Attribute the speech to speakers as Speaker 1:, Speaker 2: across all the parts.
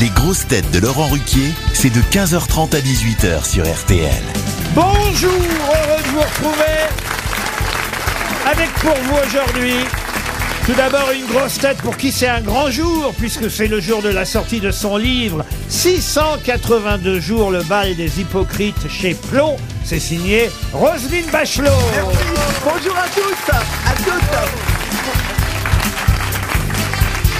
Speaker 1: Les grosses têtes de Laurent Ruquier, c'est de 15h30 à 18h sur RTL.
Speaker 2: Bonjour, heureux de vous retrouver avec pour vous aujourd'hui. Tout d'abord, une grosse tête pour qui c'est un grand jour, puisque c'est le jour de la sortie de son livre 682 jours, le bal des hypocrites chez Plon. C'est signé Roselyne Bachelot.
Speaker 3: Bonjour à tous, à toutes.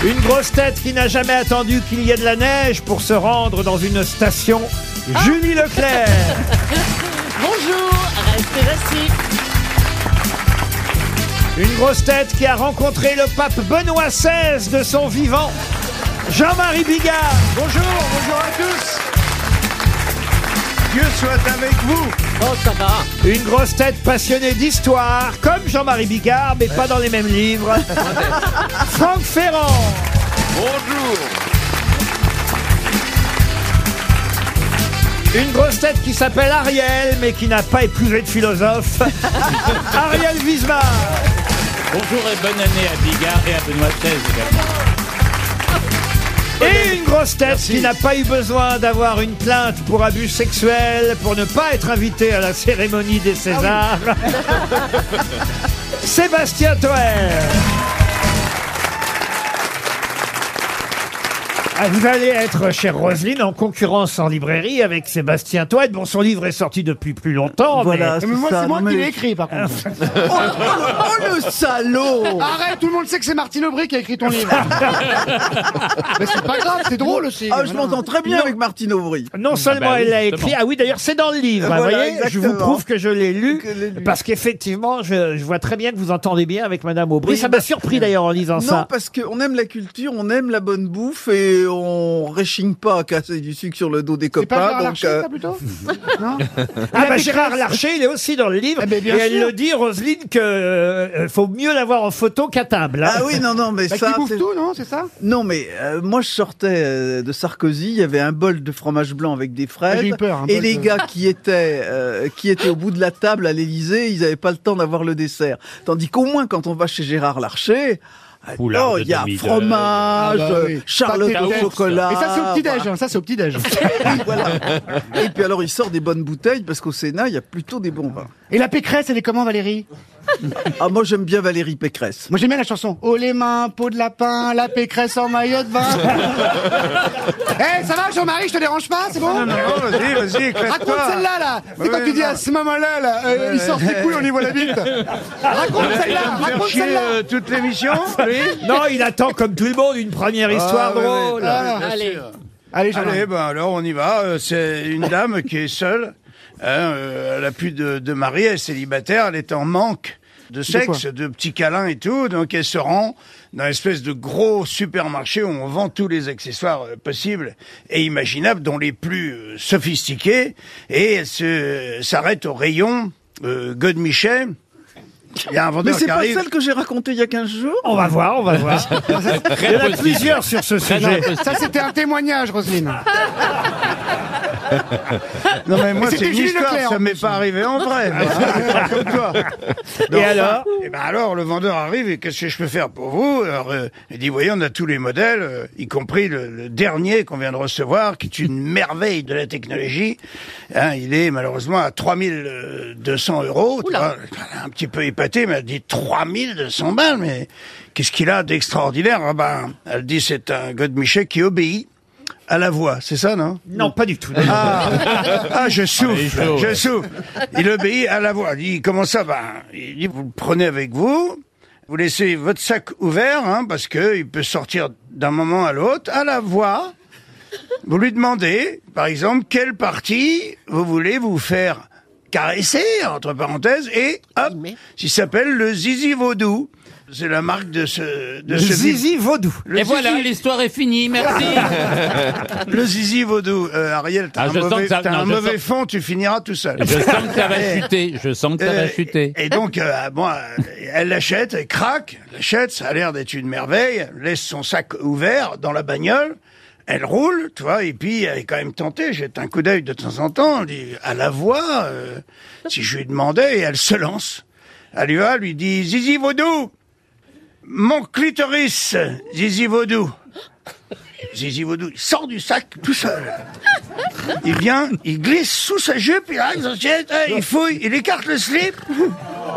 Speaker 2: Une grosse tête qui n'a jamais attendu qu'il y ait de la neige pour se rendre dans une station.
Speaker 3: Ah.
Speaker 2: Julie Leclerc.
Speaker 4: Bonjour, restez assis.
Speaker 2: Une grosse tête qui a rencontré le pape Benoît XVI de son vivant. Jean-Marie Bigard.
Speaker 3: Bonjour, bonjour à tous. Dieu soit avec vous.
Speaker 4: Oh, ça va.
Speaker 2: Une grosse tête passionnée d'histoire, comme Jean-Marie Bigard, mais pas dans les mêmes livres. Franck Ferrand. Bonjour. Une grosse tête qui s'appelle Ariel, mais qui n'a pas épousé de philosophe. Ariel Wiesmann.
Speaker 5: Bonjour et bonne année à Bigard et à Benoît XVI également.
Speaker 2: Et une grosse tête qui n'a pas eu besoin d'avoir une plainte pour abus sexuels pour ne pas être invité à la cérémonie des Césars. Sébastien Toer. Ah, vous allez être, chère Roselyne, en concurrence en librairie avec Sébastien Toed. Bon, son livre est sorti depuis plus longtemps. mais-
Speaker 3: Voilà,
Speaker 6: Mais moi,
Speaker 3: ça.
Speaker 6: c'est moi
Speaker 3: Non,
Speaker 6: qui l'ai
Speaker 3: mais-
Speaker 6: écrit, par contre.
Speaker 3: Oh, oh, le- oh, le salaud
Speaker 6: Arrête, tout le monde sait que c'est Martine Aubry qui a écrit ton livre. mais c'est pas grave, c'est drôle aussi.
Speaker 3: Ah, je
Speaker 6: Voilà.
Speaker 3: m'entends très bien avec Martine Aubry.
Speaker 2: Non seulement
Speaker 5: bah oui,
Speaker 2: elle l'a
Speaker 5: justement.
Speaker 2: écrit, ah oui d'ailleurs c'est dans le livre,
Speaker 3: Euh,
Speaker 2: hein,
Speaker 3: voilà,
Speaker 2: voyez, je vous
Speaker 3: exactement.
Speaker 2: prouve que je l'ai lu,
Speaker 3: Que l'ai lu.
Speaker 2: parce qu'effectivement je, je vois très bien que vous entendez bien avec Madame Aubry,
Speaker 3: Oui,
Speaker 2: ça
Speaker 3: bah-
Speaker 2: m'a surpris d'ailleurs en lisant
Speaker 3: Non,
Speaker 2: ça.
Speaker 3: parce qu'on aime la culture, on aime la bonne bouffe et on réchigne pas à casser du sucre sur le dos des
Speaker 6: C'est pas
Speaker 3: copains.
Speaker 6: Gérard
Speaker 3: donc,
Speaker 6: Larcher,
Speaker 3: euh,
Speaker 6: ça, plutôt Non
Speaker 2: Ah bah Gérard Larcher il est aussi dans le livre,
Speaker 6: Eh ben,
Speaker 2: et
Speaker 6: bien
Speaker 2: elle
Speaker 6: sûr.
Speaker 2: le dit Roselyne que euh, faut mieux l'avoir en photo qu'à table. hein.
Speaker 3: Ah oui, non, non, mais
Speaker 6: Bah,
Speaker 3: ça.
Speaker 6: qui bouffe
Speaker 3: c'est-
Speaker 6: tout, non C'est ça
Speaker 3: Non, mais euh, moi, je sortais euh, de Sarkozy, il y avait un bol de fromage blanc avec des fraises.
Speaker 6: Ah, j'ai eu peur, un
Speaker 3: et
Speaker 6: bol
Speaker 3: les
Speaker 6: de-
Speaker 3: gars qui étaient, euh, qui étaient au bout de la table à l'Élysée, ils n'avaient pas le temps d'avoir le dessert. Tandis qu'au moins, quand on va chez Gérard Larcher, euh,
Speaker 5: Poulard
Speaker 3: non,
Speaker 5: de
Speaker 3: il y a
Speaker 5: demi-de-
Speaker 3: fromage,
Speaker 6: Ah bah oui.
Speaker 3: euh, charlotte
Speaker 6: Pâté
Speaker 3: au
Speaker 6: de yaourt.
Speaker 3: chocolat.
Speaker 6: Et ça, c'est au petit-déj, hein, ça, c'est au petit-déj.
Speaker 3: voilà. Et puis alors, il sort des bonnes bouteilles parce qu'au Sénat, il y a plutôt des bons vins.
Speaker 6: Et la pécresse, elle est comment, Valérie
Speaker 3: Ah, moi, j'aime bien Valérie Pécresse.
Speaker 6: Moi, j'aime bien la chanson. Oh, les mains, peau de lapin, la pécresse en maillot de bain. Eh, ça va, Jean-Marie, je te dérange pas, c'est bon
Speaker 3: vas-y, vas-y,
Speaker 6: Raconte celle-là, là C'est quand tu dis à ce moment-là, là, euh, il sort ses couilles, on y voit la bite Raconte celle-là Raconte celle-là
Speaker 3: toute l'émission,
Speaker 2: euh, Non il attend comme tout le monde une première
Speaker 7: Ah,
Speaker 8: Ah,
Speaker 2: histoire
Speaker 6: Ah,
Speaker 2: drôle.
Speaker 6: Voilà.
Speaker 4: Ah, Allez,
Speaker 6: Allez, Jean-Marie.
Speaker 8: Allez, ben alors on y va. Euh, C'est une dame qui est seule. hein, euh, elle a plus de, de mari, elle est célibataire, elle est en manque de sexe, de petits câlins et tout. Donc elle se rend dans une espèce de gros supermarché où on vend tous les accessoires euh, possibles et imaginables, dont les plus euh, sophistiqués. Et elle se- s'arrête au rayon euh, Godemichet. Il y a un
Speaker 3: Mais
Speaker 8: vendeur
Speaker 3: c'est
Speaker 8: qui
Speaker 3: pas
Speaker 8: arrive.
Speaker 3: celle que j'ai racontée il y a 15 jours
Speaker 2: On va voir, on va voir.
Speaker 6: Ah,
Speaker 2: Il y en a plusieurs sur ce sujet.
Speaker 6: Ça, c'était un témoignage, Roselyne.
Speaker 8: Non mais moi
Speaker 6: Mais c'était
Speaker 8: c'est une
Speaker 6: Julie
Speaker 8: histoire,
Speaker 6: Leclerc, en
Speaker 8: ça m'est pas arrivé en vrai. moi, hein, comme toi.
Speaker 2: Et alors
Speaker 8: Et ben alors le vendeur arrive et qu'est-ce que je peux faire pour vous Alors euh, il dit voyez on a tous les modèles, euh, y compris le, le dernier qu'on vient de recevoir, qui est une merveille de la technologie. Hein, il est malheureusement à 3200 euros. Tu vois, un petit peu épaté, mais elle dit 3200 balles. Mais qu'est-ce qu'il a d'extraordinaire Ah ben elle dit c'est un Godemichet qui obéit à la voix. C'est ça non
Speaker 2: Non pas du tout. non, non.
Speaker 8: ah, je souffle,
Speaker 5: il est chaud,
Speaker 8: je
Speaker 5: ouais.
Speaker 8: souffle. Il obéit à la voix. Il dit, comment ça va Il dit, vous le prenez avec vous, vous laissez votre sac ouvert, hein, parce que il peut sortir d'un moment à l'autre, à la voix. Vous lui demandez, par exemple, quelle partie vous voulez vous faire caresser, entre parenthèses, et hop, il s'appelle le zizi vaudou. C'est la marque de ce... De ce
Speaker 2: Zizi Vaudou.
Speaker 5: Et voilà, l'histoire est finie, merci.
Speaker 8: Le zizi vaudou. Euh, Ariel, t'as
Speaker 5: Ah,
Speaker 8: un
Speaker 5: je sens
Speaker 8: mauvais,
Speaker 5: que ça-
Speaker 8: t'as
Speaker 5: non,
Speaker 8: un
Speaker 5: je
Speaker 8: mauvais
Speaker 5: sens-
Speaker 8: fond, tu finiras tout seul.
Speaker 5: je sens que ça va chuter, je sens que ça
Speaker 8: Euh,
Speaker 5: va chuter.
Speaker 8: Et, et donc, euh, bon, euh, elle l'achète, elle craque, elle l'achète, ça a l'air d'être une merveille, elle laisse son sac ouvert dans la bagnole, elle roule, tu vois, et puis elle est quand même tentée, jette un coup d'œil de temps en temps, elle dit, à la voix, euh, si je lui demandais, et elle se lance. Elle lui va, elle lui dit, Zizi Vaudou, mon clitoris, Zizi Vaudou. Zizi Vaudou, il sort du sac tout seul. Il vient, il glisse sous sa jupe, il arrive, il s'assiette, hein, il fouille, il écarte le slip,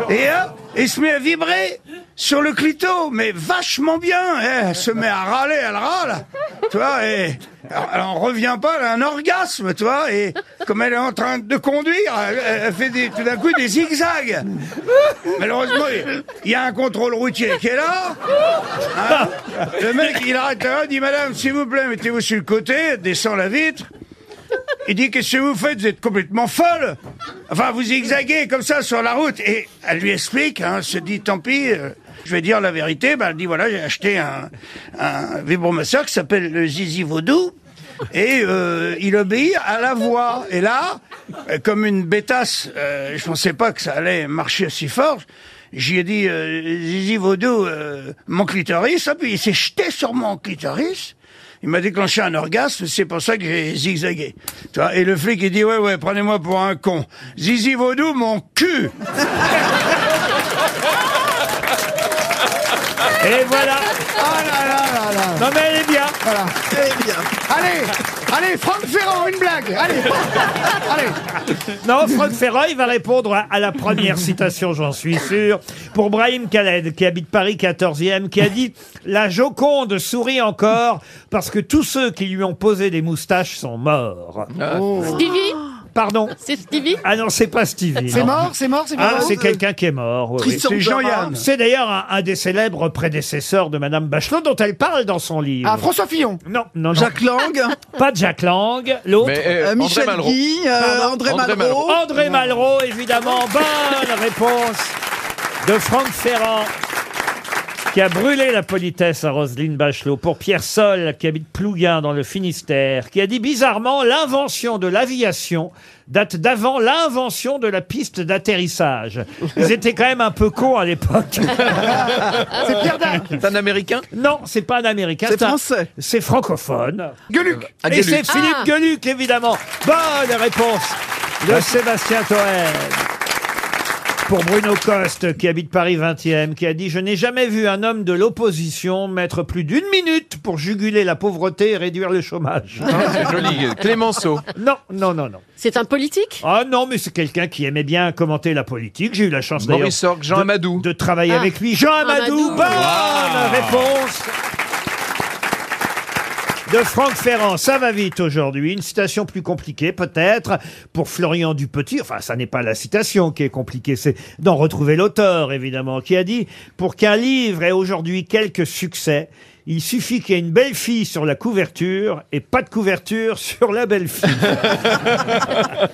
Speaker 8: et hop, il se met à vibrer sur le clito, mais vachement bien. hein, elle se met à râler, elle râle, tu vois, et alors, elle en revient pas, elle a un orgasme, tu vois, et comme elle est en train de conduire, elle, elle fait des- tout d'un coup des zigzags. Malheureusement, il- il y a un contrôle routier qui est là. hein. le mec, il arrête là, il dit Madame, s'il vous plaît, mettez-vous sur le côté, descend la vitre. Il dit Qu'est-ce que vous faites Vous êtes complètement folle Enfin, vous zigzaguez comme ça sur la route. Et elle lui explique, hein, elle se dit Tant pis, euh, je vais dire la vérité. Ben, elle dit Voilà, j'ai acheté un, un vibromasseur qui s'appelle le Zizi Vaudou. Et euh, il obéit à la voix. Et là, euh, comme une bêtasse, euh, je pensais pas que ça allait marcher aussi fort. J'y ai dit euh, Zizi Vaudou, euh, mon clitoris. Ah, puis il s'est jeté sur mon clitoris. Il m'a déclenché un orgasme, c'est pour ça que j'ai zigzagué. Tu vois, et le flic, il dit, ouais, ouais, prenez-moi pour un con. Zizi Vaudou, mon cul
Speaker 2: Et voilà.
Speaker 3: Oh
Speaker 6: Ah là là là là.
Speaker 2: Non mais elle est bien.
Speaker 3: Très bien.
Speaker 6: Allez, allez, Franck Ferrand, une blague. Allez, allez.
Speaker 2: Non, Franck Ferrand, il va répondre à, à la première citation, j'en suis sûr. Pour Brahim Khaled, qui habite Paris 14e, qui a dit « La Joconde sourit encore parce que tous ceux qui lui ont posé des moustaches sont morts.
Speaker 6: Ah.
Speaker 4: Stevie
Speaker 2: Pardon
Speaker 4: C'est Stevie
Speaker 2: Ah non, c'est pas Stevie.
Speaker 6: C'est
Speaker 2: non.
Speaker 6: mort, c'est mort, c'est
Speaker 2: Ah,
Speaker 6: mort. Euh,
Speaker 2: c'est quelqu'un qui est mort. oui, oui.
Speaker 3: Tristan
Speaker 8: C'est
Speaker 3: Jarra.
Speaker 8: Jean-Yann.
Speaker 2: C'est d'ailleurs un, un des célèbres prédécesseurs de Madame Bachelot dont elle parle dans son livre.
Speaker 6: Ah, François Fillon.
Speaker 2: non, non, non,
Speaker 3: Jacques Lang,
Speaker 2: pas Jack Lang, l'autre.
Speaker 9: Mais, euh,
Speaker 3: euh,
Speaker 9: André
Speaker 3: Michel
Speaker 9: Malraux.
Speaker 3: Guy, euh,
Speaker 2: Pardon
Speaker 3: André,
Speaker 9: André
Speaker 3: Malraux.
Speaker 2: André Malraux, évidemment. Bonne réponse de Franck Ferrand. Qui a brûlé la politesse à Roselyne Bachelot pour Pierre Sol, qui habite Plouguin dans le Finistère, qui a dit bizarrement l'invention de l'aviation date d'avant l'invention de la piste d'atterrissage. Ils étaient quand même un peu cons à l'époque.
Speaker 6: C'est Pierre Dac.
Speaker 9: C'est un Américain
Speaker 2: Non, c'est pas un américain,
Speaker 3: C'est
Speaker 2: un-
Speaker 3: français.
Speaker 2: c'est francophone.
Speaker 6: Gueluc.
Speaker 9: Ah,
Speaker 2: Et
Speaker 9: Gueluc.
Speaker 2: c'est Philippe
Speaker 4: Ah.
Speaker 2: Gueluc, évidemment. Bonne réponse de Sébastien Toer. Pour Bruno Coste, qui habite Paris 20e, qui a dit « Je n'ai jamais vu un homme de l'opposition mettre plus d'une minute pour juguler la pauvreté et réduire le chômage.
Speaker 9: Ah, C'est joli. Clémenceau. »
Speaker 2: Non, non, non, non.
Speaker 4: C'est un politique
Speaker 2: Ah non, mais c'est quelqu'un qui aimait bien commenter la politique. J'ai eu la chance d'ailleurs
Speaker 9: Maurice Org, Jean
Speaker 2: de-
Speaker 9: Amadou.
Speaker 2: de travailler
Speaker 4: Ah.
Speaker 2: avec lui. Jean Amadou,
Speaker 4: Amadou.
Speaker 2: bonne réponse de Franck Ferrand. Ça va vite aujourd'hui. Une citation plus compliquée peut-être pour Florian Dupetit. Enfin, ça n'est pas la citation qui est compliquée, c'est d'en retrouver l'auteur évidemment, qui a dit « Pour qu'un livre ait aujourd'hui quelques succès, il suffit qu'il y ait une belle fille sur la couverture et pas de couverture sur la belle fille.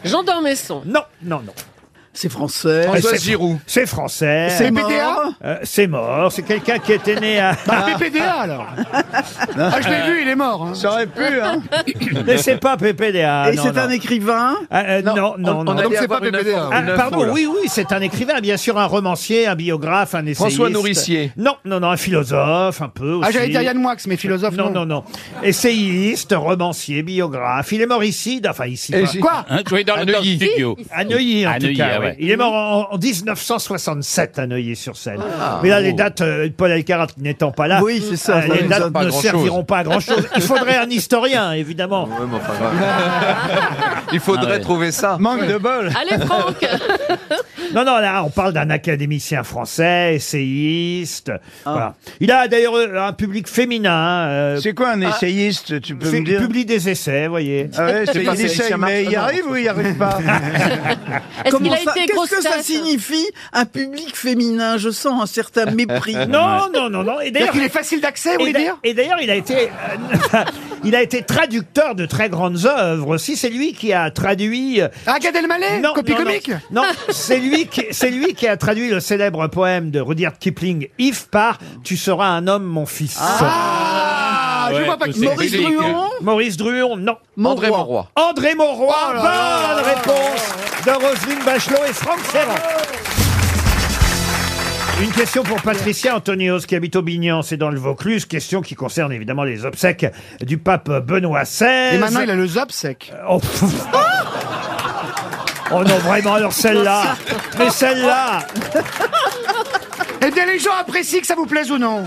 Speaker 4: Jean Dormesson. »
Speaker 2: Non, non, Oh, non.
Speaker 3: C'est français.
Speaker 2: Mais
Speaker 9: François
Speaker 2: c'est-
Speaker 9: Giroud.
Speaker 2: C'est français.
Speaker 6: C'est
Speaker 3: mort.
Speaker 6: PDA
Speaker 2: Euh, c'est mort. C'est quelqu'un qui était né à.
Speaker 6: Bah, PPDA alors. Ah, je l'ai vu, il est mort. hein.
Speaker 8: Ça aurait pu, hein
Speaker 2: Mais c'est pas PPDA.
Speaker 3: Et
Speaker 2: non,
Speaker 3: c'est
Speaker 2: non.
Speaker 3: un écrivain.
Speaker 2: Ah, euh, non, non, non.
Speaker 9: on, on allait
Speaker 6: Donc c'est
Speaker 9: avoir
Speaker 6: pas
Speaker 9: une
Speaker 6: PPDA.
Speaker 9: info-
Speaker 2: Ah,
Speaker 9: une info,
Speaker 2: pardon,
Speaker 9: là.
Speaker 2: oui, oui, c'est un écrivain, bien sûr, un romancier, un biographe, un essayiste.
Speaker 9: François Nourricier.
Speaker 2: Non, non, non, un philosophe, un peu aussi.
Speaker 6: Ah, j'allais dire Yann Moix, mais philosophe.
Speaker 2: Non, non, non. Essayiste, romancier, biographe. Il est mort ici, enfin ici.
Speaker 9: Et
Speaker 2: pas.
Speaker 9: j'ai-
Speaker 6: Quoi
Speaker 5: Hein, tu es dans le dans le
Speaker 9: Neuilly.
Speaker 5: studio.
Speaker 2: À Neuilly, en
Speaker 5: À
Speaker 2: tout
Speaker 5: Neuilly,
Speaker 2: cas.
Speaker 5: ah
Speaker 2: oui.
Speaker 5: ouais.
Speaker 2: Il est mort en, en 1967 à Neuilly-sur-Seine.
Speaker 5: Ah.
Speaker 2: Mais là, les dates, euh, Paul Alcarat n'étant pas là,
Speaker 3: Oui, c'est ça,
Speaker 2: euh,
Speaker 3: ça
Speaker 2: les
Speaker 3: nous
Speaker 2: dates
Speaker 9: donne pas
Speaker 2: ne
Speaker 9: grand-chose.
Speaker 2: serviront pas à grand-chose. Il faudrait un historien, évidemment. Ah
Speaker 9: Ouais, mais enfin, voilà. Il faudrait trouver ça.
Speaker 8: Manque de bol
Speaker 4: Allez, Franck
Speaker 2: Non, non, là, on parle d'un académicien français, essayiste.
Speaker 8: Ah.
Speaker 2: Voilà. Il a d'ailleurs euh, un public féminin. hein, euh,
Speaker 8: C'est quoi un essayiste, tu peux
Speaker 2: fait-
Speaker 8: me dire
Speaker 2: publie des essais, voyez.
Speaker 8: Ah ouais, c'est
Speaker 9: pas
Speaker 8: il
Speaker 9: si
Speaker 8: essaye,
Speaker 9: ça marche,
Speaker 8: mais il y
Speaker 9: non.
Speaker 8: arrive ou il y arrive pas
Speaker 4: Est-ce
Speaker 3: Comment
Speaker 4: qu'il a
Speaker 3: ça-
Speaker 4: été grosse
Speaker 3: Qu'est-ce que ça
Speaker 4: tête
Speaker 3: signifie Un public féminin. Je sens un certain mépris.
Speaker 2: Non, non, non, non. Et
Speaker 6: C'est-à-dire
Speaker 2: d'ailleurs,
Speaker 6: qu'il est facile d'accès, vous
Speaker 2: et
Speaker 6: voulez
Speaker 2: d'a-
Speaker 6: dire
Speaker 2: et d'ailleurs, il a été, euh, il a été traducteur de très grandes œuvres aussi. C'est lui qui a traduit. euh,
Speaker 6: Ah, Gad
Speaker 8: Eh,
Speaker 6: Elmaleh, copie comique
Speaker 2: Non, c'est lui qui, c'est lui qui a traduit le célèbre poème de Rudyard Kipling, If par Tu seras un homme, mon fils.
Speaker 6: Ah, je
Speaker 5: ouais,
Speaker 6: vois pas
Speaker 5: tout
Speaker 6: qui.
Speaker 5: c'est
Speaker 6: Maurice
Speaker 5: public.
Speaker 8: hein.
Speaker 6: Druon
Speaker 2: Maurice Druon, non.
Speaker 9: André Monroy.
Speaker 2: André Monroy,
Speaker 6: Oh là
Speaker 2: bonne
Speaker 6: là là
Speaker 2: réponse de Roselyne Bachelot et Franck Ferrand. Une question pour Patricia Antonios qui habite Aubignan, c'est dans le Vaucluse. Question qui concerne évidemment les obsèques du pape Benoît XVI.
Speaker 6: Et maintenant, il a le zop sec.
Speaker 2: Oh, pff. Oh non, vraiment, alors celle-là. Mais celle-là.
Speaker 6: Eh bien, les gens apprécient que ça vous plaise ou non.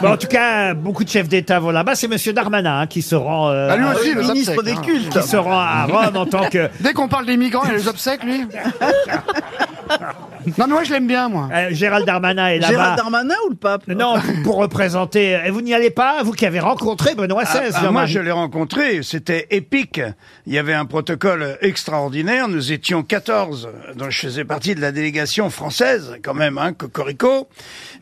Speaker 2: Bon, en tout cas, beaucoup de chefs d'État vont là-bas. C'est Monsieur Darmanin hein, qui se rend, euh,
Speaker 6: Ah, lui
Speaker 2: à-
Speaker 6: aussi,
Speaker 3: le
Speaker 6: les
Speaker 3: ministre des
Speaker 6: obsèques, hein. Mmh.
Speaker 3: cultes.
Speaker 2: qui se rend à Rome en tant que.
Speaker 6: Dès qu'on parle des migrants, il y a les obsèques, lui. Non, mais moi, je l'aime bien, moi.
Speaker 2: Euh, Gérald Darmanin est
Speaker 3: Gérald
Speaker 2: là-bas.
Speaker 3: Darmanin ou le pape
Speaker 2: Non, pour représenter. euh, Et vous n'y allez pas, vous qui avez rencontré Benoît XVI.
Speaker 8: Ah, moi,
Speaker 2: Jean-Marie.
Speaker 8: je l'ai rencontré, c'était épique. Il y avait un protocole extraordinaire, nous étions 14, donc je faisais partie de la délégation française, quand même, hein, Cocorico,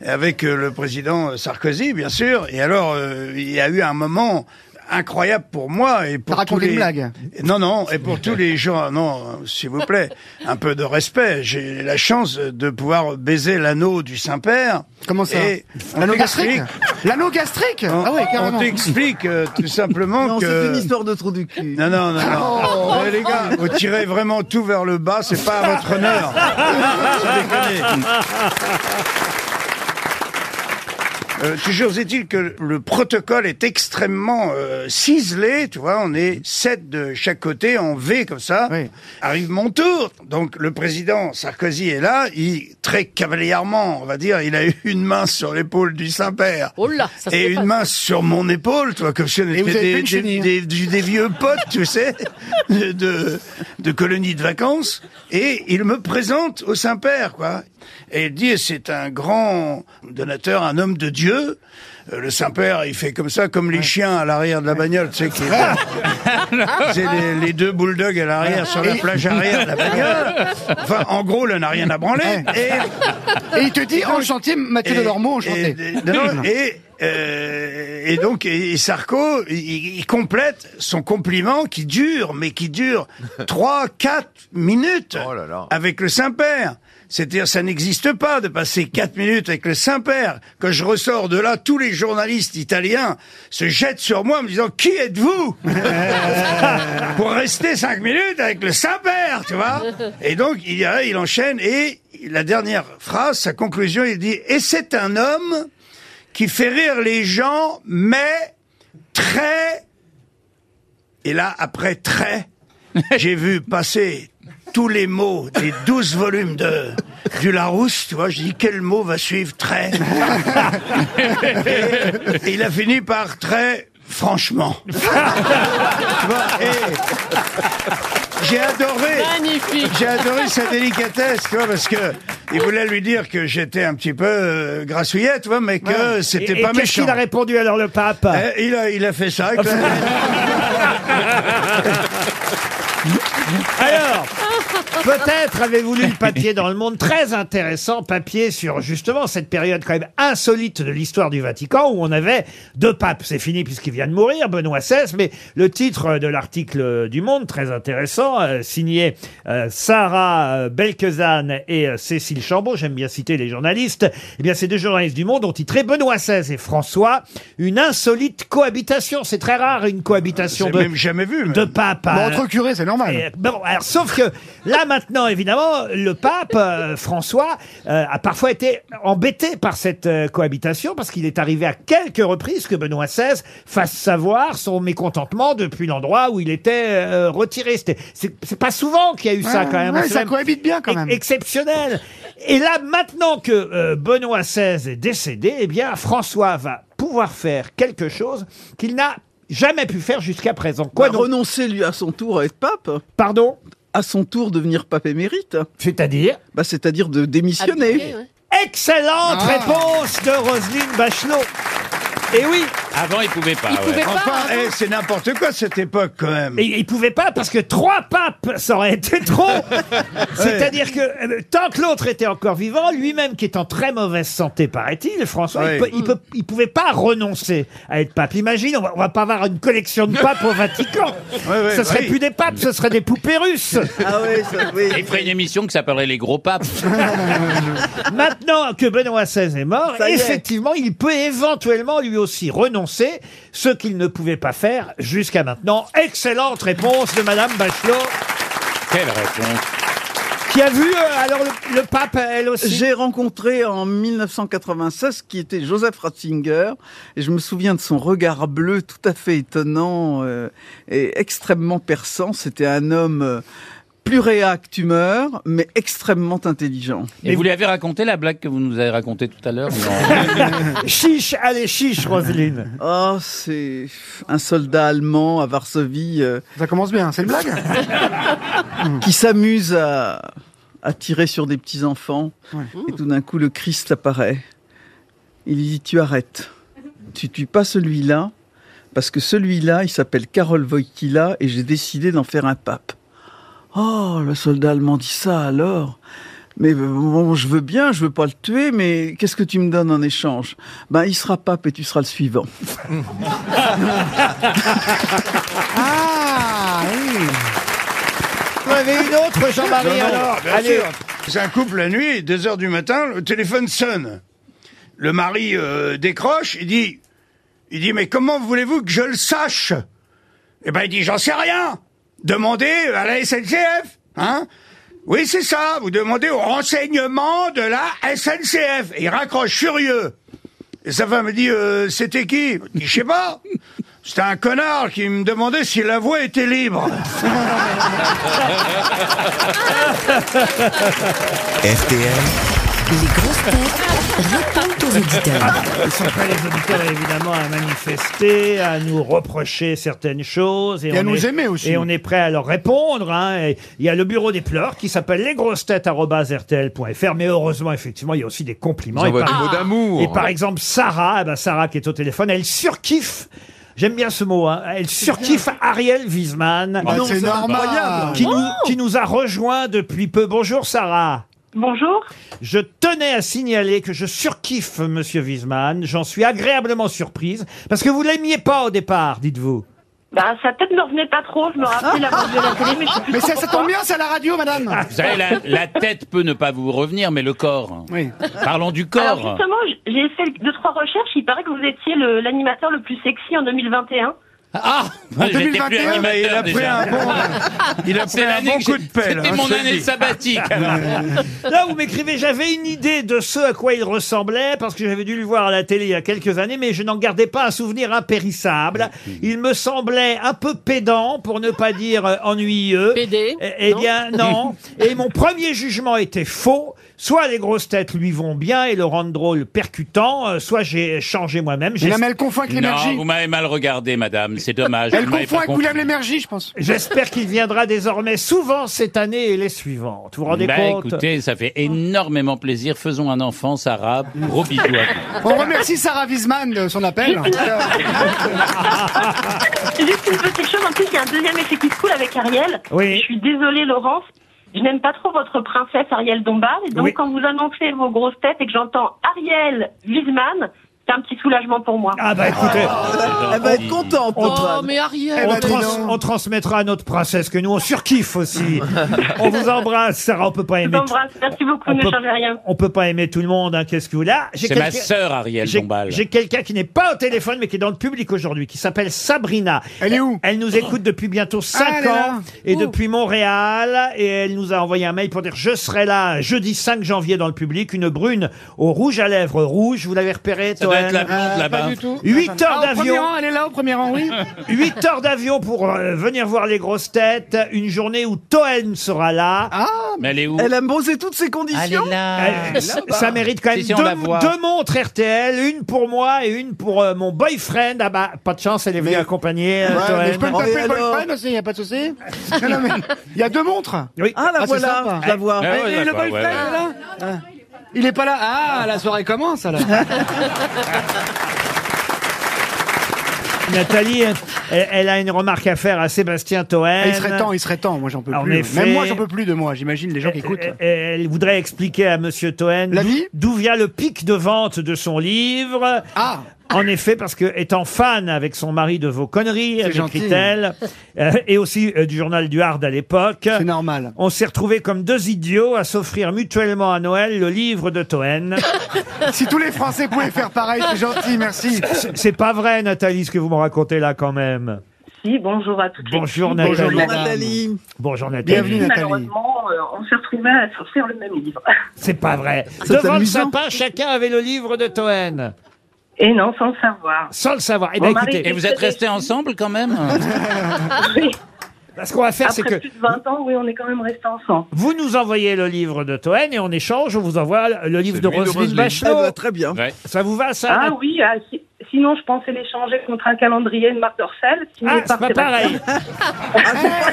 Speaker 8: avec euh, le président Sarkozy, bien sûr. Et alors, euh, il y a eu un moment incroyable pour moi et pour
Speaker 6: T'as
Speaker 8: tous
Speaker 6: raconté
Speaker 8: les...
Speaker 6: une blague
Speaker 8: Non, non, et pour tous les gens, non, s'il vous plaît, un peu de respect. J'ai la chance de pouvoir baiser l'anneau du Saint-Père.
Speaker 6: Comment ça
Speaker 8: Et on
Speaker 6: L'anneau gastrique
Speaker 8: t'explique-
Speaker 6: L'anneau gastrique
Speaker 8: on-
Speaker 6: Ah ouais,
Speaker 8: on
Speaker 6: carrément.
Speaker 8: t'explique euh, tout simplement
Speaker 3: Non,
Speaker 8: que...
Speaker 3: c'est une histoire de trou du cul. Oh,
Speaker 8: Non, non, non, non.
Speaker 6: Oh.
Speaker 8: Eh, les gars, vous tirez vraiment tout vers le bas, c'est pas à votre honneur. Sans déconner. Euh, toujours est-il que le protocole est extrêmement euh, ciselé, tu vois, on est sept de chaque côté en V comme ça.
Speaker 6: Oui.
Speaker 8: Arrive mon tour, donc le président Sarkozy est là, il très cavalièrement, on va dire, il a eu une main sur l'épaule du Saint-Père
Speaker 4: Oh là, ça se
Speaker 8: et
Speaker 4: fait pas.
Speaker 8: une main sur mon épaule, toi, comme si on
Speaker 6: vous
Speaker 8: était
Speaker 6: avez fait
Speaker 8: des,
Speaker 6: une
Speaker 8: des,
Speaker 6: chenille.
Speaker 8: des- du- des vieux potes, tu sais, de, de, de colonies de vacances. Et il me présente au Saint-Père, quoi. Et il dit, c'est un grand donateur, un homme de Dieu. Euh, Le Saint-Père, il fait comme ça, comme les chiens à l'arrière de la bagnole, tu sais, qui- c'est les, les deux bulldogs à l'arrière, sur la plage arrière de la bagnole. Enfin, en gros, là, n'a rien à branler. Et,
Speaker 6: Et il te dit enchanté, Mathieu Delormeau, enchanté.
Speaker 8: et- et- non, et, euh, et donc, et, et Sarko, il, il complète son compliment qui dure, mais qui dure 3, 4 minutes
Speaker 9: Oh là là.
Speaker 8: avec le Saint-Père. C'est-à-dire, ça n'existe pas de passer 4 minutes avec le Saint-Père. Quand je ressors de là, tous les journalistes italiens se jettent sur moi en me disant, qui êtes-vous? pour rester cinq minutes avec le Saint-Père, tu vois. Et donc, il, y a- il enchaîne et la dernière phrase, sa conclusion, il dit, et c'est un homme qui fait rire les gens, mais très... Et là, après très, j'ai vu passer tous les mots des douze volumes de du Larousse, tu vois, je dis quel mot va suivre très. Et il a fini par très franchement. Tu vois,
Speaker 6: eh.
Speaker 8: et j'ai adoré.
Speaker 4: Magnifique.
Speaker 8: J'ai adoré sa délicatesse, tu vois, parce que il voulait lui dire que j'étais un petit peu euh, grassouillet, tu vois, mais que
Speaker 2: Et-
Speaker 8: c'était
Speaker 2: et
Speaker 8: pas
Speaker 2: qu'est-ce
Speaker 8: méchant.
Speaker 2: qu'il a répondu alors le pape
Speaker 8: Eh, il, a, il a fait ça. avec la-
Speaker 2: Alors, peut-être avez-vous lu le papier dans le monde, très intéressant papier sur justement cette période quand même insolite de l'histoire du Vatican où on avait deux papes. C'est fini puisqu'il vient de mourir, Benoît XVI, mais le titre euh, de l'article du monde, très intéressant, euh, signé euh, Sarah euh, Belkezane et euh, Cécile Chambaud, j'aime bien citer les journalistes, eh bien ces deux journalistes du monde ont titré Benoît XVI et François, une insolite cohabitation. C'est très rare une cohabitation
Speaker 8: Euh, J'ai
Speaker 2: de,
Speaker 8: même jamais vu. mais-
Speaker 2: de papes.
Speaker 6: Bon,
Speaker 2: à-
Speaker 6: entre curés, c'est normal.
Speaker 2: et, bon, alors, sauf que là maintenant, évidemment, le pape euh, François euh, a parfois été embêté par cette euh, cohabitation parce qu'il est arrivé à quelques reprises que Benoît XVI fasse savoir son mécontentement depuis l'endroit où il était euh, retiré. C'était- C'est c'est pas souvent qu'il y a eu ça
Speaker 6: Ouais,
Speaker 2: quand même. hein,
Speaker 6: ouais,
Speaker 2: C'est
Speaker 6: ça
Speaker 2: même
Speaker 6: cohabite bien, quand
Speaker 2: ex-
Speaker 6: même.
Speaker 2: Exceptionnel. Et là maintenant que euh, Benoît XVI est décédé, eh bien François va pouvoir faire quelque chose qu'il n'a jamais pu faire jusqu'à présent. Quoi
Speaker 3: Quoi
Speaker 2: donc
Speaker 3: renoncer lui à son tour à être pape,
Speaker 2: Pardon
Speaker 3: à son tour devenir pape émérite,
Speaker 2: C'est-à-dire
Speaker 3: bah, c'est-à-dire de démissionner.
Speaker 4: Habillé, ouais.
Speaker 8: Ah.
Speaker 2: Excellente réponse de Roselyne Bachelot. Et oui,
Speaker 5: Avant, il pouvait pas.
Speaker 4: Il
Speaker 5: ouais.
Speaker 4: pouvait
Speaker 8: Enfin,
Speaker 4: pas. hein.
Speaker 8: eh, c'est n'importe quoi cette époque quand même.
Speaker 2: et il pouvait pas parce que trois papes, ça aurait été trop. C'est-à-dire que euh, tant que l'autre était encore vivant, lui-même qui est en très mauvaise santé, paraît-il, François,
Speaker 8: Ouais.
Speaker 2: il, peut- il peut- il pouvait pas renoncer à être pape. Imagine, on va, on va pas avoir une collection de papes au Vatican.
Speaker 8: Ouais, ouais,
Speaker 2: ce serait
Speaker 8: oui.
Speaker 2: plus des papes, ce serait des poupées russes.
Speaker 3: Ah ouais, ça, oui.
Speaker 5: Il ferait une émission qui s'appellerait Les Gros Papes.
Speaker 2: Maintenant que Benoît XVI est mort,
Speaker 3: Ça y est.
Speaker 2: effectivement, il peut éventuellement lui aussi renoncer, ce qu'il ne pouvait pas faire jusqu'à maintenant. Excellente réponse de Madame Bachelot,
Speaker 5: Quelle réponse.
Speaker 2: qui a vu euh, alors le, le pape, elle aussi.
Speaker 3: J'ai rencontré en 1996 qui était Joseph Ratzinger et je me souviens de son regard bleu tout à fait étonnant euh, et extrêmement perçant. C'était un homme euh, Pluréac, tu meurs, mais extrêmement intelligent.
Speaker 5: Et vous lui avez raconté la blague que vous nous avez racontée tout à l'heure Non.
Speaker 2: Chiche, allez, chiche, Roselyne.
Speaker 3: Oh, c'est un soldat allemand à Varsovie euh,
Speaker 6: Ça commence bien, c'est une blague
Speaker 3: qui s'amuse à, à tirer sur des petits-enfants. Et tout d'un coup, le Christ apparaît. Il lui dit, tu arrêtes. Tu tues pas celui-là, parce que celui-là, il s'appelle Karol Wojtyla, et j'ai décidé d'en faire un pape. Oh, le soldat allemand dit ça alors mais euh, bon, je veux bien, je veux pas le tuer, mais qu'est-ce que tu me donnes en échange Ben, il sera pape et tu seras le suivant.
Speaker 6: Ah oui
Speaker 2: Vous avez une autre,
Speaker 8: Non,
Speaker 2: Jean-Marie,
Speaker 8: non,
Speaker 2: alors
Speaker 8: bien
Speaker 2: Allez,
Speaker 8: sûr. C'est un couple la nuit, 2 heures du matin, le téléphone sonne. Le mari euh, décroche, il dit, il dit, mais comment voulez-vous que je le sache Eh ben, il dit, j'en sais rien. Demandez à la SNCF, hein Oui, c'est ça. Vous demandez au renseignement de la SNCF. Et il raccroche furieux. Et sa femme me dit, euh, c'était qui Il dit, je sais pas. C'était un connard qui me demandait si la voie était libre.
Speaker 1: RTL,
Speaker 10: Les grosses têtes répondent aux auditeurs.
Speaker 2: Ah, ils sont prêts, les auditeurs, évidemment, à manifester, à nous reprocher certaines choses.
Speaker 6: Et à
Speaker 2: on
Speaker 6: nous
Speaker 2: est-
Speaker 6: aimer aussi.
Speaker 2: Et on est prêt à leur répondre. hein. Et Il y a le bureau des pleurs qui s'appelle lesgrossetêtes.rtl.fr. Mais heureusement, effectivement, il y a aussi des compliments. Et
Speaker 9: Envoie
Speaker 2: par-
Speaker 9: des mots d'amour.
Speaker 2: Et par exemple, Sarah, ah ben, Sarah qui est au téléphone, elle surkiffe. J'aime bien ce mot. hein. Elle surkiffe Ariel Wiesman,
Speaker 6: Bah, C'est
Speaker 3: c'est
Speaker 6: normal
Speaker 2: qui, nous,
Speaker 11: Oh
Speaker 2: qui nous a rejoint depuis peu. Bonjour Sarah.
Speaker 11: Bonjour.
Speaker 2: Je tenais à signaler que je surkiffe Monsieur Wiesmann. J'en suis agréablement surprise parce que vous l'aimiez pas au départ, dites-vous.
Speaker 11: Bah, sa tête ne revenait pas trop, je me rappelais la de la télé, mais je sais plus
Speaker 6: Mais
Speaker 11: trop
Speaker 6: ça, ça
Speaker 11: pourquoi.
Speaker 6: tombe bien, c'est à la radio, madame
Speaker 5: Ah, Vous savez, la, la tête peut ne pas vous revenir, mais le corps.
Speaker 6: Oui.
Speaker 5: Parlons du
Speaker 11: Alors
Speaker 5: corps.
Speaker 11: justement, j- j'ai fait deux, trois recherches, il paraît que vous étiez le- l'animateur le, plus sexy en 2021.
Speaker 5: Ah
Speaker 6: En
Speaker 5: J'étais
Speaker 6: 2021,
Speaker 5: plus animateur
Speaker 8: il a pris
Speaker 5: déjà.
Speaker 8: un bon, il a pris
Speaker 5: C'est
Speaker 8: un
Speaker 5: l'année
Speaker 8: bon
Speaker 5: que
Speaker 8: coup
Speaker 5: j'ai-
Speaker 8: de pelle.
Speaker 5: C'était
Speaker 8: hein,
Speaker 5: mon
Speaker 8: je te le
Speaker 5: année
Speaker 8: dis.
Speaker 5: sabbatique. alors.
Speaker 2: Euh. Là, vous m'écrivez, j'avais une idée de ce à quoi il ressemblait, parce que j'avais dû le voir à la télé il y a quelques années, mais je n'en gardais pas un souvenir impérissable. Il me semblait un peu pédant, pour ne pas dire euh, ennuyeux.
Speaker 4: PD,
Speaker 2: Eh, Eh
Speaker 4: non
Speaker 2: bien, non. Et mon premier jugement était faux. Soit les grosses têtes lui vont bien et le rendent drôle percutant, euh, soit j'ai changé moi-même. J'ai-
Speaker 6: Non, mais elle confond avec
Speaker 5: Non,
Speaker 6: l'énergie.
Speaker 5: vous m'avez mal regardé, madame. C'est dommage.
Speaker 6: Elle
Speaker 5: Vous m'avez
Speaker 6: confond
Speaker 5: pas
Speaker 6: avec
Speaker 5: compris.
Speaker 6: William l'énergie, je pense.
Speaker 2: J'espère qu'il viendra désormais souvent cette année et les suivantes. Vous vous rendez
Speaker 5: Bah,
Speaker 2: compte
Speaker 5: écoutez, ça
Speaker 6: Oh.
Speaker 5: fait énormément plaisir. Faisons un enfant, Sarah. Gros bisous. à vous.
Speaker 6: On remercie Sarah Wiesman de son appel.
Speaker 11: Juste une petite chose, en plus, il y a un deuxième effet qui se coule avec Ariel.
Speaker 2: Oui.
Speaker 11: Je suis désolée, Laurence. Je n'aime pas trop votre princesse Ariel Dombal. Et donc,
Speaker 2: Oui.
Speaker 11: quand vous annoncez vos grosses têtes et que j'entends Ariel Wiesman, c'est un petit soulagement pour moi.
Speaker 2: Ah bah écoutez,
Speaker 3: Elle va être contente,
Speaker 4: Oh,
Speaker 3: Antoine.
Speaker 4: mais Ariel.
Speaker 6: Eh
Speaker 2: on,
Speaker 6: ben, dis
Speaker 2: trans-
Speaker 6: donc.
Speaker 2: on transmettra à notre princesse que nous on surkiffe aussi. on vous embrasse, Sarah, on peut pas
Speaker 11: Je
Speaker 2: aimer.
Speaker 11: vous
Speaker 2: tout-
Speaker 11: embrasse. Merci beaucoup,
Speaker 2: on
Speaker 11: ne
Speaker 2: peut-
Speaker 11: changez rien.
Speaker 2: On peut pas aimer tout le monde, hein, qu'est-ce que vous là j'ai
Speaker 5: C'est ma
Speaker 2: quelqu'un-
Speaker 5: sœur, Ariel
Speaker 2: J'ai
Speaker 5: Dombal.
Speaker 2: j'ai quelqu'un qui n'est pas au téléphone mais qui est dans le public aujourd'hui, qui s'appelle Sabrina.
Speaker 6: Elle est où Ah,
Speaker 2: Elle nous écoute depuis bientôt 5
Speaker 6: elle est là.
Speaker 2: ans et depuis Montréal et elle nous a envoyé un mail pour dire je serai là jeudi 5 janvier dans le public, une brune au rouge à lèvres rouge, vous l'avez repéré
Speaker 5: Ça doit être la
Speaker 2: Toen
Speaker 5: blonde là-bas.
Speaker 6: Ah, Pas du tout.
Speaker 2: 8 heures
Speaker 6: Ah, au premier
Speaker 2: d'avion.
Speaker 6: rang, elle est là au premier rang, oui.
Speaker 2: 8 heures d'avion pour euh, venir voir les grosses têtes, une journée où Toen sera là.
Speaker 5: Mais elle est où
Speaker 3: Ah, Elle a posé toutes ses conditions.
Speaker 5: là.
Speaker 2: Euh, ça- ça mérite quand même
Speaker 5: Si, si, on la
Speaker 2: deux,
Speaker 5: voit.
Speaker 2: deux montres RTL, une pour moi et une pour euh, mon boyfriend. Ah bah, pas de chance, elle est venue accompagner euh,
Speaker 6: Ouais,
Speaker 2: Toen.
Speaker 6: mais je peux me
Speaker 3: Oh, et
Speaker 6: taper
Speaker 3: alors
Speaker 6: Wolfman aussi, il n'y a pas de souci. Non, non, mais Il y a deux montres.
Speaker 2: Oui.
Speaker 3: Ah, la
Speaker 6: Ah, c'est
Speaker 3: voilà,
Speaker 6: sympa.
Speaker 3: je la vois.
Speaker 5: Ah ouais,
Speaker 6: Et le
Speaker 5: d'accord,
Speaker 6: boyfriend
Speaker 5: ouais, ouais.
Speaker 6: est là Ah. Il est pas là. Ah, la soirée commence alors. Ah,
Speaker 2: Nathalie, elle, elle a une remarque à faire à Sébastien Toen.
Speaker 6: Ah, Il serait temps, il serait temps. Moi, j'en peux
Speaker 2: En
Speaker 6: plus. euh,
Speaker 2: effet.
Speaker 6: Même moi, j'en peux plus de moi. J'imagine les gens qui
Speaker 2: Elle-
Speaker 6: écoutent.
Speaker 2: elle- Elle voudrait expliquer à Monsieur Toen
Speaker 6: La
Speaker 2: d'où-
Speaker 6: vie
Speaker 2: d'où vient le pic de vente de son livre.
Speaker 6: Ah,
Speaker 2: En effet, parce que étant fan avec son mari de vos conneries,
Speaker 6: gentil.
Speaker 2: écrit-elle, euh, et aussi euh, du journal du Hard à l'époque,
Speaker 6: c'est normal.
Speaker 2: on s'est retrouvés comme deux idiots à s'offrir mutuellement à Noël le livre de Toen.
Speaker 6: Si tous les Français pouvaient faire pareil, c'est gentil, merci.
Speaker 2: C'est- C'est pas vrai, Nathalie, ce que vous me racontez là quand même.
Speaker 11: Si, bonjour à toutes les
Speaker 2: Bonjour,
Speaker 11: filles.
Speaker 2: Nathalie.
Speaker 3: Bonjour,
Speaker 6: madame.
Speaker 3: Nathalie.
Speaker 2: Bonjour
Speaker 6: Bienvenue,
Speaker 2: Nathalie.
Speaker 6: Nathalie.
Speaker 11: Malheureusement, euh, on s'est retrouvés à sortir le même livre.
Speaker 2: C'est pas vrai.
Speaker 3: C'est
Speaker 2: Devant le
Speaker 3: amusant.
Speaker 2: sapin, chacun avait le livre de Toen,
Speaker 11: Et non, sans le savoir.
Speaker 2: sans le savoir. Eh ben,
Speaker 11: Mon mari
Speaker 2: écoutez,
Speaker 5: Et vous êtes restés ensemble quand même
Speaker 11: Oui.
Speaker 2: Bah, Ce qu'on va faire,
Speaker 11: Après
Speaker 2: c'est que
Speaker 11: plus de 20 ans, oui, on est quand même resté ensemble.
Speaker 2: vous nous envoyez le livre de Toen et en échange, on vous envoie le livre de
Speaker 3: Celui de
Speaker 2: Roselyne
Speaker 3: Roselyne.
Speaker 2: Bachelot.
Speaker 3: Eh ben, très bien.
Speaker 2: Ça vous va, ça
Speaker 11: Ah oui, ah, si- sinon je pensais l'échanger contre un calendrier de Marc Dorcel. signé
Speaker 2: Ah, c'est
Speaker 11: par
Speaker 2: pas
Speaker 11: Sébastien.
Speaker 2: pareil.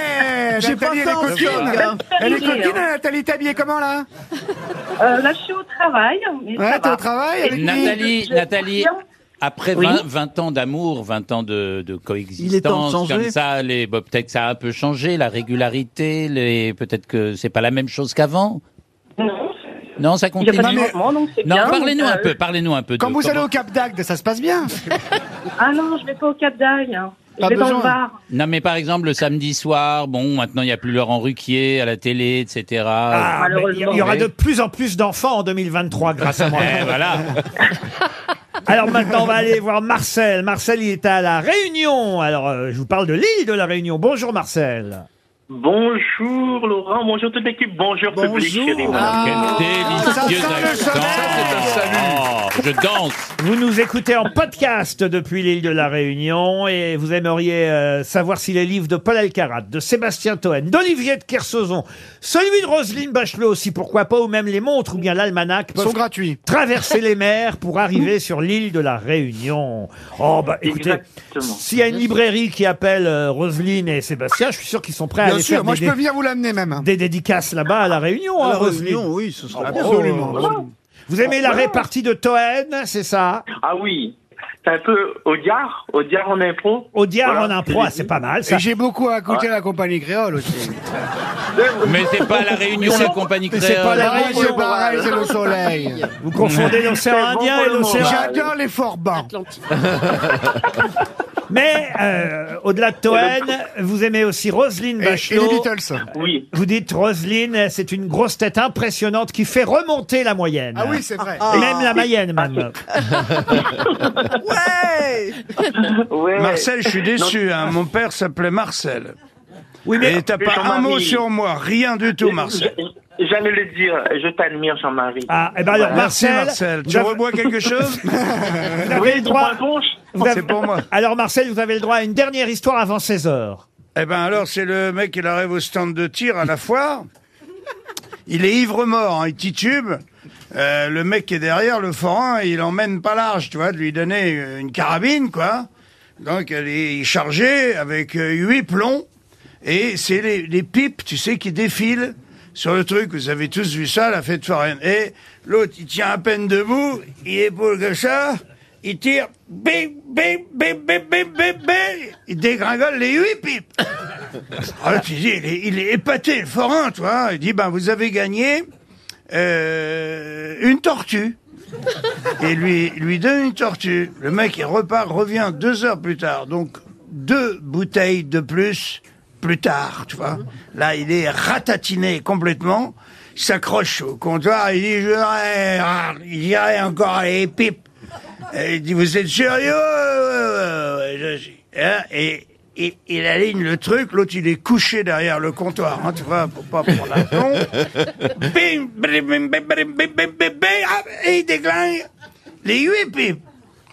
Speaker 6: Eh,
Speaker 3: J'ai
Speaker 6: Nathalie,
Speaker 3: pas
Speaker 6: elle est
Speaker 3: ça en
Speaker 11: Ah,
Speaker 6: coquine.
Speaker 3: stock, hein.
Speaker 6: Elle est coquine, hein, Nathalie, t'es habillée comment, là
Speaker 11: Euh, là, je suis au travail. Mais
Speaker 6: Ouais,
Speaker 11: ça
Speaker 6: t'es
Speaker 11: va.
Speaker 6: au travail avec qui
Speaker 5: Nathalie,
Speaker 11: Je- je-
Speaker 5: Nathalie,
Speaker 11: je-
Speaker 5: après
Speaker 11: Oui.
Speaker 5: 20, 20 ans d'amour, 20 ans de, de coexistence,
Speaker 3: Il est temps de changer.
Speaker 5: comme ça, les, bah, peut-être que ça a un peu changé, la régularité, les, peut-être que c'est pas la même chose qu'avant.
Speaker 11: Non,
Speaker 5: Non, ça
Speaker 11: il n'y a
Speaker 5: continue.
Speaker 11: pas de changement, donc c'est
Speaker 5: Non,
Speaker 11: bien.
Speaker 5: parlez-nous
Speaker 11: Euh,
Speaker 5: un peu, parlez-nous un peu.
Speaker 6: Quand
Speaker 5: de
Speaker 6: vous allez
Speaker 5: comment-
Speaker 6: au Cap d'Agde, ça se passe bien.
Speaker 11: Ah non, je vais pas au Cap d'Aille. hein. Je
Speaker 6: Pas
Speaker 11: vais dans
Speaker 6: besoin.
Speaker 11: le bar.
Speaker 5: Non, mais par exemple, le samedi soir, bon, maintenant, il n'y a plus Laurent Ruquier à la télé, etc.
Speaker 2: Ah, mais il y- il y aura
Speaker 5: mais-
Speaker 2: de plus en plus d'enfants en 2023 grâce à moi.
Speaker 5: Eh, voilà.
Speaker 2: Alors maintenant, on va aller voir Marcel. Marcel, il est à La Réunion. Alors, euh, je vous parle de l'île de La Réunion. Bonjour Marcel.
Speaker 12: Bonjour Laurent, bonjour toute l'équipe, bonjour, public chéri.
Speaker 6: Ah.
Speaker 5: Quel délicieux
Speaker 6: sent le
Speaker 5: accent.
Speaker 6: chemin.
Speaker 9: Ça, c'est un
Speaker 5: Oh, Je danse.
Speaker 2: Vous nous écoutez en podcast depuis l'île de La Réunion et vous aimeriez euh, savoir si les livres de Paul Alcarat, de Sébastien Toen, d'Olivier de Kersauzon, celui de Roselyne Bachelot aussi, pourquoi pas, ou même les montres ou bien l'almanach
Speaker 6: Ils sont
Speaker 2: peuvent
Speaker 6: gratuits.
Speaker 2: traverser les mers pour arriver sur l'île de la Réunion. Oh bah écoutez,
Speaker 12: Exactement.
Speaker 2: s'il y a une librairie qui appelle euh, Roselyne et Sébastien, je suis sûr qu'ils sont prêts à
Speaker 6: Bien
Speaker 2: aller
Speaker 6: sûr,
Speaker 2: faire
Speaker 6: moi
Speaker 2: des,
Speaker 6: je peux venir vous l'amener même.
Speaker 2: des dédicaces là-bas à la Réunion. hein,
Speaker 3: À la
Speaker 2: Roselyne. Ah, Oh,
Speaker 3: Réunion, oui, ce sera bien. Ah,
Speaker 6: Absolument.
Speaker 2: Vous aimez la répartie de Toen, c'est ça
Speaker 12: Ah oui, c'est un peu au diar, au diar en impro.
Speaker 2: Audiard
Speaker 12: Voilà,
Speaker 2: en impro, ah, c'est pas mal ça. Ah.
Speaker 6: Et j'ai beaucoup à écouter la compagnie créole aussi.
Speaker 5: Mais c'est pas la réunion, la compagnie
Speaker 2: Mais c'est
Speaker 5: créole.
Speaker 2: pas la-
Speaker 6: Pareil,
Speaker 2: Réunion.
Speaker 6: c'est pareil, c'est le soleil.
Speaker 2: Vous confondez l'océan
Speaker 12: C'est bon
Speaker 2: Indien
Speaker 12: pour
Speaker 2: et
Speaker 12: le monde.
Speaker 2: l'océan...
Speaker 12: J'ai-
Speaker 6: J'adore les forts bains.
Speaker 4: Atlantique.
Speaker 2: Mais euh, au-delà de Toen, vous aimez aussi Roselyne
Speaker 6: Et, et les
Speaker 2: Bachelot.
Speaker 6: Beatles.
Speaker 12: Oui,
Speaker 2: Vous dites Roselyne, c'est une grosse tête impressionnante qui fait remonter la moyenne.
Speaker 6: Ah oui, c'est vrai.
Speaker 2: Et Même la Mayenne, même.
Speaker 3: Ouais
Speaker 12: ouais.
Speaker 8: Marcel, je suis déçu. hein. Mon père s'appelait Marcel. Oui, mais Et t'as
Speaker 12: Mais
Speaker 8: pas
Speaker 12: ton
Speaker 8: un mot
Speaker 12: mari-
Speaker 8: sur moi, rien du tout, Marcel.
Speaker 12: J- J'allais le dire, je t'admire Jean-Marie.
Speaker 2: Ah, et ben alors,
Speaker 8: Merci,
Speaker 2: Marcel.
Speaker 8: Marcel.
Speaker 2: vous
Speaker 8: Tu
Speaker 2: avez-
Speaker 8: rebois quelque chose
Speaker 2: vous avez le droit.
Speaker 12: Trois ponches
Speaker 2: vous avez-
Speaker 8: C'est pour moi.
Speaker 2: Alors, Marcel, vous avez le droit à une dernière histoire avant 16 heures.
Speaker 8: Eh ben alors, c'est le mec qui arrive au stand de tir à la foire. Il est ivre-mort, hein, il titube. Euh, le mec qui est derrière, le forain, il emmène pas large, tu vois, de lui donner euh, une carabine, quoi. Donc, elle est chargée avec euh, huit plombs. Et c'est les, les pipes, tu sais, qui défilent sur le truc. Vous avez tous vu ça, la fête foraine. Et l'autre, il tient à peine debout, il épaule comme ça, il tire, bim, bim, bim, bim, bim, bim, bim. Il dégringole les huit pipes. Alors, tu dis, il est, il est épaté, le forain, tu vois. Il dit, ben, vous avez gagné euh, une tortue. Et lui, lui donne une tortue. Le mec, il repart, revient deux heures plus tard. Donc, deux bouteilles de plus, plus tard, tu vois. Là, il est ratatiné complètement. Il s'accroche au comptoir. Il dit, je voudrais- ah, il dirait encore les pipes. Et il dit, vous êtes sérieux? Ouais, ouais, ouais, ouais, je suis. Hein, Et, et- il aligne le truc, l'autre il est couché derrière le comptoir, hein, tu vois, pour pas prendre l'avion. bim, bim, bim, bim, bim, bim, bim, bim, bim, ah, et il déglingue les huit pipes.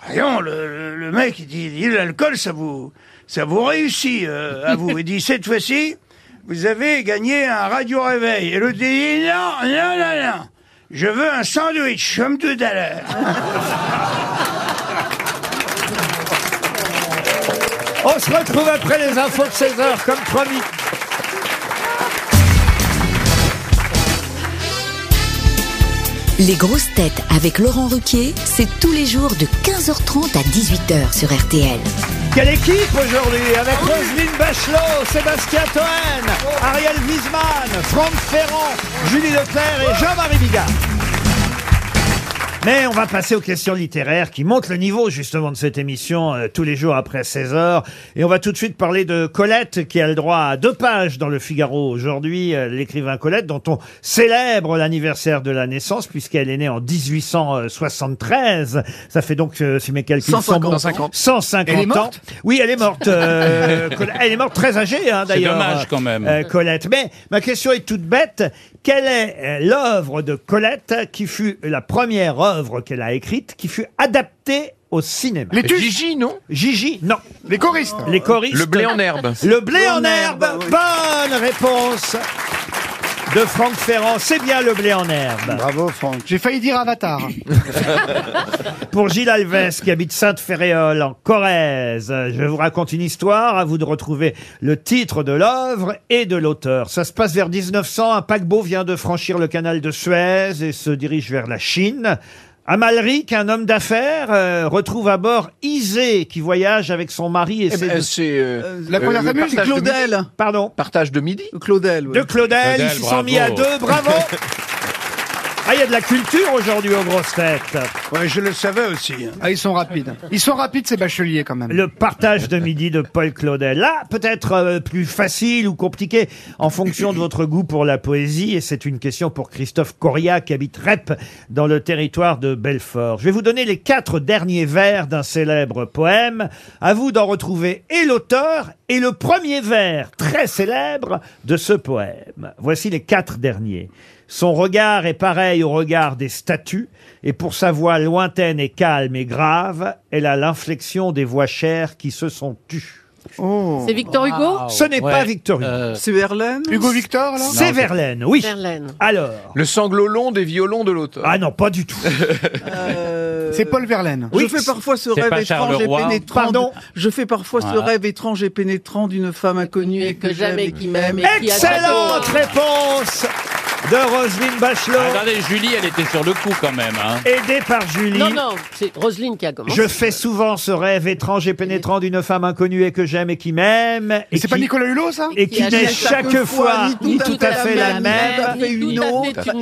Speaker 8: Voyons, le, le- le mec, il dit, il dit, l'alcool, ça vous, ça vous réussit, euh, à vous. Il dit, cette fois-ci, vous avez gagné un radio-réveil. Et l'autre dit, non, non, non, non, je veux un sandwich, comme tout à l'heure.
Speaker 2: On se retrouve après les infos de 16 heures, comme promis.
Speaker 10: Les grosses têtes avec Laurent Ruquier, c'est tous les jours de 15h30 à 18h sur RTL.
Speaker 2: Quelle équipe aujourd'hui Avec Roselyne Bachelot, Sébastien Toen, Ariel Wiesmann, Franck Ferrand, Julie Leclerc et Jean-Marie Bigard. Mais on va passer aux questions littéraires qui montent le niveau justement de cette émission euh, tous les jours après 16 heures. Et on va tout de suite parler de Colette qui a le droit à deux pages dans le Figaro aujourd'hui, euh, l'écrivain Colette dont on célèbre l'anniversaire de la naissance puisqu'elle est née en 1873. Ça fait donc, euh, si mes calculs sont
Speaker 3: 150.
Speaker 2: bons, 150,
Speaker 6: Elle est
Speaker 2: ans.
Speaker 6: morte
Speaker 2: Oui, elle est morte. euh, Colette. elle est morte très âgée hein,
Speaker 5: C'est
Speaker 2: d'ailleurs.
Speaker 5: dommage, quand même.
Speaker 2: euh, Colette. Mais ma question est toute bête. Quelle est euh, l'œuvre de Colette qui fut la première œuvre œuvre qu'elle a écrite qui fut adaptée au cinéma. Les Gigi, non Gigi, non. Les choristes Les choristes.
Speaker 9: Le blé en herbe.
Speaker 2: Le blé en herbe. Bonne réponse de Franck Ferrand. C'est bien le blé en herbe. Bravo, Franck.
Speaker 6: J'ai failli dire Avatar.
Speaker 2: Pour Gilles Alves, qui habite Sainte-Féréole, en Corrèze, je vous raconte une histoire, à vous de retrouver le titre de l'œuvre et de l'auteur. Ça se passe vers 1900, un paquebot vient de franchir le canal de Suez et se dirige vers la Chine. Amalric, un homme d'affaires, euh, retrouve à bord Isée, qui voyage avec son mari et
Speaker 9: Eh
Speaker 2: ses...
Speaker 9: ben,
Speaker 2: deux-
Speaker 9: c'est, euh, Euh, la première euh, le famille, partage de Claudel. midi.
Speaker 2: Pardon
Speaker 9: Partage de midi
Speaker 3: Claudel,
Speaker 2: De Claudel, ils s'y sont mis à deux, bravo Ah, il y a de la culture aujourd'hui aux grosses têtes.
Speaker 8: Ouais, je le savais aussi. hein.
Speaker 6: Ah, ils sont rapides. Ils sont rapides, ces bacheliers, quand même.
Speaker 2: Le partage de midi de Paul Claudel. Là, peut-être euh, plus facile ou compliqué en fonction de votre goût pour la poésie. Et c'est une question pour Christophe Coria qui habite Rep dans le territoire de Belfort. Je vais vous donner les quatre derniers vers d'un célèbre poème. À vous d'en retrouver et l'auteur et le premier vers très célèbre de ce poème. Voici les quatre derniers. Son regard est pareil au regard des statues, et pour sa voix lointaine et calme et grave, elle a l'inflexion des voix chères qui se sont tues.
Speaker 6: Oh.
Speaker 4: C'est Victor Hugo
Speaker 2: Ce n'est pas Victor Hugo.
Speaker 6: Euh.
Speaker 3: C'est Verlaine
Speaker 6: Hugo Victor, là
Speaker 2: C'est Verlaine, oui.
Speaker 4: Verlaine.
Speaker 2: Alors
Speaker 9: Le sanglot long des violons de l'auteur.
Speaker 2: Ah non, pas du tout.
Speaker 6: C'est Paul Verlaine.
Speaker 3: Euh, je fais parfois ce
Speaker 9: c'est
Speaker 3: rêve
Speaker 9: pas
Speaker 3: étrange et
Speaker 9: Charleroi.
Speaker 3: pénétrant.
Speaker 2: Pardon
Speaker 3: Je fais parfois ce
Speaker 9: Voilà.
Speaker 3: rêve étrange et pénétrant d'une femme inconnue et que, j'aime et qui m'aime. et qui adore.
Speaker 2: Excellente réponse de Roselyne Bachelot,
Speaker 5: Attendez, Ah, Julie, elle était sur le coup quand même. Hein.
Speaker 2: aidée par Julie.
Speaker 4: Non, non, c'est Roselyne qui a commencé.
Speaker 2: Je fais souvent ce rêve étrange et pénétrant d'une femme inconnue et que j'aime et qui m'aime. Et
Speaker 6: C'est pas
Speaker 2: qui-
Speaker 6: Nicolas Hulot, ça
Speaker 2: Et qui n'est chaque fois ni tout à fait la même,
Speaker 4: ni tout à fait une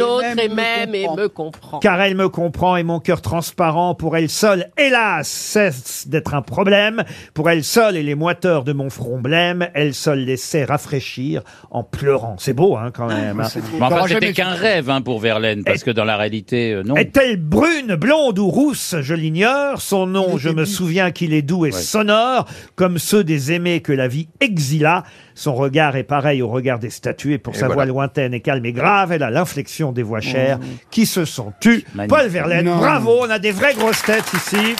Speaker 4: autre, et même, et me comprend.
Speaker 2: car elle me comprend et mon cœur transparent pour elle seule, hélas, cesse d'être un problème. Pour elle seule et les moiteurs de mon front blême, elle seule laissait rafraîchir en pleurant. C'est beau, hein, quand même. hein.
Speaker 5: Ah, Mais enfin, c'était qu'un rêve hein, pour Verlaine, parce que dans la réalité, euh, non.
Speaker 2: Est-elle brune, blonde ou rousse Je l'ignore. Son nom, je me souviens qu'il est doux et sonore, comme ceux des aimés que la vie exila. Son regard est pareil au regard des statues, et pour
Speaker 9: Et
Speaker 2: sa voix
Speaker 9: voilà.
Speaker 2: lointaine et calme et grave, elle a l'inflexion des voix chères qui se sont tues.
Speaker 5: Mmh. Magnifique.
Speaker 2: Paul Verlaine,
Speaker 6: Non.
Speaker 2: bravo, on a des vraies grosses têtes ici.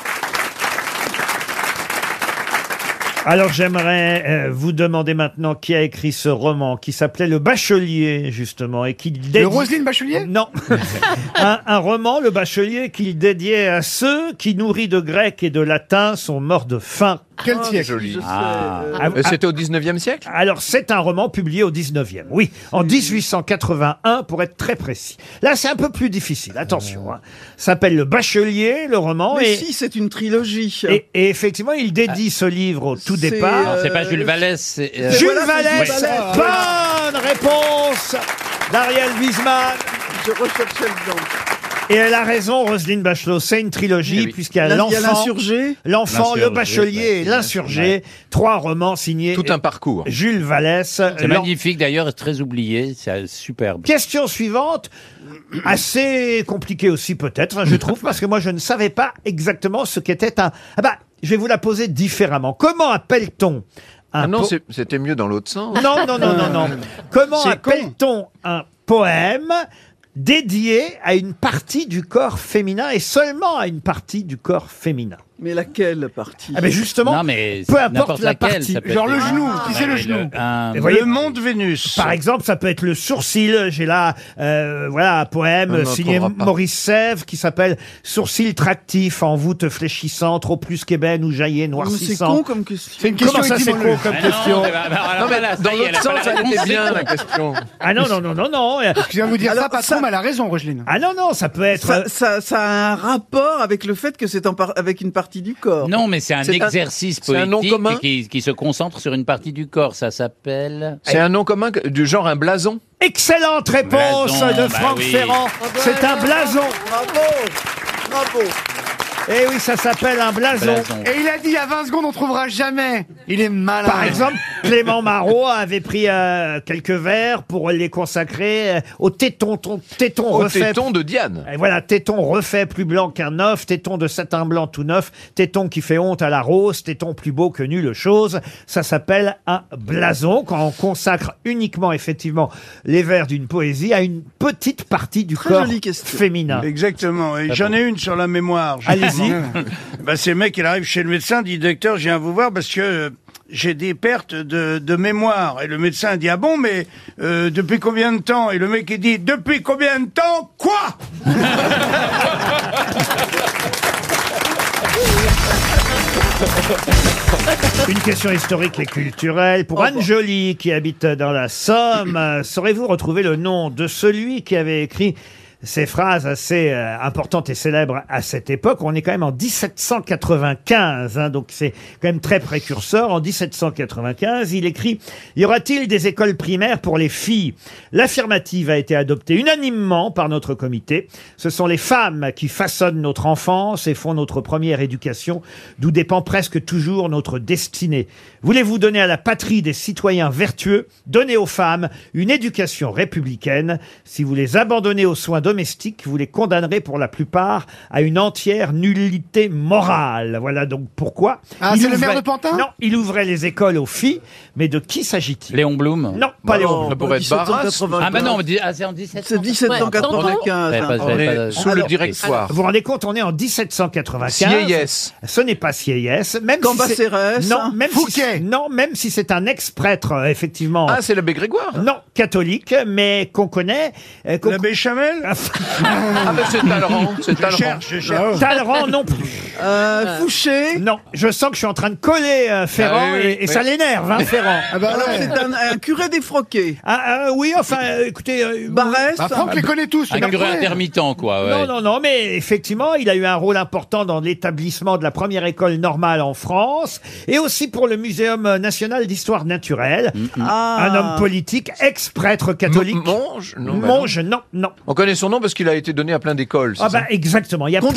Speaker 2: Alors j'aimerais euh, vous demander maintenant qui a écrit ce roman qui s'appelait Le Bachelier justement et qui
Speaker 6: Le
Speaker 2: dédie-
Speaker 6: Roselyne Bachelier
Speaker 2: non. un, un roman, Le Bachelier, qu'il dédiait à ceux qui, nourris de grec et de latin, sont morts de faim.
Speaker 3: Oh,
Speaker 6: Quel siècle
Speaker 9: Joli.
Speaker 5: Ah.
Speaker 2: Ah,
Speaker 9: Euh,
Speaker 2: ah,
Speaker 9: C'était au 19e siècle
Speaker 2: alors, c'est un roman publié au 19e, oui, en 1881, pour être très précis. Là, c'est un peu plus difficile,
Speaker 9: Euh.
Speaker 2: attention. hein. Ça s'appelle Le Bachelier, le roman,
Speaker 3: Mais
Speaker 2: et,
Speaker 3: si, c'est une trilogie.
Speaker 2: et- et effectivement, il dédie ce livre au tout
Speaker 3: C'est,
Speaker 2: départ.
Speaker 5: Non, c'est pas
Speaker 3: Euh,
Speaker 5: Jules Vallès. c'est, euh,
Speaker 2: Jules
Speaker 3: voilà, c'est
Speaker 2: Vallès,
Speaker 3: Jules Vallès.
Speaker 2: bonne réponse d'Ariel Wiesmann.
Speaker 3: Je recherchais le nom.
Speaker 2: Et elle a raison, Roselyne Bachelot, c'est une trilogie,
Speaker 5: Eh oui.
Speaker 2: puisqu'il y a
Speaker 3: Là, il y a
Speaker 2: l'enfant,
Speaker 3: l'insurgé.
Speaker 2: l'enfant, le
Speaker 5: L'insurgé,
Speaker 2: bachelier
Speaker 5: ouais.
Speaker 2: et l'insurgé, trois romans signés
Speaker 9: Tout un parcours.
Speaker 2: Jules Vallès.
Speaker 5: C'est
Speaker 2: L'en-
Speaker 5: magnifique d'ailleurs, et très oublié, c'est euh, superbe.
Speaker 2: Question suivante, assez compliquée aussi peut-être, hein, je trouve, parce que moi je ne savais pas exactement ce qu'était un... Ah bah, je vais vous la poser différemment. Comment appelle-t-on un
Speaker 9: Ah non,
Speaker 2: po-
Speaker 9: c'est- c'était mieux dans l'autre sens.
Speaker 2: non, non, non, non, non. Comment
Speaker 8: C'est con.
Speaker 2: appelle-t-on un poème dédié à une partie du corps féminin et seulement à une partie du corps féminin
Speaker 3: Mais laquelle partie
Speaker 2: Ah ben justement,
Speaker 5: Non, mais
Speaker 2: peu importe
Speaker 5: n'importe
Speaker 2: la
Speaker 5: laquelle,
Speaker 2: partie.
Speaker 5: ça peut
Speaker 6: Genre
Speaker 5: être-
Speaker 6: le genou,
Speaker 5: Ouais,
Speaker 6: tu sais, le
Speaker 5: mais
Speaker 6: genou.
Speaker 5: un-
Speaker 2: Et voyez-
Speaker 8: le monde Vénus.
Speaker 2: Par exemple, ça peut être le sourcil. J'ai là, euh, voilà, un
Speaker 9: On
Speaker 2: poème
Speaker 9: n'en
Speaker 2: signé
Speaker 9: trouvera pas.
Speaker 2: Maurice Sèvres qui s'appelle Sourcil tractif en voûte fléchissant, trop plus qu'ébène ou jaillet
Speaker 3: Mais C'est
Speaker 2: noircissant.
Speaker 3: con comme question.
Speaker 6: C'est une question
Speaker 2: Comment ça c'est con
Speaker 6: étymologique.
Speaker 2: comme
Speaker 5: Ah non,
Speaker 2: question
Speaker 5: bah, bah, alors
Speaker 9: Non, mais
Speaker 5: voilà, ça
Speaker 9: dans
Speaker 5: y est, elle
Speaker 9: l'autre
Speaker 5: a pas
Speaker 9: sens,
Speaker 5: la
Speaker 9: elle était
Speaker 5: réponse.
Speaker 9: bien la question.
Speaker 2: Ah non non non non non.
Speaker 6: Je viens de vous dire
Speaker 3: Alors,
Speaker 6: ça, patron,
Speaker 3: ça-
Speaker 6: mais elle a raison, Roselyne.
Speaker 2: Ah non non, ça peut être.
Speaker 3: Ça, ça- ça a un rapport avec le fait que c'est en par- avec une partie du corps.
Speaker 5: Non, mais c'est un
Speaker 3: C'est un-
Speaker 5: exercice
Speaker 9: c'est un nom
Speaker 5: poétique
Speaker 9: commun
Speaker 5: qui, qui se concentre sur une partie du corps. Ça s'appelle.
Speaker 9: C'est un nom commun que- du genre un blason.
Speaker 2: Excellente réponse
Speaker 5: Blason,
Speaker 2: de
Speaker 5: bah
Speaker 7: Oh,
Speaker 3: Oh,
Speaker 2: Franck
Speaker 5: oui.
Speaker 2: Ferrand. C'est un blason.
Speaker 3: Bravo Bravo
Speaker 2: Eh oui, ça s'appelle un blason.
Speaker 6: Blason. Et il a dit il y a 20 secondes, on trouvera jamais. Il est malin.
Speaker 2: Par exemple, Clément Marot avait pris euh, quelques vers pour les consacrer euh, au téton, ton- téton
Speaker 13: Au
Speaker 2: refait.
Speaker 13: téton de Diane.
Speaker 2: Et voilà, téton refait plus blanc qu'un œuf, téton de satin blanc tout neuf, téton qui fait honte à la rose, téton plus beau que nulle chose. Ça s'appelle un blason quand on consacre uniquement, effectivement, les vers d'une poésie à une petite partie du corps féminin.
Speaker 8: Exactement. Et
Speaker 2: Ah
Speaker 8: j'en
Speaker 2: bon.
Speaker 8: ai une sur la mémoire.
Speaker 2: Allez-y.
Speaker 8: bah, c'est le mec, il arrive chez le médecin, dit docteur, je viens vous voir parce que euh, j'ai des pertes de, de mémoire. Et le médecin dit ah bon, mais euh, depuis combien de temps Et le mec il dit depuis combien de temps Quoi
Speaker 2: Une question historique et culturelle pour Anne Jolie qui habite dans la Somme. Euh, Saurez-vous retrouver le nom de celui qui avait écrit ces phrases assez euh, importantes et célèbres à cette époque On est quand même en 1795, hein, donc c'est quand même très précurseur. En 1795, il écrit « Y aura-t-il des écoles primaires pour les filles ?» L'affirmative a été adoptée unanimement par notre comité. Ce sont les femmes qui façonnent notre enfance et font notre première éducation, d'où dépend presque toujours notre destinée. Voulez-vous donner à la patrie des citoyens vertueux, donner aux femmes une éducation républicaine Si vous les abandonnez aux soins domestiques, vous les condamnerez pour la plupart à une entière nullité morale. Voilà donc pourquoi.
Speaker 6: Ah,
Speaker 2: il
Speaker 6: c'est le maire
Speaker 2: ouvrait-
Speaker 6: de Pantin
Speaker 2: Non, il ouvrait les écoles aux filles, mais de qui s'agit-il Léon Blum Non, pas
Speaker 5: Bah
Speaker 2: Léon
Speaker 5: non, ça
Speaker 2: Blum.
Speaker 5: pourrait être Barras. Ah, bah non, on dit- ah, c'est en
Speaker 3: C'est 1795.
Speaker 5: Ouais, pas-
Speaker 3: hein.
Speaker 5: j'avais pas- Ah,
Speaker 3: sous le Alors,
Speaker 5: directoire.
Speaker 2: Vous vous rendez compte, on est en 1795.
Speaker 5: Sieyès.
Speaker 2: Ce n'est pas Sieyès. Même si c'est-
Speaker 3: Cambacérès,
Speaker 2: non,
Speaker 3: hein.
Speaker 2: même si c'est- non, même si c'est un ex-prêtre, euh, effectivement.
Speaker 13: Ah, c'est l'abbé Grégoire
Speaker 2: Non, catholique, mais qu'on connaît. euh, L'abbé
Speaker 8: Chamel
Speaker 13: Ah,
Speaker 3: ben,
Speaker 13: mais c'est Talleyrand, c'est Talleyrand.
Speaker 2: Talleyrand non plus.
Speaker 3: Euh,
Speaker 2: Fouché Non, je sens que je suis en train de coller euh, Ferrand
Speaker 3: Ah oui, oui,
Speaker 2: et, et ça
Speaker 3: oui.
Speaker 2: l'énerve, hein, Ferrand.
Speaker 3: Ah bah Alors, ouais. c'est un- curé défroqué.
Speaker 2: Ah, ah, oui, enfin, euh, écoutez. euh,
Speaker 3: Barès.
Speaker 13: Bah,
Speaker 5: Un curé intermittent, quoi. ouais.
Speaker 2: Non, non, non, mais effectivement, il a eu un rôle important dans l'établissement de la première école normale en France et aussi pour le Muséum national d'histoire naturelle.
Speaker 3: Mm-hmm.
Speaker 13: Ah.
Speaker 2: Un homme politique, ex-prêtre catholique.
Speaker 13: Monge Non, bah non.
Speaker 2: Monge, non, non.
Speaker 13: On connaît son nom parce qu'il a été donné à plein d'écoles. c'est
Speaker 2: Ah
Speaker 13: ça
Speaker 2: bah exactement. Il y a plein,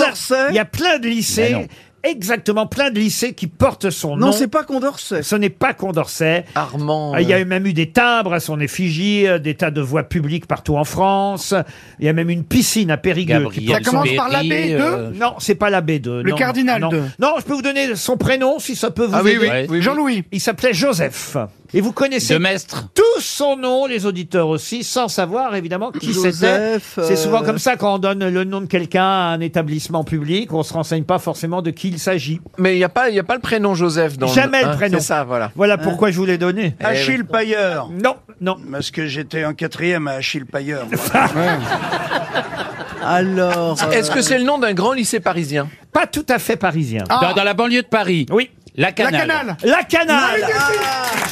Speaker 2: il y a plein de lycées.
Speaker 13: Mais non.
Speaker 2: Exactement, plein de lycées qui portent son nom.
Speaker 3: Non, c'est pas Condorcet.
Speaker 2: Ce n'est pas Condorcet.
Speaker 13: Armand.
Speaker 2: Ah, Il y a eu même eu des timbres à son effigie, euh, des tas de voies publiques partout en France. Il y a même une piscine à Périgueux. qui
Speaker 5: Gabriel
Speaker 2: porte son-
Speaker 5: Ça commence par l'abbé Berry, euh, de
Speaker 2: Non, c'est pas l'abbé de.
Speaker 5: Le
Speaker 2: non,
Speaker 5: cardinal
Speaker 2: non.
Speaker 5: de.
Speaker 2: Non, je peux vous donner son prénom si ça peut vous
Speaker 5: Ah oui,
Speaker 2: aider.
Speaker 5: oui, Ouais. oui, oui.
Speaker 2: Jean-Louis. Il s'appelait Joseph. Et vous connaissez.
Speaker 5: De Maistre.
Speaker 2: Tout son nom, les auditeurs aussi, sans savoir évidemment qui c'était.
Speaker 3: Joseph,
Speaker 2: C'est souvent
Speaker 3: euh,
Speaker 2: comme ça quand on donne le nom de quelqu'un à un établissement public, on se renseigne pas forcément de qui il s'agit.
Speaker 13: Mais il n'y a, pas- il y a pas le prénom Joseph dans
Speaker 2: Jamais
Speaker 13: le,
Speaker 2: le
Speaker 13: hein,
Speaker 2: prénom.
Speaker 13: C'est ça, voilà. Eh
Speaker 2: Voilà pourquoi je vous l'ai donné.
Speaker 8: Achille Pailleur.
Speaker 2: Eh Non, non.
Speaker 8: Parce que j'étais en quatrième à Achille Pailleur.
Speaker 3: Alors.
Speaker 13: Est-ce
Speaker 8: euh,
Speaker 13: que c'est le nom d'un grand lycée parisien
Speaker 2: Pas tout à fait parisien.
Speaker 13: Ah.
Speaker 5: Dans, dans la banlieue de Paris.
Speaker 2: Oui.
Speaker 5: La Canale.
Speaker 2: La canale.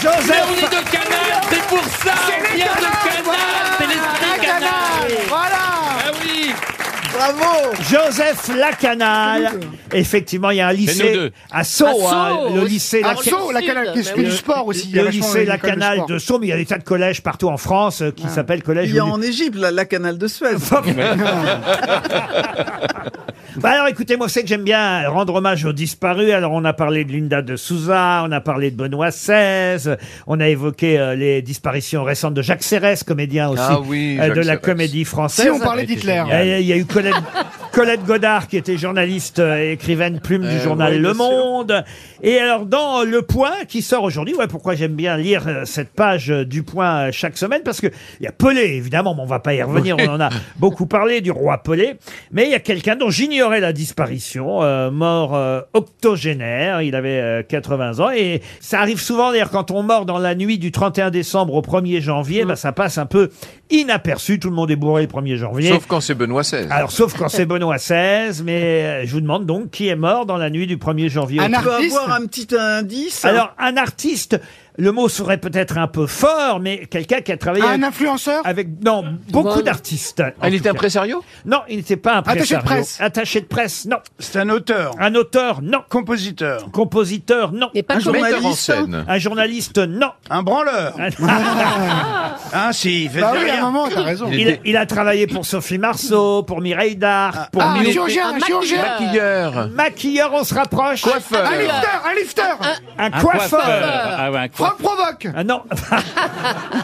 Speaker 2: Joseph.
Speaker 5: Mais on est de Canal, c'est pour ça. On vient de Canal, c'est l'esprit Canal.
Speaker 6: Voilà
Speaker 5: Ah oui.
Speaker 3: Bravo
Speaker 2: Joseph Lacanal. Effectivement, il y a un
Speaker 5: C'est nous
Speaker 2: lycée
Speaker 5: deux.
Speaker 2: à Sceaux,
Speaker 5: À Sceaux,
Speaker 2: hein, le
Speaker 5: oui.
Speaker 2: lycée
Speaker 5: À
Speaker 2: Laca-
Speaker 5: Sceaux, Lacanal, qui explique
Speaker 2: Le-
Speaker 5: du sport aussi, il y a
Speaker 2: Le
Speaker 5: vachement
Speaker 2: lycée
Speaker 5: une école de
Speaker 2: Lacanal
Speaker 5: sport.
Speaker 2: de Sceaux, mais il y a des tas de collèges partout en France euh, qui s'appellent collèges.
Speaker 3: Ah. Il y a
Speaker 2: du-
Speaker 3: en Égypte la, la canal de Suez.
Speaker 2: Bah alors écoutez, moi c'est que j'aime bien rendre hommage aux disparus. Alors on a parlé de Linda de Souza, on a parlé de Benoît XVI, on a évoqué euh, les disparitions récentes de Jacques Serres, comédien aussi
Speaker 13: Ah oui,
Speaker 2: euh, de
Speaker 13: Jacques
Speaker 2: la
Speaker 13: Serres.
Speaker 2: comédie française.
Speaker 6: Si on parlait d'Hitler.
Speaker 2: Il y a- il y a eu Colette, Colette Godard qui était journaliste euh, et écrivaine plume du
Speaker 13: Euh,
Speaker 2: journal
Speaker 13: oui,
Speaker 2: Le
Speaker 13: bien sûr.
Speaker 2: Monde. Et alors dans Le Point qui sort aujourd'hui, ouais, pourquoi j'aime bien lire euh, cette page euh, du Point euh, chaque semaine parce que il y a Pelé évidemment, mais on va pas y revenir, on en a beaucoup parlé du roi Pelé, mais il y a quelqu'un dont j'ignorais la disparition, euh, mort euh, octogénaire, il avait euh, 80 ans et ça arrive souvent d'ailleurs quand on meurt dans la nuit du 31 décembre au 1er janvier, bah, ça passe un peu inaperçu, tout le monde est bourré le 1er janvier.
Speaker 13: Sauf quand c'est Benoît XVI.
Speaker 2: Alors, sauf quand c'est Benoît XVI, mais euh, je vous demande donc qui est mort dans la nuit du 1er janvier. au-
Speaker 3: On peut avoir un petit indice.
Speaker 2: Alors, un artiste, le mot serait peut-être un peu fort, mais quelqu'un qui a travaillé.
Speaker 6: Un
Speaker 8: Ah,
Speaker 2: influenceur avec, Non, beaucoup
Speaker 6: Ouais.
Speaker 2: d'artistes. en
Speaker 13: Il
Speaker 2: tout
Speaker 13: était
Speaker 2: cas.
Speaker 13: impresario
Speaker 2: Non, il n'était pas un
Speaker 13: Attaché de
Speaker 2: présario.
Speaker 13: presse.
Speaker 2: Attaché de presse, non.
Speaker 8: C'est un auteur.
Speaker 2: Un auteur, non.
Speaker 8: Compositeur.
Speaker 2: Compositeur, non.
Speaker 8: pas Un journaliste, metteur en scène.
Speaker 2: Un journaliste, non.
Speaker 8: Un branleur. Ah si, il fait
Speaker 2: Bah
Speaker 8: de
Speaker 2: oui,
Speaker 8: rien.
Speaker 2: à un moment,
Speaker 6: t'as raison.
Speaker 2: Il, il a travaillé pour Sophie Marceau, pour Mireille Darc,
Speaker 13: Pour
Speaker 6: ah, un
Speaker 13: myoper-
Speaker 6: chirurgien, un,
Speaker 13: Un
Speaker 6: chirurgien.
Speaker 13: maquilleur.
Speaker 2: Maquilleur, on se rapproche.
Speaker 13: Coiffeur.
Speaker 6: Un lifteur, un lifteur.
Speaker 2: Un,
Speaker 5: Un
Speaker 2: coiffeur.
Speaker 5: coiffeur. Ah ouais, un
Speaker 6: Franck
Speaker 5: coiffeur.
Speaker 6: Provoque.
Speaker 2: Ah non.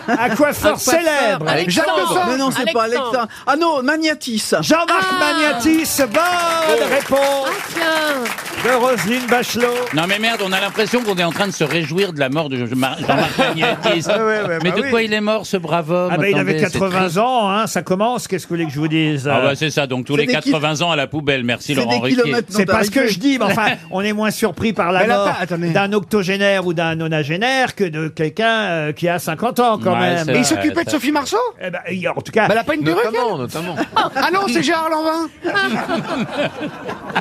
Speaker 2: un coiffeur célèbre.
Speaker 6: Alexandre.
Speaker 3: Mais non, c'est pas
Speaker 4: Alexandre.
Speaker 3: Alexandre. Ah non, Magnatis.
Speaker 2: Jean-Marc Magnatis, bonne réponse
Speaker 4: Tiens.
Speaker 2: de Roselyne Bachelot.
Speaker 5: Non mais merde, on a l'impression qu'on est en train de se réjouir de la mort de Jean- Jean-Marc Magnatis.
Speaker 8: Ah ouais, ouais,
Speaker 5: mais
Speaker 8: bah
Speaker 5: de
Speaker 8: oui.
Speaker 5: quoi il est mort ce brave homme
Speaker 2: Ah ben il
Speaker 5: Attendez,
Speaker 2: avait
Speaker 5: c'est
Speaker 2: 80
Speaker 5: triste.
Speaker 2: ans, hein, ça commence, qu'est-ce que vous voulez que je vous dise
Speaker 5: Ah
Speaker 2: euh,
Speaker 5: bah c'est ça, donc tous
Speaker 3: C'est
Speaker 5: les
Speaker 3: des
Speaker 5: 80 ans à la poubelle, merci
Speaker 3: C'est
Speaker 5: Laurent
Speaker 3: des
Speaker 5: Ruquier.
Speaker 3: kilomètres non
Speaker 2: C'est pas ce que
Speaker 3: tarifés.
Speaker 2: je dis, mais enfin, on est moins surpris par la
Speaker 6: Mais là,
Speaker 2: mort
Speaker 6: pas- attendez.
Speaker 2: d'un octogénaire ou d'un nonagénaire que de quelqu'un euh, qui a 50 ans quand
Speaker 5: Ouais,
Speaker 2: même.
Speaker 5: c'est
Speaker 6: Et
Speaker 5: vrai.
Speaker 6: il s'occupait de
Speaker 5: ça-
Speaker 6: Sophie Marceau
Speaker 2: Eh ben, il- en tout cas,
Speaker 6: Bah, Elle a pas une perruque elle
Speaker 13: Notamment, notamment.
Speaker 6: Ah non, c'est Gérard Lanvin.
Speaker 13: Il
Speaker 2: Non,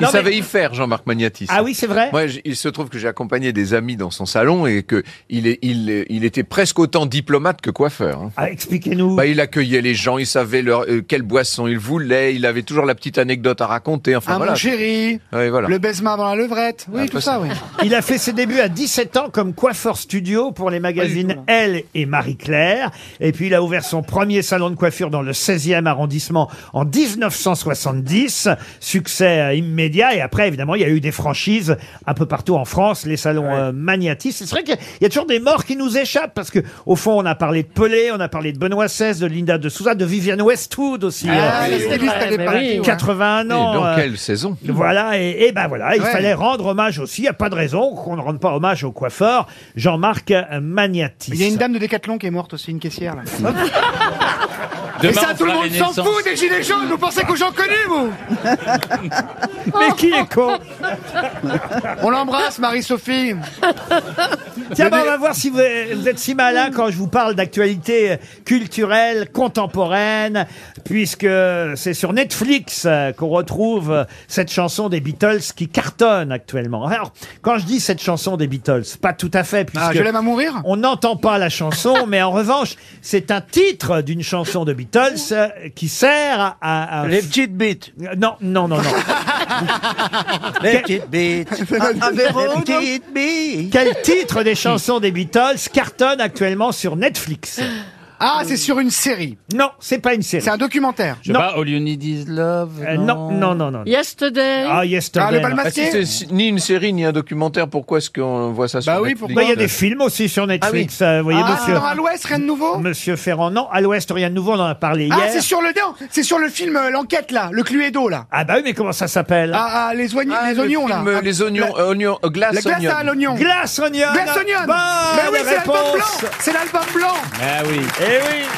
Speaker 2: mais-
Speaker 13: savait y faire, Jean-Marc Magnatis.
Speaker 2: ah oui, c'est vrai.
Speaker 13: Moi, j- il se trouve que j'ai accompagné des amis dans son salon et que il, est- il, est- il était presque autant diplomate que coiffeur. hein.
Speaker 2: Ah, Expliquez-nous.
Speaker 13: Bah, il accueillait les gens, il savait leur, euh, quelle boisson ils voulaient, il avait toujours la petite anecdote à raconter. Enfin
Speaker 6: Ah,
Speaker 13: voilà.
Speaker 6: mon chéri.
Speaker 13: Ouais, voilà.
Speaker 6: Le baisement avant la levrette.
Speaker 13: Un
Speaker 6: Oui, tout
Speaker 13: peu
Speaker 6: ça,
Speaker 13: ça.
Speaker 6: oui.
Speaker 2: Il a fait ses débuts à 17 ans comme coiffeur studio pour les magazines Elle et Marie-Claire. Et puis il a ouvert son premier salon de coiffure dans le 16e arrondissement en 1970. Succès euh, immédiat. Et après, évidemment, il y a eu des franchises un peu partout en France, les salons euh, Magnatis. C'est vrai qu'il y a- il y a toujours des morts qui nous échappent parce que, au fond, on a parlé de Pelé, on a parlé de Benoît XVI, de Linda de Souza, de Vivienne Westwood aussi.
Speaker 6: Ah,
Speaker 2: euh,
Speaker 6: la styliste,
Speaker 4: oui.
Speaker 6: elle est
Speaker 4: Mais
Speaker 6: pas
Speaker 4: oui.
Speaker 6: là.
Speaker 2: 81
Speaker 13: Et
Speaker 2: ans.
Speaker 13: dans
Speaker 2: euh,
Speaker 13: Eh, quelle saison
Speaker 2: voilà, et, et ben voilà, il
Speaker 6: Ouais.
Speaker 2: fallait rendre hommage aussi. Il n'y a pas de raison qu'on ne rende pas hommage au coiffeur Jean-Marc Magnatis.
Speaker 6: Il y a une dame de Décathlon qui est morte aussi, une caissière. Là.
Speaker 5: Demain,
Speaker 6: Et ça,
Speaker 5: on
Speaker 6: tout le
Speaker 5: fera
Speaker 6: monde
Speaker 5: les
Speaker 6: s'en
Speaker 5: naissances.
Speaker 6: fout des gilets jaunes. Vous pensez qu'aux gens connus, vous
Speaker 2: Mais qui est con
Speaker 6: On l'embrasse, Marie-Sophie.
Speaker 2: Tiens, ben, on va voir si vous, vous êtes si malin quand je vous parle d'actualité culturelle, contemporaine, puisque c'est sur Netflix euh, qu'on retrouve euh, cette chanson des Beatles qui cartonne actuellement. Alors, quand je dis cette chanson des Beatles, pas tout à fait, puisque...
Speaker 6: Ah, je l'aime à mourir.
Speaker 2: On n'entend pas la chanson, mais en revanche, c'est un titre d'une chanson de Beatles euh, qui sert à... à- à-
Speaker 8: Les petites bites.
Speaker 2: Non, non, non, non.
Speaker 8: Les petites bites.
Speaker 2: Ah,
Speaker 3: Un verre
Speaker 8: Les petites bites.
Speaker 2: Quel titre des chansons des Beatles cartonne actuellement sur Netflix
Speaker 6: Ah, c'est sur une série.
Speaker 2: Non, c'est pas une série.
Speaker 6: C'est un documentaire.
Speaker 5: Je sais
Speaker 2: Non.
Speaker 5: pas, All You Need Is Love
Speaker 2: Euh, non, non, non, non. non.
Speaker 4: Yesterday.
Speaker 2: Ah, yesterday.
Speaker 6: Ah, le
Speaker 2: non.
Speaker 6: Bal
Speaker 13: Ah, si
Speaker 6: masqué
Speaker 13: c'est si- ni une série ni un documentaire, pourquoi est-ce qu'on voit ça sur
Speaker 6: Bah oui,
Speaker 13: Netflix Ah
Speaker 2: Bah, Il y a des films aussi sur Netflix. euh, vous voyez,
Speaker 6: Ah, c'est
Speaker 2: monsieur,
Speaker 6: dans à l'ouest, rien de nouveau
Speaker 2: monsieur Ferrand. Non, à l'Ouest, rien de nouveau, on en a parlé hier.
Speaker 6: Ah, c'est sur le non, c'est sur le film euh, l'enquête là, le Cluedo là.
Speaker 2: Ah bah oui, mais comment ça s'appelle
Speaker 6: Ah, ah, les, oignons,
Speaker 13: Ah,
Speaker 6: les
Speaker 13: le
Speaker 6: oignons
Speaker 13: film,
Speaker 6: là.
Speaker 13: Les oignons,
Speaker 6: La,
Speaker 13: euh, oignons, euh, glace,
Speaker 6: la glace
Speaker 13: oignon.
Speaker 6: à l'oignon.
Speaker 2: Glace Onion
Speaker 6: Glace oignon.
Speaker 2: Bonne
Speaker 6: Mais oui, c'est l'album blanc.
Speaker 2: réponse
Speaker 6: C'est l'album blanc.
Speaker 5: Ah oui,
Speaker 2: Eh oui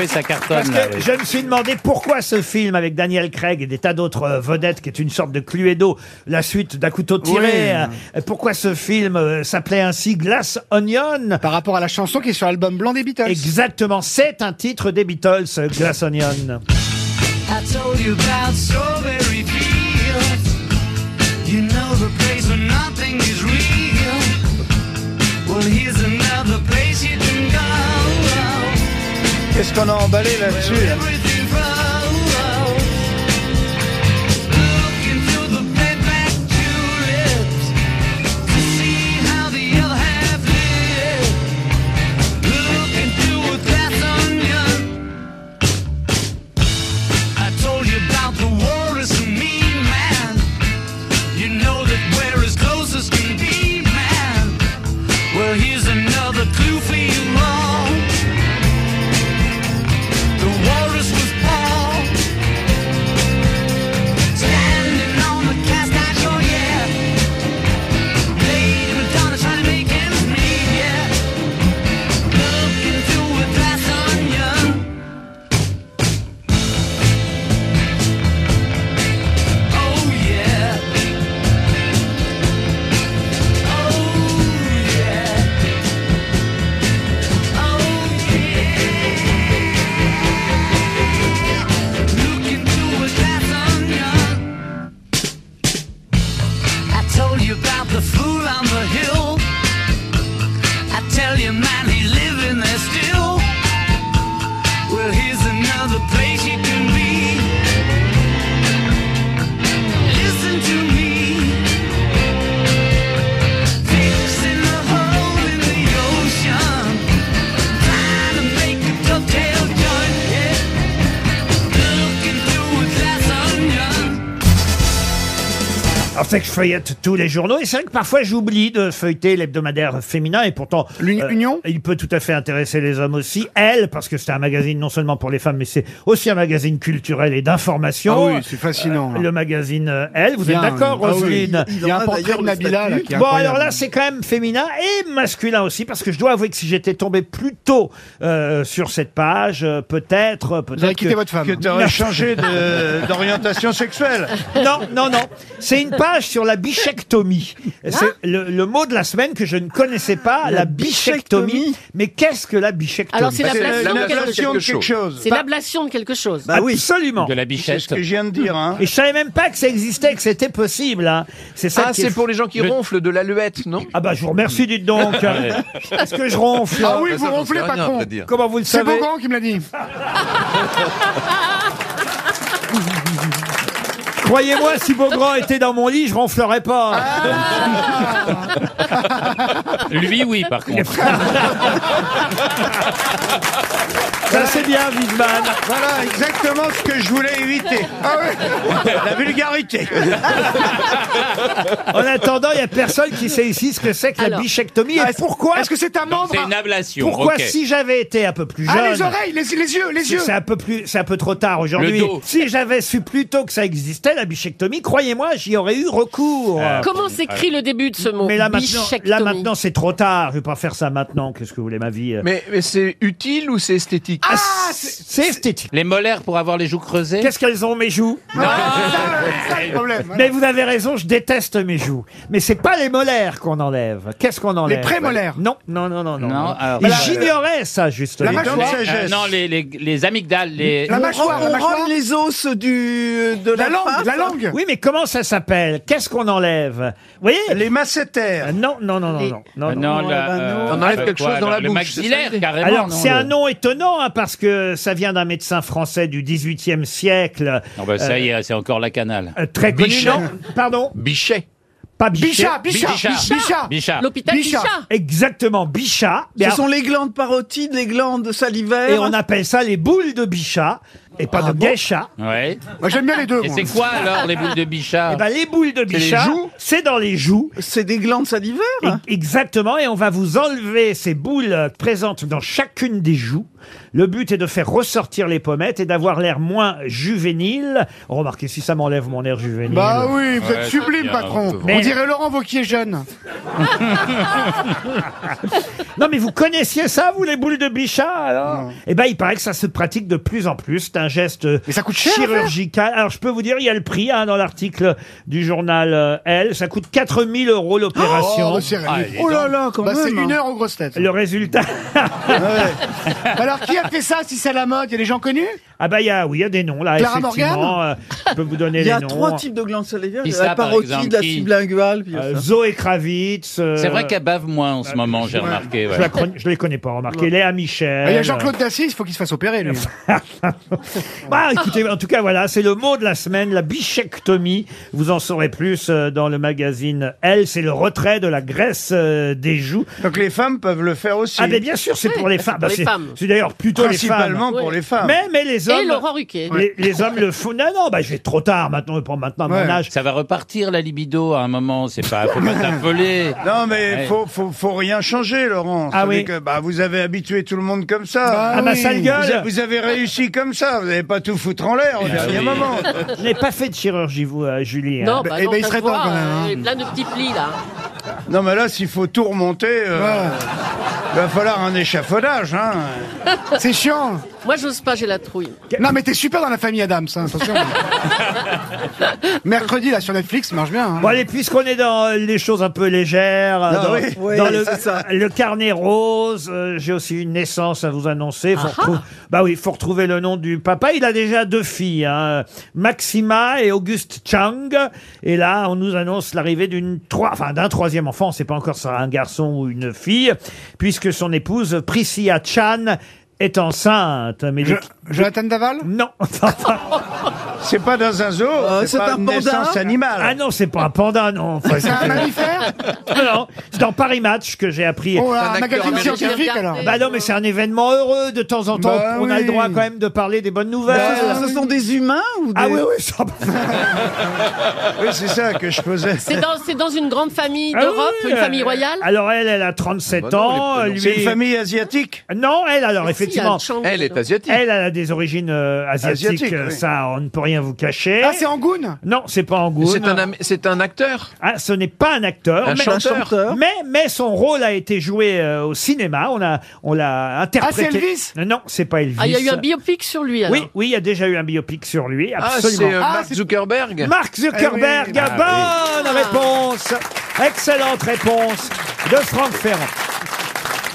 Speaker 5: oui, ça cartonne.
Speaker 2: Parce
Speaker 5: là,
Speaker 2: que
Speaker 5: oui.
Speaker 2: je me suis demandé pourquoi ce film avec Daniel Craig et des tas d'autres euh, vedettes qui est une sorte de Cluedo, la suite d'un couteau tiré, euh, pourquoi ce film euh, s'appelait ainsi Glass Onion
Speaker 6: Par rapport à la chanson qui est sur l'album blanc des Beatles.
Speaker 2: Exactement, c'est un titre des Beatles, euh, Glass Onion.
Speaker 7: I told you about strawberry fields. You know the place where nothing is real. Well, here's another place you can go.
Speaker 8: Qu'est-ce qu'on a emballé là-dessus là
Speaker 7: Everything flows. Looking through the payback tulips to see how the other half live. Looking through a glass onion. I told you about the war is a mean man. You know that we're as close as can be, man. Well, here's another clue for you all. The walrus was Oh, Oh, Oh,
Speaker 2: fait que je feuillette tous les journaux. Et c'est vrai que parfois j'oublie de feuilleter l'hebdomadaire féminin. Et pourtant, l'Union, il peut tout à fait intéresser les hommes aussi. Elle, parce que c'est un magazine non seulement pour les femmes, mais c'est aussi un magazine culturel et d'information.
Speaker 6: Ah oui, c'est fascinant, là.
Speaker 2: le magazine euh, Elle. Vous
Speaker 6: Bien,
Speaker 2: êtes d'accord,
Speaker 6: ah oui.
Speaker 2: Roselyne
Speaker 6: Il y a un portrait de Nabila, là, qui est
Speaker 2: Bon,
Speaker 6: incroyable.
Speaker 2: alors là, c'est quand même féminin et masculin aussi, parce que je dois avouer que si j'étais tombé plus tôt euh, sur cette page, euh, peut-être, peut-être.
Speaker 8: avez quitté
Speaker 2: que-
Speaker 8: votre
Speaker 6: hein.
Speaker 8: femme. Que t'aurais changé de- d'orientation sexuelle.
Speaker 2: Non, non, non. C'est une page sur la bichectomie. C'est le, le mot de la semaine que je ne connaissais pas, la, bichectomie. Mais qu'est-ce que la bichectomie
Speaker 4: Alors, c'est l'ablation de quelque
Speaker 2: l'ablation
Speaker 4: chose. C'est l'ablation de quelque chose.
Speaker 2: bah oui, absolument.
Speaker 5: De la bichette. C'est ce que je
Speaker 2: viens de dire.
Speaker 13: hein.
Speaker 2: Et je savais même pas que ça existait, que c'était possible. hein. C'est ça.
Speaker 13: Ah, c'est pour les gens qui ronflent de l'aluette, non
Speaker 2: Ah bah je vous remercie, dites donc.
Speaker 13: Ouais.
Speaker 2: Est-ce que je ronfle
Speaker 13: Ah oui, Bah, vous ça, j'en ronflez, sais rien, patron. à vrai dire.
Speaker 2: Comment vous le
Speaker 6: C'est
Speaker 2: savez
Speaker 6: Beaugrand qui me l'a dit.
Speaker 2: Croyez-moi, si Beaugrand était dans mon lit, je ronflerais pas.
Speaker 13: Ah.
Speaker 5: Lui, oui, par contre.
Speaker 2: Ça, c'est bien, Wiesmann.
Speaker 8: Voilà exactement ce que je voulais éviter. Ah ouais. La vulgarité.
Speaker 2: En attendant, il n'y a personne qui sait ici ce que c'est que la
Speaker 6: Alors.
Speaker 2: bichectomie
Speaker 6: Ah,
Speaker 2: et
Speaker 6: est-ce-
Speaker 2: pourquoi.
Speaker 6: est-ce que c'est un membre C'est une
Speaker 5: ablation,
Speaker 2: Pourquoi,
Speaker 5: ok.
Speaker 2: si j'avais été un peu plus jeune.
Speaker 6: Ah, les oreilles, les, les yeux, les
Speaker 2: Si
Speaker 6: yeux.
Speaker 2: C'est un peu plus, c'est un peu trop tard aujourd'hui.
Speaker 5: Le dos.
Speaker 2: Si j'avais su plus tôt que ça existait, la bichectomie, croyez-moi, j'y aurais eu recours.
Speaker 4: Ah.
Speaker 5: Ah,
Speaker 4: Comment s'écrit le début de ce mot
Speaker 2: Ah. Mais là maintenant, là
Speaker 4: Bichectomie.
Speaker 2: maintenant, c'est trop tard. Je vais pas faire ça maintenant. Qu'est-ce que vous voulez ma vie euh.
Speaker 13: Mais, mais c'est utile ou c'est esthétique
Speaker 2: Ah, c'est esthétique.
Speaker 5: Les molaires pour avoir les joues creusées
Speaker 2: Qu'est-ce qu'elles ont mes joues
Speaker 6: hein.
Speaker 2: Mais vous avez raison, je déteste mes joues. Mais c'est pas les molaires qu'on enlève. Qu'est-ce qu'on enlève
Speaker 6: prémolaires.
Speaker 2: Non, non, non, non,
Speaker 5: Non,
Speaker 2: non. non.
Speaker 5: alors- euh,
Speaker 2: Et
Speaker 5: Voilà.
Speaker 2: j'ignorais ça justement.
Speaker 5: Euh, Non, les, les, les amygdales. Euh, Les...
Speaker 3: On rend- on rend les os du, de la, face.
Speaker 2: Oui, mais comment ça s'appelle Qu'est-ce qu'on enlève Vous voyez Les massétères. Non, non, non, non, non.
Speaker 5: Ah non, la- euh,
Speaker 2: On
Speaker 5: On enlève euh, quelque quoi, chose dans la alors, le bouche, maxillaire, c'est ça carrément,
Speaker 2: Alors,
Speaker 5: non,
Speaker 2: c'est
Speaker 5: le-
Speaker 2: un nom étonnant, hein, parce que ça vient d'un médecin français du XVIIIe siècle.
Speaker 5: Non, bah, ça
Speaker 2: euh,
Speaker 5: y est, c'est encore la canale.
Speaker 2: euh, Très connu, non Pardon
Speaker 5: Bichet.
Speaker 2: Pas Bichet.
Speaker 5: Bichat, Bichat, Bichat, Bichat. Bichat. Bichat.
Speaker 3: L'hôpital Bichat.
Speaker 2: Exactement, Bichat. Mais
Speaker 3: Ce
Speaker 2: alors-
Speaker 3: sont les glandes parotides, les glandes salivaires.
Speaker 2: Et on appelle ça les boules de Bichat,
Speaker 5: Ah
Speaker 2: et pas de Guéchat.
Speaker 5: Ouais.
Speaker 6: Moi j'aime bien les deux.
Speaker 5: Et c'est quoi alors les boules de Bichat
Speaker 2: Eh ben, les boules de
Speaker 5: Ah. C'est les
Speaker 2: Bichat,
Speaker 5: joues
Speaker 2: c'est dans les joues. E-,
Speaker 3: C'est des glandes salivaires
Speaker 2: Exactement, et on va vous enlever ces boules euh, présentes dans chacune des joues. Le but est de faire ressortir les pommettes et d'avoir l'air moins juvénile. Remarquez, si ça m'enlève mon air juvénile.
Speaker 6: Bah oui, vous êtes sublime,
Speaker 13: hein,
Speaker 6: patron.
Speaker 2: Mais-
Speaker 6: On dirait Laurent Vauquier jeune.
Speaker 2: Non, mais vous connaissiez ça, vous, les boules de Bichat, alors Eh ben, il paraît que ça se pratique de plus en plus. C'est un geste euh,
Speaker 6: cher à faire.
Speaker 2: chirurgical. Alors, je peux vous dire, il y a le prix hein, dans l'article du journal euh, Elle. Ça coûte 4000 euros l'opération.
Speaker 6: Oh, bah, c'est ridicule. Oh là là, quand Bah, c'est même, une hein. heure aux grosses têtes.
Speaker 2: Le résultat.
Speaker 6: Alors qui a fait ça si c'est à la mode Il y a des gens connus
Speaker 2: Ah, bah, il y a, oui, il y a des noms, là.
Speaker 6: Clara
Speaker 2: effectivement.
Speaker 6: Morgan
Speaker 2: Euh, je peux vous donner
Speaker 3: Il y
Speaker 2: les noms.
Speaker 3: a trois types de glandes salivaires.
Speaker 2: Qui
Speaker 3: Il y a
Speaker 2: ça,
Speaker 3: la
Speaker 2: par
Speaker 3: parotide,
Speaker 2: exemple,
Speaker 3: la
Speaker 2: qui
Speaker 3: sublinguale. puis il y a
Speaker 2: Euh,
Speaker 3: ça.
Speaker 2: Zoé Kravitz. euh,
Speaker 5: C'est vrai qu'elle bave moins en ce moment, j'ai
Speaker 2: ouais.
Speaker 5: remarqué. ouais.
Speaker 2: Je, la conna- je les connais pas, remarquez. Léa Michel.
Speaker 6: Il y a Jean-Claude Dassis, il faut qu'il se fasse opérer lui.
Speaker 2: Bah, écoutez, en tout cas, voilà, c'est le mot de la semaine, la bichectomie. Vous en saurez plus euh, dans le magazine Elle, c'est le retrait de la graisse euh, des joues.
Speaker 8: Donc les femmes peuvent le faire aussi.
Speaker 2: Ah, mais bien sûr, c'est pour les femmes. Bah,
Speaker 8: pour les
Speaker 2: c'est-
Speaker 8: femmes.
Speaker 2: C'est d'ailleurs plutôt les femmes.
Speaker 8: Principalement pour les femmes.
Speaker 2: Mais, mais les
Speaker 4: Et
Speaker 2: hommes.
Speaker 4: Laurent Ruquier.
Speaker 2: Les, les hommes le font. Non, non, bah, je vais trop tard maintenant, pour maintenant à mon âge.
Speaker 5: Ça va repartir la libido à un moment, c'est pas, faut pas s'affoler.
Speaker 8: Non, mais
Speaker 5: Ouais.
Speaker 8: faut, faut, faut rien changer, Laurent.
Speaker 5: Ah
Speaker 8: Vous savez
Speaker 5: oui.
Speaker 8: que, bah, vous avez habitué tout le monde comme ça.
Speaker 2: Ah, ma sale gueule. Bah
Speaker 8: Vous, a- vous avez réussi comme ça. Vous n'avez pas tout foutre en l'air au dernier
Speaker 2: oui.
Speaker 8: moment.
Speaker 2: Je n'ai pas fait de chirurgie, vous, euh, Julie. hein.
Speaker 4: Non, bah, non,
Speaker 8: ben, il
Speaker 4: ça
Speaker 8: serait
Speaker 4: se voit,
Speaker 8: temps, quand même,
Speaker 4: euh, bah.
Speaker 8: hein.
Speaker 4: il y a plein de petits plis là.
Speaker 8: Non, mais là, s'il faut tout remonter, il va falloir un échafaudage. Hein.
Speaker 6: C'est chiant.
Speaker 4: Moi, j'ose pas, j'ai la trouille.
Speaker 6: Non mais t'es super dans la famille Adams, hein, attention. Mercredi là sur Netflix, ça marche bien. hein.
Speaker 2: Bon allez, puisqu'on est dans euh, les choses un peu légères, euh,
Speaker 6: Ah
Speaker 2: dans,
Speaker 6: oui. Oui,
Speaker 2: dans le,
Speaker 6: c'est ça.
Speaker 2: le carnet rose, euh, j'ai aussi une naissance à vous annoncer. Faut retrou- Bah oui, faut retrouver le nom du papa. Il a déjà deux filles, hein, Maxima et Auguste Chang. Et là, on nous annonce l'arrivée d'une trois, enfin d'un troisième enfant. On sait pas encore si c'est un garçon ou une fille, puisque son épouse Priscilla Chan est enceinte. Mais
Speaker 6: Jonathan Daval
Speaker 2: Non.
Speaker 8: c'est pas dans un zoo, Euh, c'est pas une naissance animale.
Speaker 2: Ah non, c'est pas un panda, non. Enfin,
Speaker 8: C'est un
Speaker 6: mammifère
Speaker 2: Non, c'est dans Paris Match que j'ai appris.
Speaker 6: Oh, un C'est un magazine acteur américain. scientifique, alors.
Speaker 2: Bah non, mais c'est un événement heureux de temps en temps.
Speaker 6: Bah
Speaker 2: on a le
Speaker 6: oui.
Speaker 2: droit quand même de parler des bonnes nouvelles.
Speaker 3: Bah, ce sont des humains ou
Speaker 2: Ah
Speaker 3: des-
Speaker 2: oui, oui, ça...
Speaker 8: oui, c'est ça que je posais.
Speaker 4: C'est dans, c'est dans une grande famille
Speaker 2: Ah
Speaker 4: d'Europe,
Speaker 2: oui,
Speaker 4: une
Speaker 2: euh,
Speaker 4: famille royale
Speaker 2: Alors elle, elle a 37
Speaker 8: Bah non,
Speaker 2: ans.
Speaker 8: les prénoms.
Speaker 2: lui-
Speaker 8: C'est une famille asiatique
Speaker 2: Non, elle, alors
Speaker 8: Mais si, il y a
Speaker 2: effectivement.
Speaker 8: un Chang, Elle est dedans. asiatique.
Speaker 2: Elle, elle a des origines euh, asiatiques.
Speaker 8: Asiatique,
Speaker 2: euh,
Speaker 8: oui.
Speaker 2: Ça, on ne peut rien vous cacher.
Speaker 6: Ah, c'est Angoun
Speaker 2: Non, c'est pas Angoune.
Speaker 13: C'est un am-
Speaker 2: c'est un acteur ah, Ce n'est pas un acteur.
Speaker 13: Un
Speaker 2: mais,
Speaker 13: chanteur. Un chanteur.
Speaker 2: Mais, mais son rôle a été joué euh, au cinéma. On l'a on
Speaker 13: Ah,
Speaker 2: l'a interprété.
Speaker 4: c'est
Speaker 2: Elvis Non, c'est pas Elvis.
Speaker 4: Ah, il y a eu un biopic sur lui, alors.
Speaker 2: Oui, oui, il y a déjà eu un biopic sur lui,
Speaker 13: Ah,
Speaker 2: absolument.
Speaker 13: c'est, euh, Ah, Mark c'est- Zuckerberg
Speaker 2: Mark Zuckerberg,
Speaker 13: Eh oui.
Speaker 2: bonne
Speaker 13: Ah, oui.
Speaker 2: réponse Excellente réponse de Franck Ferrand.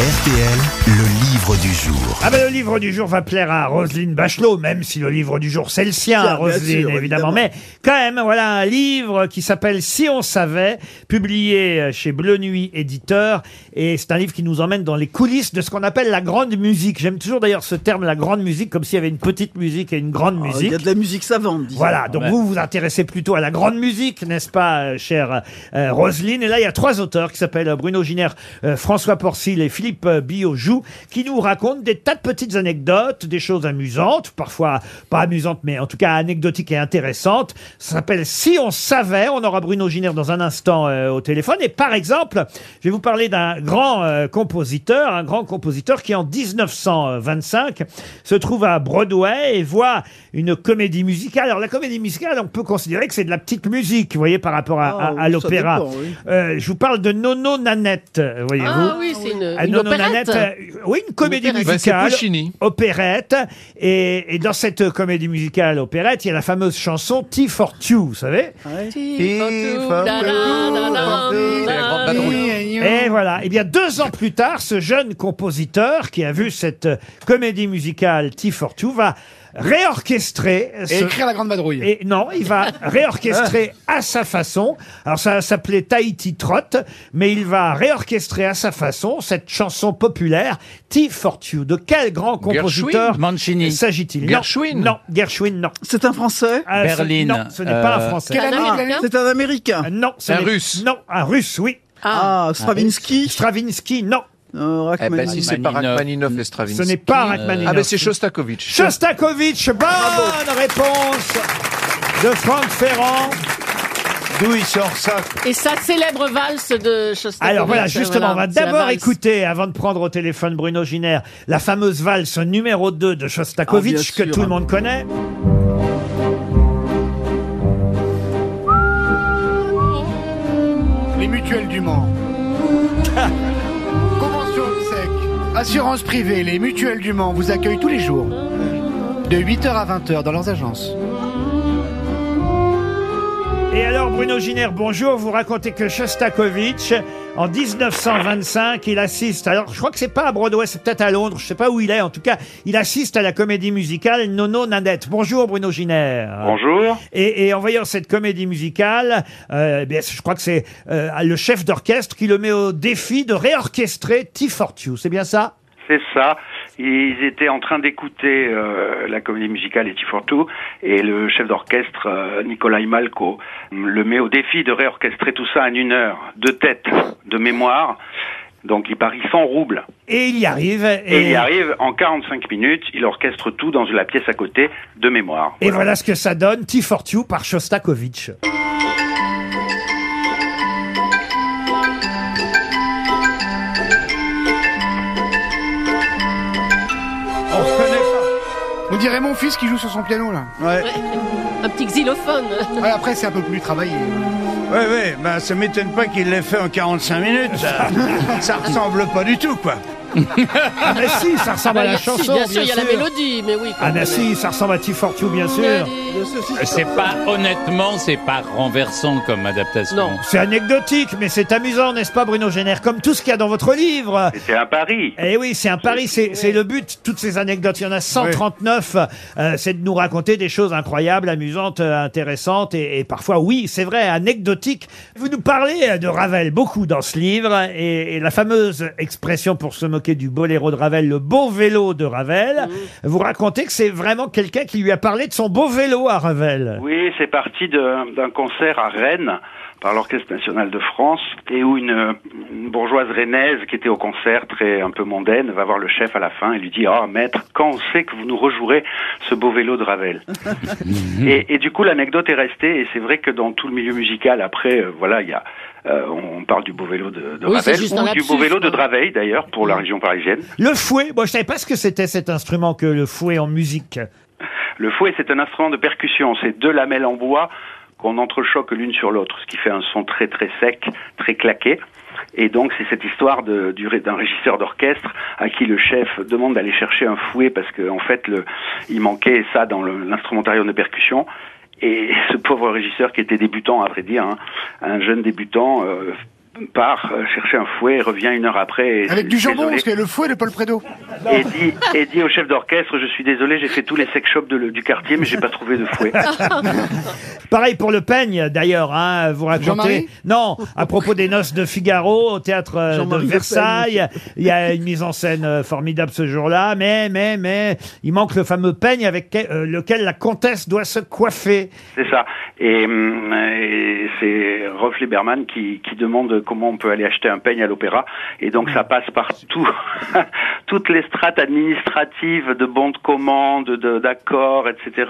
Speaker 1: RTL, le livre du jour.
Speaker 2: Ah ben le livre du jour va plaire à Roselyne Bachelot, même si le livre du jour c'est le sien,
Speaker 3: Bien, bien
Speaker 2: Roselyne,
Speaker 3: sûr,
Speaker 2: évidemment. Mais quand même, voilà un livre qui s'appelle Si on savait, publié euh, chez Bleu Nuit Éditeur. Et c'est un livre qui nous emmène dans les coulisses de ce qu'on appelle la grande musique. J'aime toujours d'ailleurs ce terme, la grande musique, comme s'il y avait une petite musique et une grande
Speaker 3: Ah,
Speaker 2: musique.
Speaker 3: Il y a de la musique savante, disons.
Speaker 2: Voilà, donc vous vous intéressez plutôt à la grande musique, n'est-ce pas, euh, chère euh, Roselyne Et là, il y a trois auteurs qui s'appellent euh, Bruno Giner, euh, François Porcil et Philippe euh, Biojoux, qui nous racontent des tas de petites anecdotes, des choses amusantes, parfois pas amusantes, mais en tout cas anecdotiques et intéressantes. Ça s'appelle Si on savait, on aura Bruno Giner dans un instant euh, au téléphone. Et par exemple, je vais vous parler d'un grand euh, compositeur, un grand compositeur qui en 1925 se trouve à Broadway et voit une comédie musicale. Alors la comédie musicale, on peut considérer que c'est de la petite musique, vous voyez, par rapport à, à- à
Speaker 3: Ah, oui, ça
Speaker 2: l'opéra.
Speaker 3: dépend, oui.
Speaker 2: Euh, je vous parle de Nono Nanette, voyez-vous.
Speaker 4: Ah oui, c'est une,
Speaker 2: Ah,
Speaker 4: une
Speaker 2: non, non,
Speaker 4: opérette.
Speaker 2: Nanette, euh, oui, une comédie
Speaker 4: opérette.
Speaker 13: Bah, c'est
Speaker 2: musicale,
Speaker 13: Puccini.
Speaker 2: opérette, et, et dans cette euh, comédie musicale opérette, il y a la fameuse chanson T for Two, vous savez Et voilà. Et bien deux ans plus tard, ce jeune compositeur qui a vu cette euh, comédie musicale T for Two va réorchestrer
Speaker 6: Et écrire la grande badrouille.
Speaker 2: et non, il va réorchestrer à sa façon. Alors ça s'appelait Tahiti Trot, mais il va réorchestrer à sa façon cette chanson populaire T for Two. De quel grand compositeur
Speaker 5: Gershwin Mancini.
Speaker 2: s'agit-il Non,
Speaker 5: Gershwin
Speaker 2: Non, Gershwin, non.
Speaker 3: C'est un Français
Speaker 2: Ah, ce-
Speaker 5: Berlin.
Speaker 2: non, ce n'est pas un
Speaker 5: Euh,
Speaker 2: Français. Ah.
Speaker 3: Quel ami, quel ami C'est un Américain.
Speaker 2: Euh, Non, ce
Speaker 3: Un
Speaker 2: n'est-
Speaker 3: Russe.
Speaker 2: Non, un Russe, oui.
Speaker 3: Ah, Stravinsky. Euh,
Speaker 2: Stravinsky, non.
Speaker 13: Eh ben si, c'est pas Rachmaninoff et
Speaker 2: Ce
Speaker 13: Stravinsky.
Speaker 2: n'est pas Rachmaninoff.
Speaker 13: Ah ben c'est Shostakovich.
Speaker 2: Shostakovich, bonne réponse de Franck Ferrand.
Speaker 8: D'où il sort ça
Speaker 4: Et sa célèbre valse de Shostakovich.
Speaker 2: Alors voilà,
Speaker 4: voilà,
Speaker 2: justement, on va
Speaker 4: c'est la
Speaker 2: d'abord
Speaker 4: valse.
Speaker 2: écouter, avant de prendre au téléphone Bruno Giner, la fameuse valse numéro 2 de
Speaker 3: Ah,
Speaker 2: Shostakovich
Speaker 3: bien
Speaker 2: que
Speaker 3: sûr,
Speaker 2: tout le
Speaker 3: hein.
Speaker 2: monde connaît.
Speaker 6: Les mutuelles du Mans. Convention sec. Assurance privée, les mutuelles du Mans vous accueillent tous les jours. De 8h à 20h dans leurs agences.
Speaker 2: Et alors, Bruno Giner, bonjour. Vous racontez que Shostakovich, en 1925, il assiste. Alors, je crois que c'est pas à Broadway, c'est peut-être à Londres. Je sais pas où il est. En tout cas, il assiste à la comédie musicale Nono Nanette. Bonjour, Bruno Giner.
Speaker 12: Bonjour.
Speaker 2: Et, et en voyant cette comédie musicale, euh, eh bien, je crois que c'est euh, le chef d'orchestre qui le met au défi de réorchestrer T for Two. C'est bien ça
Speaker 14: C'est ça. Ils étaient en train d'écouter euh, la comédie musicale Et for Two et le chef d'orchestre euh, Nikolai Malko le met au défi de réorchestrer tout ça en une heure, de tête, de mémoire. Donc il parie 100 roubles.
Speaker 2: Et il y arrive.
Speaker 14: Et il y arrive en 45 minutes, il orchestre tout dans la pièce à côté de mémoire.
Speaker 2: Et voilà ce que ça donne, T for Two par Shostakovich.
Speaker 6: On reconnaît pas. On dirait mon fils qui joue sur son piano là.
Speaker 8: Ouais.
Speaker 4: Un petit xylophone.
Speaker 6: Ouais, après c'est un peu plus travaillé.
Speaker 8: Ouais, ouais, bah ça m'étonne pas qu'il l'ait fait en 45 minutes. Ça, ça ressemble pas du tout, quoi.
Speaker 2: Ah, mais si, ça ressemble à la
Speaker 4: Bah, Si,
Speaker 2: chanson.
Speaker 4: Bien sûr, il y a la
Speaker 2: sûr.
Speaker 4: mélodie, mais oui.
Speaker 2: Ah, mais si, ça ressemble à T for Two, bien sûr.
Speaker 5: C'est pas, honnêtement, c'est pas renversant comme adaptation. Non.
Speaker 2: C'est anecdotique, mais c'est amusant, n'est-ce pas, Bruno Génère Comme tout ce qu'il y a dans votre livre.
Speaker 14: C'est un pari.
Speaker 2: Eh oui, c'est un pari, c'est c'est le but. Toutes ces anecdotes, il y en a 139. euh, c'est de nous raconter des choses incroyables, amusantes, euh, intéressantes et, et parfois, oui, c'est vrai, anecdotiques. Vous nous parlez euh, de Ravel beaucoup dans ce livre et, et la fameuse expression pour se moquer moquer du boléro de Ravel, le beau vélo de Ravel, vous racontez que c'est vraiment quelqu'un qui lui a parlé de son beau vélo à Ravel.
Speaker 14: Oui, c'est parti de- d'un concert à Rennes par l'Orchestre national de France et où une, une bourgeoise rennaise qui était au concert très un peu mondaine va voir le chef à la fin et lui dit ah maître quand on sait que vous nous rejouerez ce beau vélo de Ravel
Speaker 2: Mhm.
Speaker 14: et, et du coup l'anecdote est restée et c'est vrai que dans tout le milieu musical après euh, voilà il y a euh, on parle du beau vélo de, de
Speaker 2: Oui, c'est
Speaker 14: Ravel
Speaker 2: juste un
Speaker 14: ou du
Speaker 2: lapsus,
Speaker 14: beau vélo de
Speaker 2: quoi. Mhm.
Speaker 14: Draveil d'ailleurs pour la région parisienne
Speaker 2: Le fouet, moi je savais pas ce que c'était cet instrument que le fouet en musique.
Speaker 14: Le fouet, c'est un instrument de percussion. C'est deux lamelles en bois qu'on entrechoque l'une sur l'autre, ce qui fait un son très très sec, très claqué. Et donc c'est cette histoire de- du ré- d'un régisseur d'orchestre à qui le chef demande d'aller chercher un fouet parce qu'en fait le, il manquait ça dans le- l'instrumentarium de percussion. Et ce pauvre régisseur qui était débutant, à vrai dire, hein, un jeune débutant, euh, part euh, chercher un fouet, et revient une heure après. et
Speaker 6: Avec du jambon,
Speaker 14: désolé
Speaker 6: parce que le fouet de Paul Prédo.
Speaker 14: et dit, et dit au chef d'orchestre, je suis désolé, j'ai fait tous les sex shops de le- du quartier, mais j'ai pas trouvé de fouet.
Speaker 2: Pareil pour le peigne, d'ailleurs, hein, vous racontez.
Speaker 14: Jean-Marie
Speaker 2: Non, à propos des noces de Figaro au théâtre euh, de
Speaker 3: Jean-Marie Le Pen.
Speaker 2: Versailles, il y a une mise en scène euh, formidable ce jour-là, mais, mais, mais, il manque le fameux peigne avec que- euh, lequel la comtesse doit se coiffer.
Speaker 14: C'est ça. Et, hum, et c'est Rolf Lieberman qui, qui demande comment on peut aller acheter un peigne à l'opéra. Et donc ça passe par tout, toutes les strates administratives de bons de commande, de- d'accords, etc.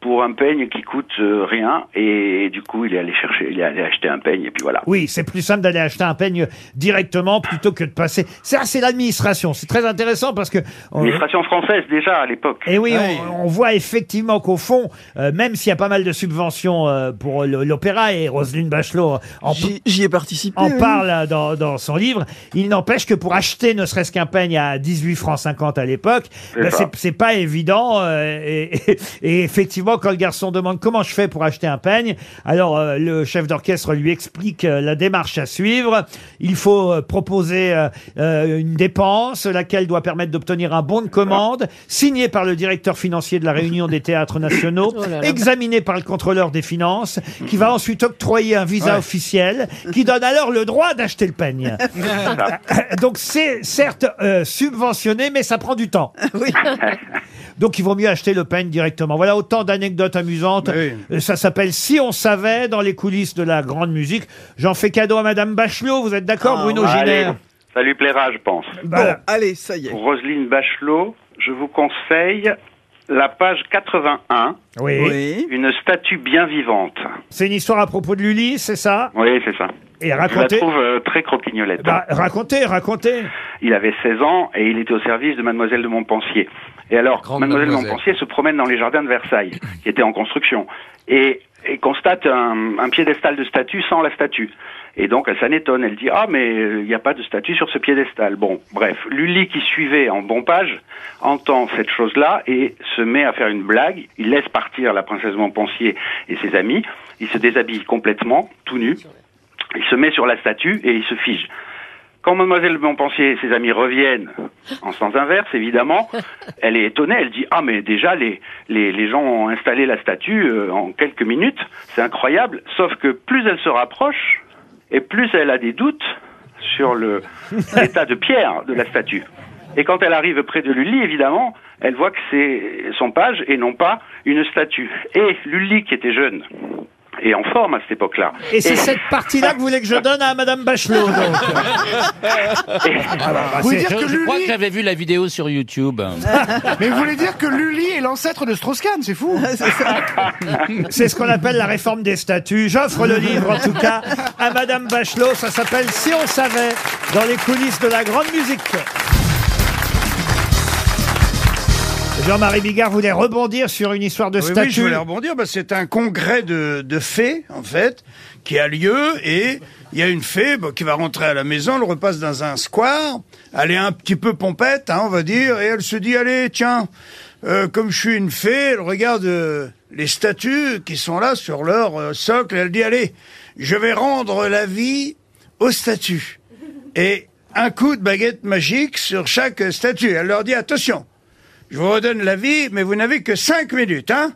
Speaker 14: pour un peigne qui coûte euh, rien. Et, du coup, il est allé chercher, il est allé acheter un peigne, et puis voilà.
Speaker 2: Oui, c'est plus simple d'aller acheter un peigne directement plutôt que de passer. Ça, c'est l'administration. C'est très intéressant parce que. euh, on-
Speaker 14: Administration française déjà à l'époque.
Speaker 2: Et Eh oui, on, on voit effectivement qu'au fond, euh, même s'il y a pas mal de subventions euh, pour le- l'opéra, et Roselyne Bachelot en,
Speaker 3: J'y ai participé.
Speaker 2: en
Speaker 3: oui.
Speaker 2: parle euh, dans, dans son livre, il n'empêche que pour acheter ne serait-ce qu'un peigne à 18 francs 50 à l'époque,
Speaker 3: C'est
Speaker 2: ben,
Speaker 3: ça.
Speaker 2: c'est c'est pas évident. euh, et, et- et effectivement, quand le garçon demande comment je fais pour acheter un peigne, alors euh, le chef d'orchestre lui explique euh, la démarche à suivre. Il faut euh, proposer euh, euh, une dépense, laquelle doit permettre d'obtenir un bon de commande, signé par le directeur financier de la Réunion des théâtres nationaux,
Speaker 3: Oh là là.
Speaker 2: examiné par le contrôleur des finances, qui va ensuite octroyer un visa
Speaker 3: Ouais.
Speaker 2: officiel, qui donne alors le droit d'acheter le peigne. Donc c'est certes euh, subventionné, mais ça prend du temps. Donc il vaut mieux acheter le peigne directement. Voilà autant d'anecdotes amusantes. Euh, Ça s'appelle Si on savait dans les coulisses de la grande musique. J'en fais cadeau à Madame Bachelot, vous êtes d'accord Bruno
Speaker 14: Ah, bah, Allez,
Speaker 2: Giner
Speaker 14: ça lui plaira, je pense.
Speaker 2: Voilà.
Speaker 3: Allez, ça y est.
Speaker 14: Pour Roselyne Bachelot, je vous conseille la page 81.
Speaker 2: Oui. Oui.
Speaker 14: Une statue bien vivante.
Speaker 2: C'est une histoire à propos de l'Ulysse, c'est ça
Speaker 14: Oui, c'est ça.
Speaker 2: Et
Speaker 14: Je
Speaker 2: racontez-
Speaker 14: la trouve euh, très croquignolette. hein.
Speaker 2: Bah, Racontez, racontez.
Speaker 14: Il avait 16 ans et il était au service de Mademoiselle de Montpensier. Et alors, Mademoiselle, de
Speaker 2: mademoiselle.
Speaker 14: Montpensier se promène dans les jardins de Versailles, qui étaient en construction, et, et constate un, un piédestal de statue sans la statue. Et donc, elle s'en étonne. Elle dit Ah, mais euh, il n'y a pas de statue sur ce piédestal. Bon, bref. Lully, qui suivait en bon page, entend cette chose-là et se met à faire une blague. Il laisse partir la princesse Montpensier et ses amis. Il se déshabille complètement, tout nu. Il se met sur la statue et il se fige. Quand Mademoiselle Montpensier et ses amis reviennent, en sens inverse évidemment, elle est étonnée, elle dit Ah, mais déjà les, les, les gens ont installé la statue euh, en quelques minutes, c'est incroyable. Sauf que plus elle se rapproche, et plus elle a des doutes sur le- l'état de pierre de la statue. Et quand elle arrive près de Lully, évidemment, elle voit que c'est son page et non pas une statue. Et Lully, qui était jeune et en forme à cette époque-là,
Speaker 2: Et c'est cette partie-là que vous voulez que je donne à Madame Bachelot. donc.
Speaker 5: Ah,
Speaker 6: Vous voulez
Speaker 5: c'est-
Speaker 6: dire
Speaker 5: je,
Speaker 6: que
Speaker 5: je crois
Speaker 6: Lully-
Speaker 5: que j'avais vu la vidéo sur YouTube.
Speaker 6: Mais vous voulez dire que Lully est l'ancêtre de Strauss-Kahn, c'est fou
Speaker 2: C'est ce qu'on appelle la réforme des statuts. J'offre le livre, en tout cas, à Madame Bachelot. Ça s'appelle Si on savait, dans les coulisses de la grande musique. Jean-Marie Bigard voulait rebondir sur une histoire de
Speaker 8: Oui,
Speaker 2: statue. !»
Speaker 8: Oui, je voulais rebondir. parce que c'est un congrès de, de fées, en fait, qui a lieu et il y a une fée bah, qui va rentrer à la maison, elle repasse dans un square, elle est un petit peu pompette, hein, on va dire, et elle se dit, allez, tiens, euh, comme je suis une fée, elle regarde euh, les statues qui sont là sur leur euh, socle, elle dit, allez, je vais rendre la vie aux statues. Et un coup de baguette magique sur chaque statue. Elle leur dit, attention, je vous redonne la vie, mais vous n'avez que cinq minutes, hein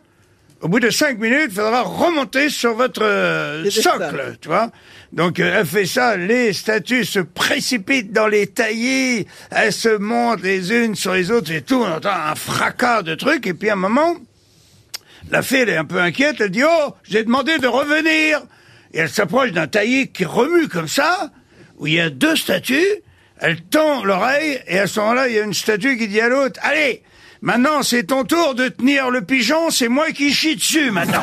Speaker 8: au bout de cinq minutes, il faudra remonter sur votre euh,
Speaker 15: Piédestal.
Speaker 8: socle, tu vois. Donc euh, elle fait ça, les statues se précipitent dans les taillis, elles se montent les unes sur les autres et tout, on entend un fracas de trucs, et puis à un moment, la fée, elle est un peu inquiète, elle dit « Oh, j'ai demandé de revenir !» Et elle s'approche d'un taillis qui remue comme ça, où il y a deux statues, elle tend l'oreille, et à ce moment-là, il y a une statue qui dit à l'autre « Allez, maintenant c'est ton tour de tenir le pigeon, c'est moi qui chie dessus maintenant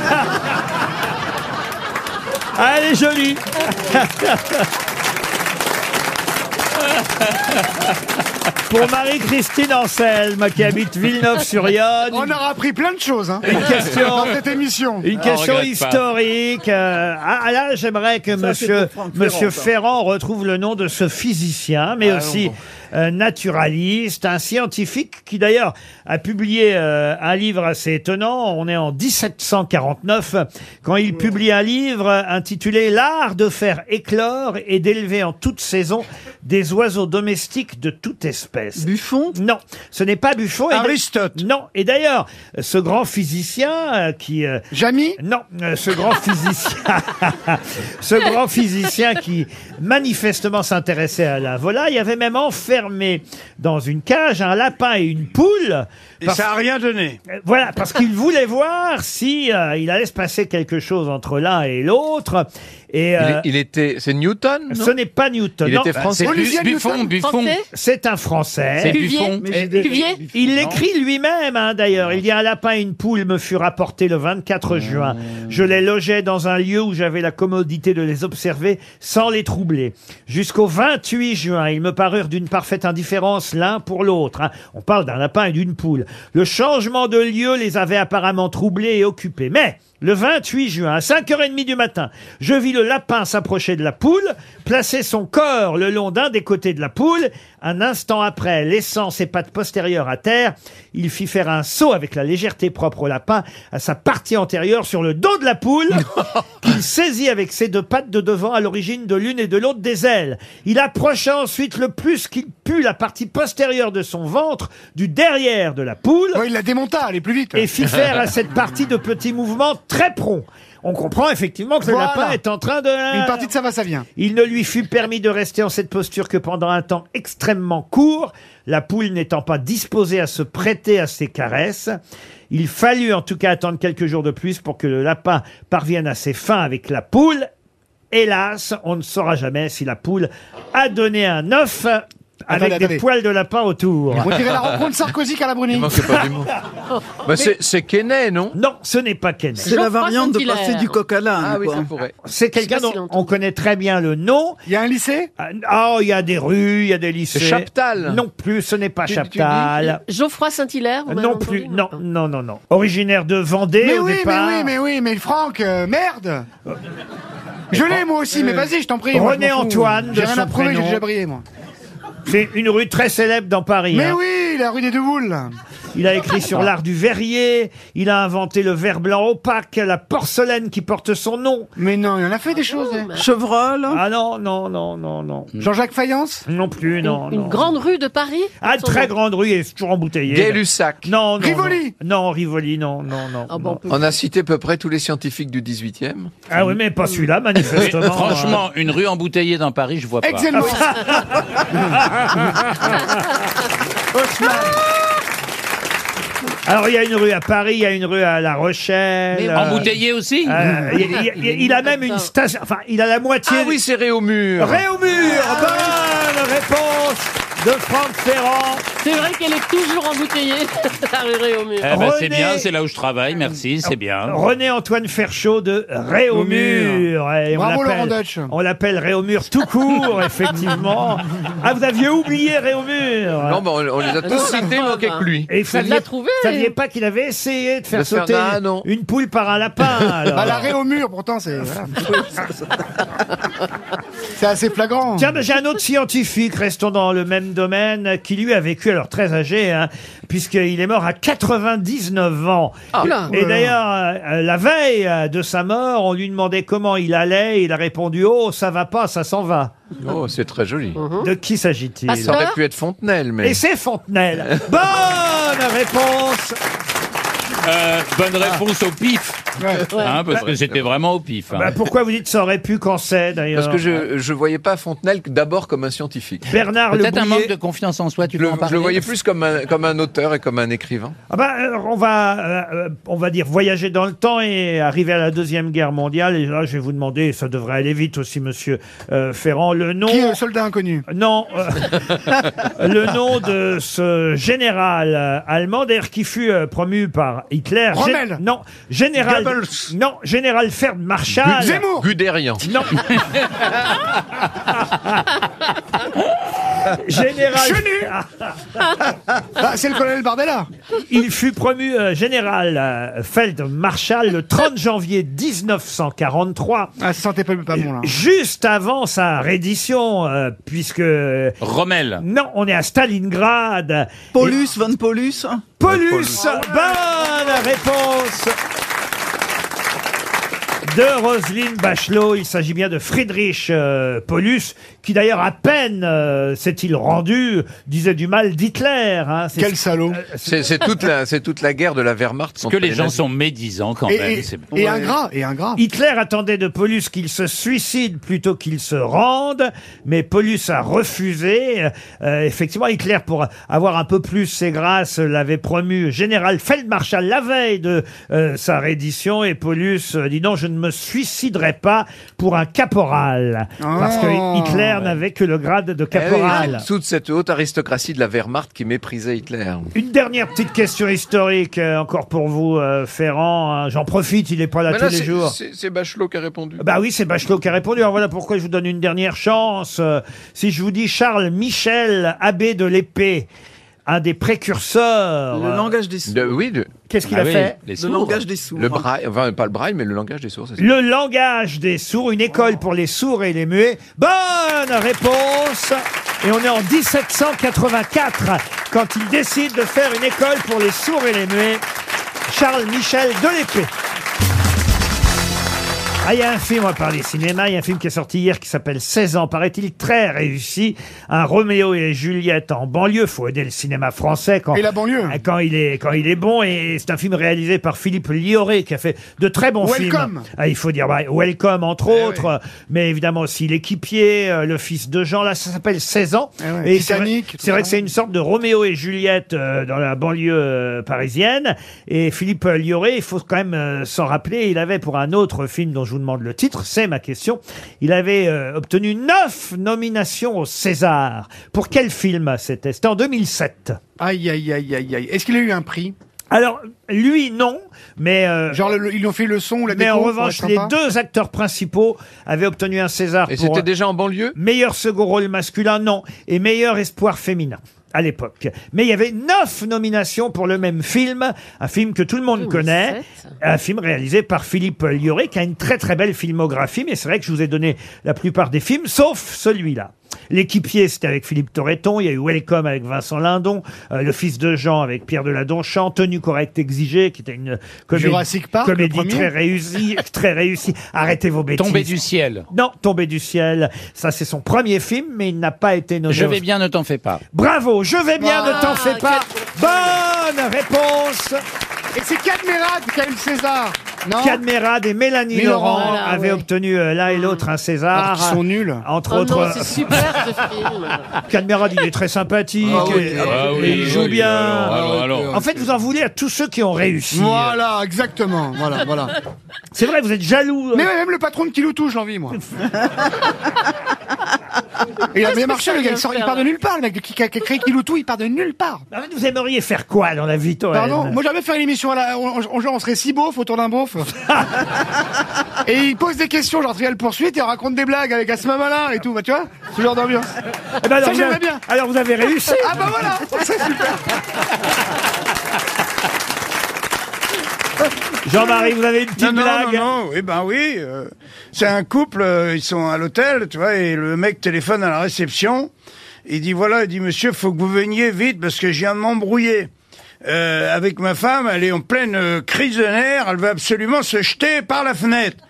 Speaker 2: Ah, Elle est jolie Pour Marie-Christine Anselme, qui habite Villeneuve-sur-Yonne.
Speaker 6: On aura appris plein de choses hein,
Speaker 2: Une question.
Speaker 6: dans cette émission.
Speaker 8: Ah,
Speaker 2: Une question historique. euh, ah, ah, là, j'aimerais que
Speaker 6: Ça, c'est
Speaker 2: monsieur,
Speaker 6: pour Franck
Speaker 2: monsieur
Speaker 6: Ferrand,
Speaker 2: Ferrand retrouve le nom de ce physicien, mais
Speaker 6: Ah,
Speaker 2: aussi
Speaker 6: non.
Speaker 2: euh, naturaliste, un scientifique qui d'ailleurs a publié euh, un livre assez étonnant. On est en 1749 quand il publie un livre intitulé L'art de faire éclore et d'élever en toute saison des oiseaux domestiques de toute espèce. Buffon Non, ce n'est pas Buffon. Aristote Non. Et d'ailleurs, ce grand physicien euh, qui euh,
Speaker 6: Jamy
Speaker 2: Non, euh, ce grand physicien, ce grand physicien qui manifestement s'intéressait à la volaille avait même enfermé dans une cage un lapin et une poule.
Speaker 8: Et ça a rien donné.
Speaker 2: Euh, Voilà, parce qu'il voulait voir si euh, il allait se passer quelque chose entre l'un et l'autre. Et
Speaker 13: Il est-
Speaker 2: euh,
Speaker 13: il, était. C'est Newton non
Speaker 2: ce n'est pas Newton.
Speaker 13: Il
Speaker 2: non.
Speaker 13: était français. C'est Olivia Buffon, Newton. Buffon. Français
Speaker 2: C'est un français.
Speaker 13: C'est Cuvier. Buffon. Mais j'ai des- Cuvier.
Speaker 2: Eh, Il
Speaker 13: Non.
Speaker 2: l'écrit lui-même, hein, d'ailleurs. Il y a un lapin et une poule me furent apportés le 24 juin. Je les logeais dans un lieu où j'avais la commodité de les observer sans les troubler. Jusqu'au 28 juin, ils me parurent d'une parfaite indifférence l'un pour l'autre. hein. On parle d'un lapin et d'une poule. Le changement de lieu les avait apparemment troublés et occupés. Mais, le 28 juin, à 5h30 du matin, je vis le lapin s'approcher de la poule, placer son corps le long d'un des côtés de la poule. Un instant après, laissant ses pattes postérieures à terre, il fit faire un saut avec la légèreté propre au lapin à sa partie antérieure sur le dos de la poule, qu'il saisit avec ses deux pattes de devant à l'origine de l'une et de l'autre des ailes. Il approcha ensuite le plus qu'il put la partie postérieure de son ventre du derrière de la poule.
Speaker 6: il la démonta, allez plus vite.
Speaker 2: Et fit faire à cette partie de petits mouvements très prompts. On comprend effectivement que
Speaker 6: Voilà.
Speaker 2: le lapin est en train de...
Speaker 6: Une partie de ça va, ça vient.
Speaker 2: Il ne lui fut permis de rester en cette posture que pendant un temps extrêmement court, la poule n'étant pas disposée à se prêter à ses caresses. Il fallut en tout cas attendre quelques jours de plus pour que le lapin parvienne à ses fins avec la poule. Hélas, on ne saura jamais si la poule a donné un œuf avec
Speaker 6: Attendez,
Speaker 2: des
Speaker 6: attendez.
Speaker 2: poils de lapin autour.
Speaker 6: On dirait la rencontre de Sarkozy qu'à la Bruni.
Speaker 2: Mais-
Speaker 13: c'est- C'est Kenney, non
Speaker 2: Non, ce n'est pas Kenney.
Speaker 3: C'est la variante de passer du coq à l'âne.
Speaker 13: Ah oui,
Speaker 3: quoi.
Speaker 13: ça pourrait.
Speaker 2: C'est quelqu'un dont on connaît très bien le nom.
Speaker 6: Il y a un lycée
Speaker 2: Ah, il y a des rues, il y a des lycées.
Speaker 13: Chaptal.
Speaker 2: Non plus, ce n'est pas Chaptal.
Speaker 4: Geoffroy Saint-Hilaire vous m'avez
Speaker 2: Non
Speaker 4: entendu
Speaker 2: plus, non, non, non, non. Originaire de Vendée
Speaker 6: Mais
Speaker 2: au
Speaker 6: oui, mais
Speaker 2: départ.
Speaker 6: oui, mais oui, mais Franck, euh, merde Je l'ai moi aussi, mais vas-y, je t'en prie. moi, je m'en fous.
Speaker 2: René-Antoine, euh, de
Speaker 6: J'ai rien
Speaker 2: son
Speaker 6: à prouver, j'ai
Speaker 2: prénom.
Speaker 6: déjà brillé, moi.
Speaker 2: C'est une rue très célèbre dans Paris.
Speaker 6: Mais
Speaker 2: hein.
Speaker 6: oui, la rue des Deux Boules.
Speaker 2: Il a écrit
Speaker 4: Ah.
Speaker 2: sur l'art du verrier, il a inventé le verre blanc opaque, la porcelaine qui porte son nom.
Speaker 6: Mais non, il en a fait
Speaker 4: Ah
Speaker 6: des choses.
Speaker 4: bah.
Speaker 6: hein.
Speaker 2: Chevreul Ah non, non, non, non, non.
Speaker 6: Jean-Jacques Fayence
Speaker 2: Non plus, non,
Speaker 4: Une
Speaker 2: non.
Speaker 4: grande rue de Paris
Speaker 2: Ah, très grande rue, et c'est toujours embouteillée.
Speaker 13: Gay-Lussac.
Speaker 2: Non, non, non.
Speaker 13: Rivoli.
Speaker 2: Non, Rivoli, non, non, non.
Speaker 4: Ah,
Speaker 2: non.
Speaker 4: bon,
Speaker 13: On a cité à peu près tous les scientifiques du 18e.
Speaker 2: Ah oui, mais pas celui-là, manifestement.
Speaker 5: Mais
Speaker 2: hein.
Speaker 5: franchement, une rue embouteillée dans Paris, je vois pas. Ah, bah,
Speaker 6: Excellent.
Speaker 2: Alors, il y a une rue à Paris, il y a une rue à La Rochelle. euh,
Speaker 5: Embouteillée aussi
Speaker 2: euh, il, y a- il y a- il y a- il a même une station. Enfin, il a la moitié.
Speaker 13: Ah oui, c'est Réaumur.
Speaker 2: Réaumur, bonne réponse de Franck Ferrand.
Speaker 4: C'est vrai qu'elle est toujours embouteillée, la rue Réaumur.
Speaker 5: Eh ben, c'est
Speaker 2: René-
Speaker 5: bien, c'est là où je travaille, merci, c'est bien.
Speaker 2: René-Antoine Ferchaud de Réaumur. Et on
Speaker 6: Bravo,
Speaker 2: l'appelle-
Speaker 6: Laurent Deutsch.
Speaker 2: On l'appelle Réaumur tout court, effectivement. Ah, vous aviez oublié Réaumur.
Speaker 13: Non, mais on, on les a tous cités, manquait que lui.
Speaker 2: Et vous saviez,
Speaker 4: trouvé.
Speaker 2: saviez pas qu'il avait essayé de faire
Speaker 13: De faire
Speaker 2: sauter
Speaker 13: un, non.
Speaker 2: une poule par un lapin. alors.
Speaker 6: Bah, l'arrêt au mur, pourtant, c'est. voilà. c'est assez flagrant.
Speaker 2: Tiens, ben, j'ai un autre scientifique, restons dans le même domaine, qui lui a vécu, alors très âgé, hein, puisqu'il est mort à 99 ans.
Speaker 4: Ah. Oula.
Speaker 2: Et d'ailleurs, euh, euh, la veille euh, de sa mort, on lui demandait comment il allait, et il a répondu « Oh, ça va pas, ça s'en va
Speaker 13: Oh, c'est très joli. ».
Speaker 2: De qui s'agit-il
Speaker 13: Ça aurait pu être Fontenelle, mais.
Speaker 2: Et c'est Fontenelle Bonne réponse
Speaker 5: Euh, bonne
Speaker 13: Ah.
Speaker 5: réponse au pif. Hein, parce que c'était vraiment au pif. hein.
Speaker 2: Bah, pourquoi vous dites ça aurait pu quand c'est d'ailleurs
Speaker 13: Parce que je je voyais pas Fontenelle d'abord comme un scientifique.
Speaker 2: Bernard
Speaker 5: Peut-être un
Speaker 2: Lebouillet-
Speaker 5: manque de confiance en soi, tu
Speaker 13: Je
Speaker 5: peux
Speaker 13: le,
Speaker 5: en
Speaker 13: je
Speaker 5: parler
Speaker 13: le voyais plus comme un, comme un auteur et comme un écrivain.
Speaker 2: Ah bah, euh, on va, euh, euh, on va dire voyager dans le temps et arriver à la deuxième guerre mondiale. Et là, je vais vous demander, et ça devrait aller vite aussi, Monsieur euh, Ferrand, le nom. Qui est le soldat inconnu Non, euh, le nom de ce général euh, allemand, d'ailleurs, qui fut euh, promu par Hitler. Gé-
Speaker 6: Rommel.
Speaker 2: Non, général. Non, général Feldmarschall.
Speaker 13: Zemmour. Guderian.
Speaker 2: Non. Général.
Speaker 6: Chenu Ah, C'est le colonel Bardella
Speaker 2: Il fut promu euh, général euh, Feldmarschall le 30 janvier 1943.
Speaker 6: Ah, ça sentait pas, pas bon là.
Speaker 2: Juste avant sa reddition, euh, puisque...
Speaker 5: Rommel.
Speaker 2: Non, on est à Stalingrad.
Speaker 3: Paulus, Van Paulus
Speaker 2: Paulus, bonne réponse de Roselyne Bachelot. Il s'agit bien de Friedrich euh, Paulus, qui d'ailleurs à peine euh, s'est-il rendu, disait du mal d'Hitler. hein. C'est-
Speaker 6: salaud
Speaker 13: C'est c'est toute, la- c'est toute la guerre de la Wehrmacht.
Speaker 5: Parce que les gens sont médisants quand
Speaker 2: Et-
Speaker 5: même.
Speaker 2: et-
Speaker 5: c'est-
Speaker 2: et
Speaker 6: Un gras, et un gras.
Speaker 2: Hitler attendait de Paulus qu'il se suicide plutôt qu'il se rende, mais Paulus a refusé. Euh, effectivement, Hitler, pour avoir un peu plus ses grâces, l'avait promu général Feldmarschall la veille de euh, sa reddition, et Paulus euh, dit non, je ne me suiciderai pas pour un caporal,
Speaker 6: Oh.
Speaker 2: parce que Hitler n'avait que le grade de
Speaker 13: Eh oui,
Speaker 6: Ah,
Speaker 2: caporal.
Speaker 13: c'est toute cette haute aristocratie de la Wehrmacht qui méprisait Hitler.
Speaker 2: Une dernière petite question historique euh, encore pour vous, euh, Ferrand. hein. J'en profite, il n'est pas là
Speaker 13: Mais
Speaker 2: tous
Speaker 13: là,
Speaker 2: les
Speaker 13: c'est-
Speaker 2: jours.
Speaker 13: c'est- C'est Bachelot qui a répondu.
Speaker 2: Bah oui, c'est Bachelot qui a répondu. Alors voilà pourquoi je vous donne une dernière chance. Euh, si je vous dis Charles Michel, abbé de l'épée, un des précurseurs.
Speaker 3: Le
Speaker 2: euh,
Speaker 3: langage des sourds.
Speaker 13: De- oui, de-
Speaker 2: Qu'est-ce qu'il a fait
Speaker 13: les
Speaker 3: Le
Speaker 13: sourds.
Speaker 3: langage des sourds.
Speaker 13: Le braille, enfin pas le braille, mais le langage des sourds. c'est ça.
Speaker 2: Le langage des sourds, une école pour les sourds et les muets. Bonne réponse Et on est en 1784 quand il décide de faire une école pour les sourds et les muets. Charles Michel de l'épée. Ah, il y a un film, on va parler cinéma, il y a un film qui est sorti hier qui s'appelle 16 ans, paraît-il très réussi. Un Roméo et Juliette en banlieue, faut aider le cinéma français quand, Ah,
Speaker 6: Et la banlieue
Speaker 2: quand, il, est, quand il est bon. Et c'est un film réalisé par Philippe Lioré qui a fait de très bons
Speaker 6: Welcome. Eh
Speaker 2: films. Ah, il faut dire bah, Welcome entre autres, euh, mais évidemment aussi L'équipier, euh, Le fils de Jean, là ça s'appelle 16 ans.
Speaker 6: ouais.
Speaker 2: c'est vrai-
Speaker 6: Eh Titanic, tout
Speaker 2: C'est vrai
Speaker 6: ça.
Speaker 2: que c'est une sorte de Roméo et Juliette euh, dans la banlieue euh, parisienne. Et Philippe Lioré, il faut quand même euh, s'en rappeler, il avait pour un autre film dont je vous demande le titre, c'est ma question, il avait euh, obtenu neuf nominations au César. Pour quel film c'était C'était en 2007.
Speaker 6: Aïe, aïe, aïe, aïe, aïe. Est-ce qu'il a eu un prix
Speaker 2: Alors, lui, non, mais... euh,
Speaker 6: Genre, le- le- ils lui ont fait le son ou la
Speaker 2: mais
Speaker 6: déco
Speaker 2: en
Speaker 6: pour
Speaker 2: revanche,
Speaker 6: être
Speaker 2: les
Speaker 6: sympa
Speaker 2: deux acteurs principaux avaient obtenu un César
Speaker 13: Hein Et
Speaker 2: pour
Speaker 13: c'était déjà en banlieue
Speaker 2: meilleur second rôle masculin, non, et meilleur espoir féminin à l'époque. Mais il y avait neuf nominations pour le même film, un film que tout le monde connaît, un film réalisé par Philippe Lioré, qui a une très très belle filmographie, mais c'est vrai que je vous ai donné la plupart des films, sauf celui-là. L'équipier, c'était avec Philippe Torreton, il y a eu Welcome avec Vincent Lindon, euh, Le fils de Jean avec Pierre de la Donchamp, Tenue correcte exigée, qui était une comédie,
Speaker 6: Jurassic Park, le
Speaker 2: comédie
Speaker 6: premier.
Speaker 2: très réussie, très réussie. Arrêtez vos bêtises.
Speaker 5: Tombé du ciel.
Speaker 2: Non, Tombé du ciel. Ça, c'est son premier film, mais il n'a pas été nommé.
Speaker 5: Je
Speaker 2: au-
Speaker 5: vais bien, ne t'en fais pas.
Speaker 2: Bravo, je vais bien, ne t'en
Speaker 4: Ah,
Speaker 2: fais pas. Bonne réponse.
Speaker 6: Et c'est Cadmerade qui a eu le César Non
Speaker 2: Cadmerade et Mélanie
Speaker 6: Mélanie
Speaker 2: Laurent
Speaker 6: Laurent, ah
Speaker 4: voilà,
Speaker 2: avaient
Speaker 4: ouais.
Speaker 2: obtenu euh, l'un et l'autre un
Speaker 6: Alors
Speaker 2: César.
Speaker 6: qu'ils sont nuls.
Speaker 2: Entre
Speaker 4: Oh
Speaker 2: autres,
Speaker 4: non, c'est super ce film.
Speaker 2: Cadmerade, il est très sympathique.
Speaker 6: Ah oui,
Speaker 2: et-
Speaker 6: ah
Speaker 2: et il joue bien.
Speaker 5: Alors, alors.
Speaker 2: En fait, vous en voulez à tous ceux qui ont réussi.
Speaker 6: Voilà, exactement. Voilà, voilà.
Speaker 2: C'est vrai, vous êtes jaloux. euh,
Speaker 6: Mais ouais, même le patron de Kiloutou, je l'envie, moi. euh, Et il a bien marché, le gars. Il, sort- il part de nulle part, le mec qui a qui a créé Kiloutou, il part de nulle part.
Speaker 2: en fait, Ah, Vous aimeriez faire quoi dans la vie, Toen
Speaker 6: Pardon, moi j'aimerais faire une émission à la. On, on- genre, on serait si beauf autour d'un beauf. et il pose des questions, genre trial poursuite, et on raconte des blagues avec à ce moment-là et tout, bah tu vois Ce genre d'ambiance.
Speaker 2: Eh ben alors,
Speaker 6: Ça,
Speaker 2: vous
Speaker 6: j'aimerais
Speaker 2: avez-
Speaker 6: bien.
Speaker 2: Alors, vous avez réussi.
Speaker 6: Ah bah voilà C'est super
Speaker 2: Jean-Marie, vous avez une petite
Speaker 8: Non, non,
Speaker 2: blague
Speaker 8: non, non, oui, ben oui. euh, c'est un couple, euh, ils sont à l'hôtel, tu vois, et le mec téléphone à la réception. Il dit, voilà, il dit, monsieur, faut que vous veniez vite parce que je viens de m'embrouiller. Euh, avec ma femme, elle est en pleine euh, crise de nerfs, elle veut absolument se jeter par la fenêtre.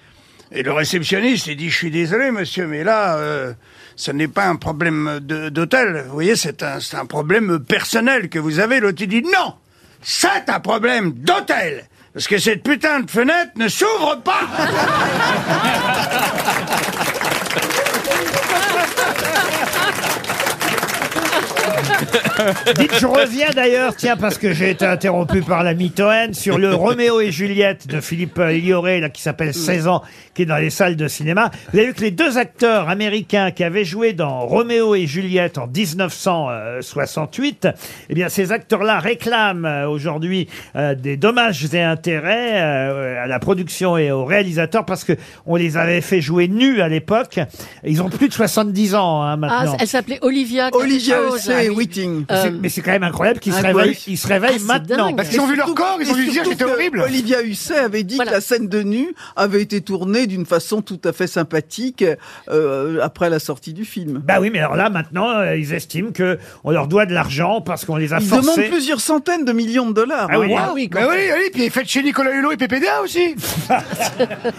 Speaker 8: Et le réceptionniste, il dit, je suis désolé, monsieur, mais là, euh, ce n'est pas un problème de- d'hôtel. Vous voyez, c'est un, c'est un problème personnel que vous avez. L'autre, il dit, non c'est un problème d'hôtel. Parce que cette putain de fenêtre ne s'ouvre pas.
Speaker 2: Dites, je reviens d'ailleurs, tiens, parce que j'ai été interrompu par la Mitoën sur le Roméo et Juliette de Philippe Lioré, là, qui s'appelle 16 ans, qui est dans les salles de cinéma. Vous avez vu que les deux acteurs américains qui avaient joué dans Roméo et Juliette en 1968, eh bien, ces acteurs-là réclament euh, aujourd'hui euh, des dommages et intérêts euh, à la production et aux réalisateurs parce que on les avait fait jouer nus à l'époque. Ils ont plus de 70 ans, hein,
Speaker 15: Ah,
Speaker 2: maintenant.
Speaker 15: elle s'appelait Olivia. quelque
Speaker 2: Olivia
Speaker 15: chose.
Speaker 2: Hussey
Speaker 15: Ah
Speaker 2: et
Speaker 15: oui.
Speaker 2: Whiting.
Speaker 15: Euh,
Speaker 2: C'est- mais c'est quand même incroyable qu'ils se
Speaker 3: Incroyable.
Speaker 2: réveillent, ils se réveillent
Speaker 3: Ah, c'est
Speaker 2: maintenant.
Speaker 3: dingue. Surtout- et surtout que Olivia Husset avait dit que la scène de nu avait été tournée d'une façon tout à fait sympathique euh, après la sortie du film.
Speaker 2: Bah oui, mais alors là, maintenant, euh, ils estiment que on leur doit de l'argent parce qu'on les a
Speaker 3: Ils
Speaker 2: forcés.
Speaker 3: demandent plusieurs centaines de millions de dollars.
Speaker 2: Ah oui,
Speaker 3: hein.
Speaker 2: ah oui, quand
Speaker 6: Mais
Speaker 2: même.
Speaker 6: oui, oui, puis faites chez Nicolas Hulot et PPDA aussi.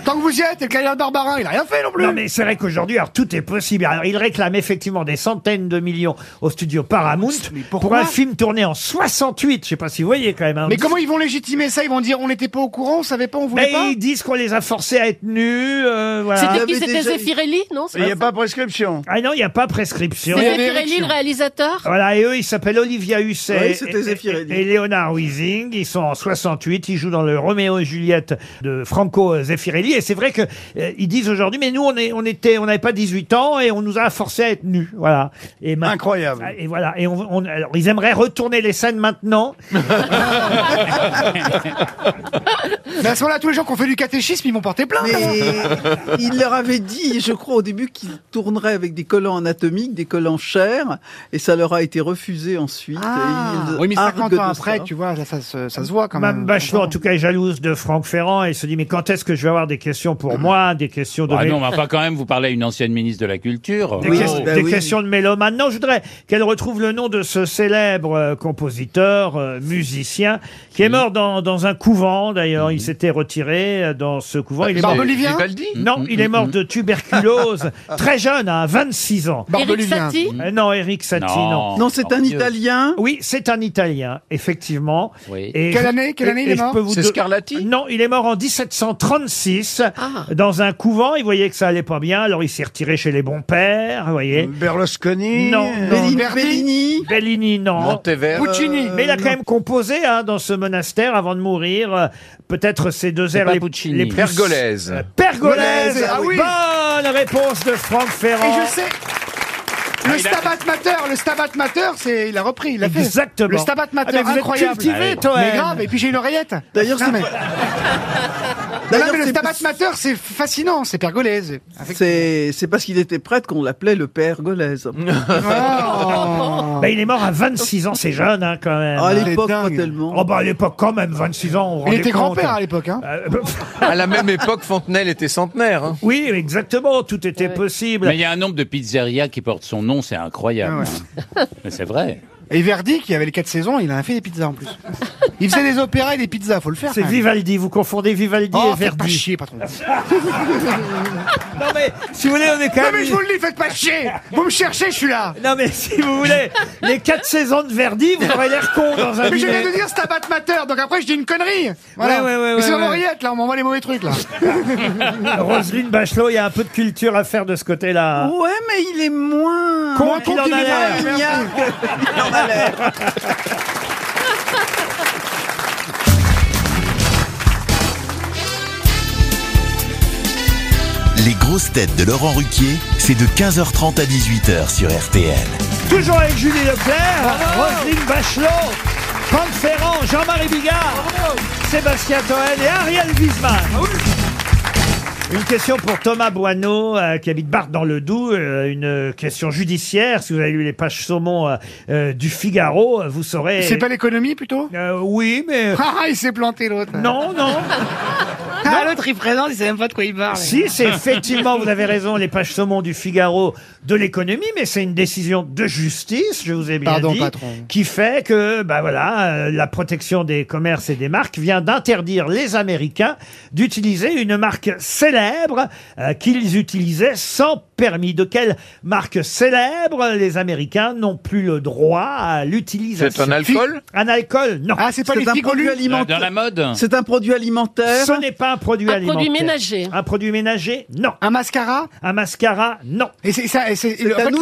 Speaker 6: Tant que vous y êtes, et le Calien Barbarin, il a rien fait non plus.
Speaker 2: Non, mais c'est vrai qu'aujourd'hui, alors tout est possible. Alors, ils réclament effectivement des centaines de millions au studio Paramount pour un film tourné en 68. Je sais pas si vous voyez quand même. hein.
Speaker 6: Mais comment ils vont légitimer ça Ils vont dire on n'était pas au courant, on savait pas, on voulait
Speaker 2: Mais
Speaker 6: pas.
Speaker 2: Ben, ils disent qu'on les a forcés à être nus. euh, voilà.
Speaker 15: C'était qui C'était Zeffirelli, non c'est
Speaker 2: Il n'y a
Speaker 15: ça
Speaker 2: pas prescription. Ah non, il n'y a pas prescription.
Speaker 15: C'est Zeffirelli, le réalisateur
Speaker 2: Voilà, et eux, ils s'appellent Olivia Husset
Speaker 3: Oui, c'était
Speaker 2: et- et-
Speaker 3: Zeffirelli.
Speaker 2: et, Léonard Weising. Ils sont en 68, ils jouent dans le Roméo et Juliette de Franco Zeffirelli. Et c'est vrai que euh, ils disent aujourd'hui, mais nous, on est, on était, on n'avait pas 18 ans et on nous a forcés à être nus. Voilà. Et Incroyable. Et voilà. Et on, on- alors, ils aimeraient retourner les scènes maintenant.
Speaker 6: Mais à ce moment-là, tous les gens qui ont fait du catéchisme, ils m'ont porté plainte.
Speaker 3: Mais
Speaker 6: alors.
Speaker 3: il leur avait dit, je crois au début, qu'ils tourneraient avec des collants anatomiques, des collants chers, et ça leur a été refusé ensuite. Et ils
Speaker 6: oui, mais 50
Speaker 3: arguent
Speaker 6: ans
Speaker 3: de
Speaker 6: après,
Speaker 3: ça.
Speaker 6: tu vois, là, ça, se- ça se voit quand
Speaker 2: Mme
Speaker 6: même.
Speaker 2: Bachelot, en tout cas, est jalouse de Franck Ferrand. Elle se dit, mais quand est-ce que je vais avoir des questions pour moi, des questions de...
Speaker 5: Ah
Speaker 2: mé-
Speaker 5: Euh, non, on va pas quand même vous parler à une ancienne ministre de la Culture.
Speaker 2: Des, ques-
Speaker 5: bah
Speaker 2: des questions de mélomane. Non, je voudrais qu'elle retrouve le nom de ce célèbre euh, compositeur, euh, musicien, qui est mort dans, dans un couvent, d'ailleurs.
Speaker 5: Mhm.
Speaker 2: Il s'était retiré euh, dans ce couvent. Il est mort...
Speaker 6: Barbelivien Vivaldi
Speaker 2: Non,
Speaker 5: Mhm,
Speaker 2: il est mort de tuberculose. Très jeune, à 26 ans.
Speaker 6: Barbelivien. Eric
Speaker 2: Euh, Non, Eric Satie,
Speaker 5: Non.
Speaker 2: non.
Speaker 5: Non, c'est un Dieu.
Speaker 2: Italien Oui, c'est un Italien, effectivement.
Speaker 5: Oui.
Speaker 6: Quelle année- quelle année il
Speaker 2: et
Speaker 6: est
Speaker 2: je
Speaker 6: mort
Speaker 2: peux vous
Speaker 6: C'est
Speaker 2: don- Non, il est mort en 1736 dans un couvent. Il voyait que ça allait pas bien, alors il s'est retiré chez les bons pères, vous
Speaker 6: Euh,
Speaker 2: voyez.
Speaker 8: Berlusconi
Speaker 2: Non, non.
Speaker 8: Bellini-
Speaker 2: Bellini. Bellini, non.
Speaker 8: Monteverde. Puccini.
Speaker 2: Mais il a quand même composé hein, dans ce monastère avant de mourir. euh, Peut-être ces deux
Speaker 13: C'est
Speaker 2: airs
Speaker 13: pas
Speaker 2: les,
Speaker 13: Puccini.
Speaker 2: les plus...
Speaker 13: Pergolèse.
Speaker 2: Euh, Pergolèse.
Speaker 6: Pergolèse, ah oui.
Speaker 2: Bonne réponse de Franck Ferrand.
Speaker 6: Et je sais.
Speaker 2: Ah,
Speaker 6: Le Stabat Mater, le Stabat Mater, c'est, il a repris, il a fait.
Speaker 2: Exactement.
Speaker 6: Le Stabat Mater,
Speaker 2: Ah, mais vous êtes
Speaker 6: incroyable.
Speaker 2: cultivé,
Speaker 6: Ah oui.
Speaker 2: Toen.
Speaker 6: Mais grave, et puis j'ai une oreillette.
Speaker 3: D'ailleurs, c'est
Speaker 6: Non, mais-
Speaker 3: pas-
Speaker 6: Non, mais le Stabat Mater, c'est fascinant, c'est pergolèse.
Speaker 3: Bah, C'est c'est parce qu'il était prêtre qu'on l'appelait le père
Speaker 6: Oh.
Speaker 3: Golaise. Oh.
Speaker 2: Bah, il est mort à 26 ans, c'est jeune hein, quand même.
Speaker 3: Ah, à
Speaker 2: hein.
Speaker 3: l'époque, pas tellement.
Speaker 2: Oh bah à l'époque quand même, 26 ans.
Speaker 6: Il était grand-père à l'époque, hein.
Speaker 2: Euh,
Speaker 13: À la même époque, Fontenelle était centenaire. hein.
Speaker 2: Oui, exactement, tout était possible.
Speaker 5: Mais il y a un nombre de pizzerias qui portent son nom, c'est incroyable.
Speaker 2: Ah
Speaker 5: Mais c'est vrai.
Speaker 6: Et Verdi, qui avait les 4 saisons, il en a fait des pizzas en plus. Il faisait des opéras et des pizzas, faut le faire.
Speaker 2: C'est
Speaker 6: quand même.
Speaker 2: Vivaldi, vous confondez Vivaldi
Speaker 6: Oh,
Speaker 2: et
Speaker 6: faites
Speaker 2: Verdi.
Speaker 6: pas chier, patron.
Speaker 2: Non mais, si vous voulez, on est quand
Speaker 6: Non
Speaker 2: même...
Speaker 6: mais je vous le dis, faites pas chier Vous me cherchez, je suis là
Speaker 2: Non mais si vous voulez, les quatre saisons de Verdi, vous aurez l'air con dans un
Speaker 6: Mais je
Speaker 2: dîner.
Speaker 6: viens de dire Stabat Mater, donc après je dis une connerie Voilà,
Speaker 2: Ouais, ouais, ouais,
Speaker 6: Mais c'est
Speaker 2: ouais,
Speaker 6: dans mon
Speaker 2: ouais.
Speaker 6: oreillette, là, on m'envoie les mauvais trucs, là
Speaker 2: Roselyne Bachelot, il y a un peu de culture à faire de ce côté-là.
Speaker 3: Ouais, mais il est
Speaker 16: Ah,
Speaker 3: moins.
Speaker 2: Con qu'il en a l'air.
Speaker 3: Il en a l'air.
Speaker 6: hein.
Speaker 1: Les grosses têtes de Laurent Ruquier, c'est de 15h30 à 18h sur RTL.
Speaker 2: Toujours avec Julie Leclerc, Roselyne Bachelot, Franck Ferrand, Jean-Marie Bigard, Sébastien Toen et Ariel Wiesmann. Une question pour Thomas Boineau, euh, qui habite Barthes dans le Doubs. euh, une question judiciaire. Si vous avez lu les pages saumon euh, euh, du Figaro, euh, vous saurez.
Speaker 6: C'est pas l'économie, plutôt
Speaker 2: Euh, Oui, mais...
Speaker 6: Ah, il s'est planté, l'autre
Speaker 2: Non, non. Non,
Speaker 16: l'autre, il présente, il sait même pas de quoi il parle.
Speaker 2: Si, c'est effectivement, vous avez raison, les pages saumon du Figaro de l'économie, mais c'est une décision de justice, je vous ai bien
Speaker 16: Pardon,
Speaker 2: dit,
Speaker 16: patron.
Speaker 2: qui fait que bah voilà, euh, la protection des commerces et des marques vient d'interdire les Américains d'utiliser une marque célèbre euh, qu'ils utilisaient sans permis. De quelle marque célèbre les Américains n'ont plus le droit à l'utilisation
Speaker 13: C'est un alcool
Speaker 2: Un alcool, non. Ah,
Speaker 3: C'est un produit alimentaire. C'est un produit alimentaire.
Speaker 2: ce n'est pas un produit
Speaker 3: Un
Speaker 2: alimentaire.
Speaker 3: produit ménager.
Speaker 2: Un produit ménager, non. Un mascara Un mascara, non.
Speaker 6: Et c'est ça, et c'est- en fait, le-
Speaker 2: Un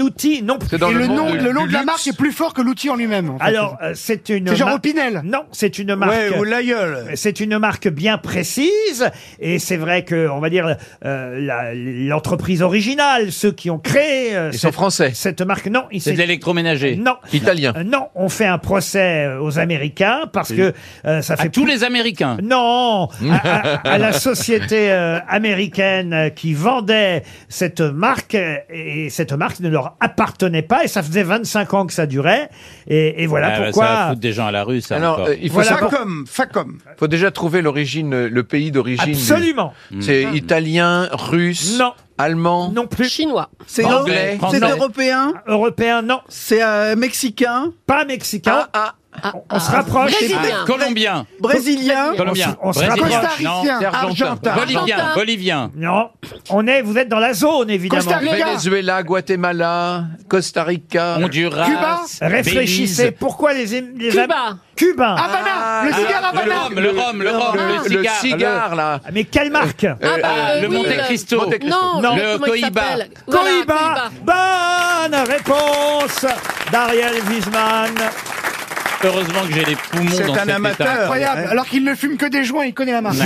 Speaker 2: outil, non.
Speaker 6: Et le, nom, le nom de la marque est plus fort que l'outil en lui-même. en fait.
Speaker 2: Alors, euh, c'est une.
Speaker 6: C'est genre
Speaker 2: mar-
Speaker 6: Opinel.
Speaker 2: Non, c'est une marque.
Speaker 6: Ouais, ou l'aïeul.
Speaker 2: C'est une marque bien précise. Et c'est vrai que, on va dire, euh, la- l'entreprise originale, ceux qui ont créé. euh,
Speaker 5: Ils
Speaker 2: cette-
Speaker 5: sont français.
Speaker 2: Cette marque, non. ils-
Speaker 5: C'est de l'électroménager.
Speaker 2: Non.
Speaker 5: Italien.
Speaker 2: Euh, Non, on fait un procès euh, aux Américains parce que euh, ça fait.
Speaker 5: À tous
Speaker 2: plus-
Speaker 5: les Américains.
Speaker 2: Non, à, à- à la société euh, américaine euh, qui vendait cette marque euh, et cette marque ne leur appartenait pas et ça faisait 25 ans que ça durait et, et voilà
Speaker 5: Ah, bah, Ça va
Speaker 2: pourquoi.
Speaker 5: foutre des gens à la rue, ça.
Speaker 13: Alors,
Speaker 5: encore.
Speaker 13: euh, il faut savoir- Il faut déjà trouver l'origine, euh, le pays d'origine. du-
Speaker 2: Absolument. Mm.
Speaker 13: C'est italien, russe, allemand.
Speaker 2: Non plus.
Speaker 15: Chinois.
Speaker 3: C'est
Speaker 13: Anglais.
Speaker 3: c'est
Speaker 13: Français.
Speaker 3: européen
Speaker 2: Européen, non.
Speaker 3: C'est euh, mexicain
Speaker 2: Pas mexicain.
Speaker 3: on
Speaker 2: se rapproche.
Speaker 5: Ah, Colombien.
Speaker 3: Brésilien.
Speaker 5: Colombien.
Speaker 2: On se- on se
Speaker 5: Brésilien.
Speaker 2: rapproche.
Speaker 5: Non, c'est argentin.
Speaker 2: Argentin.
Speaker 5: Bolivien.
Speaker 2: Argentin.
Speaker 5: Bolivien.
Speaker 2: Non, on est, vous êtes dans la zone évidemment.
Speaker 13: Venezuela, Guatemala, Costa Rica,
Speaker 5: Honduras,
Speaker 2: Cuba Réfléchissez. Pourquoi les, les
Speaker 13: Cuba. Ah,
Speaker 2: Cuba. ah,
Speaker 13: Havana, le cigare Havana.
Speaker 5: Le rhum, le rhum, le rhum, le
Speaker 13: le
Speaker 5: cigare.
Speaker 13: cigare, là.
Speaker 2: Mais quelle marque
Speaker 5: Ah bah, euh, le oui, Monte le- Cristo. Monte Cristo. Non,
Speaker 2: le
Speaker 5: comment il
Speaker 2: Cohiba.
Speaker 5: s'appelle
Speaker 15: Voilà,
Speaker 2: Cohiba. Bonne réponse d'Ariel Wiesman.
Speaker 5: Heureusement que j'ai les poumons
Speaker 6: C'est
Speaker 5: dans
Speaker 6: un
Speaker 5: cet état.
Speaker 6: Incroyable. Alors qu'il ne fume que des joints, il connaît la marque.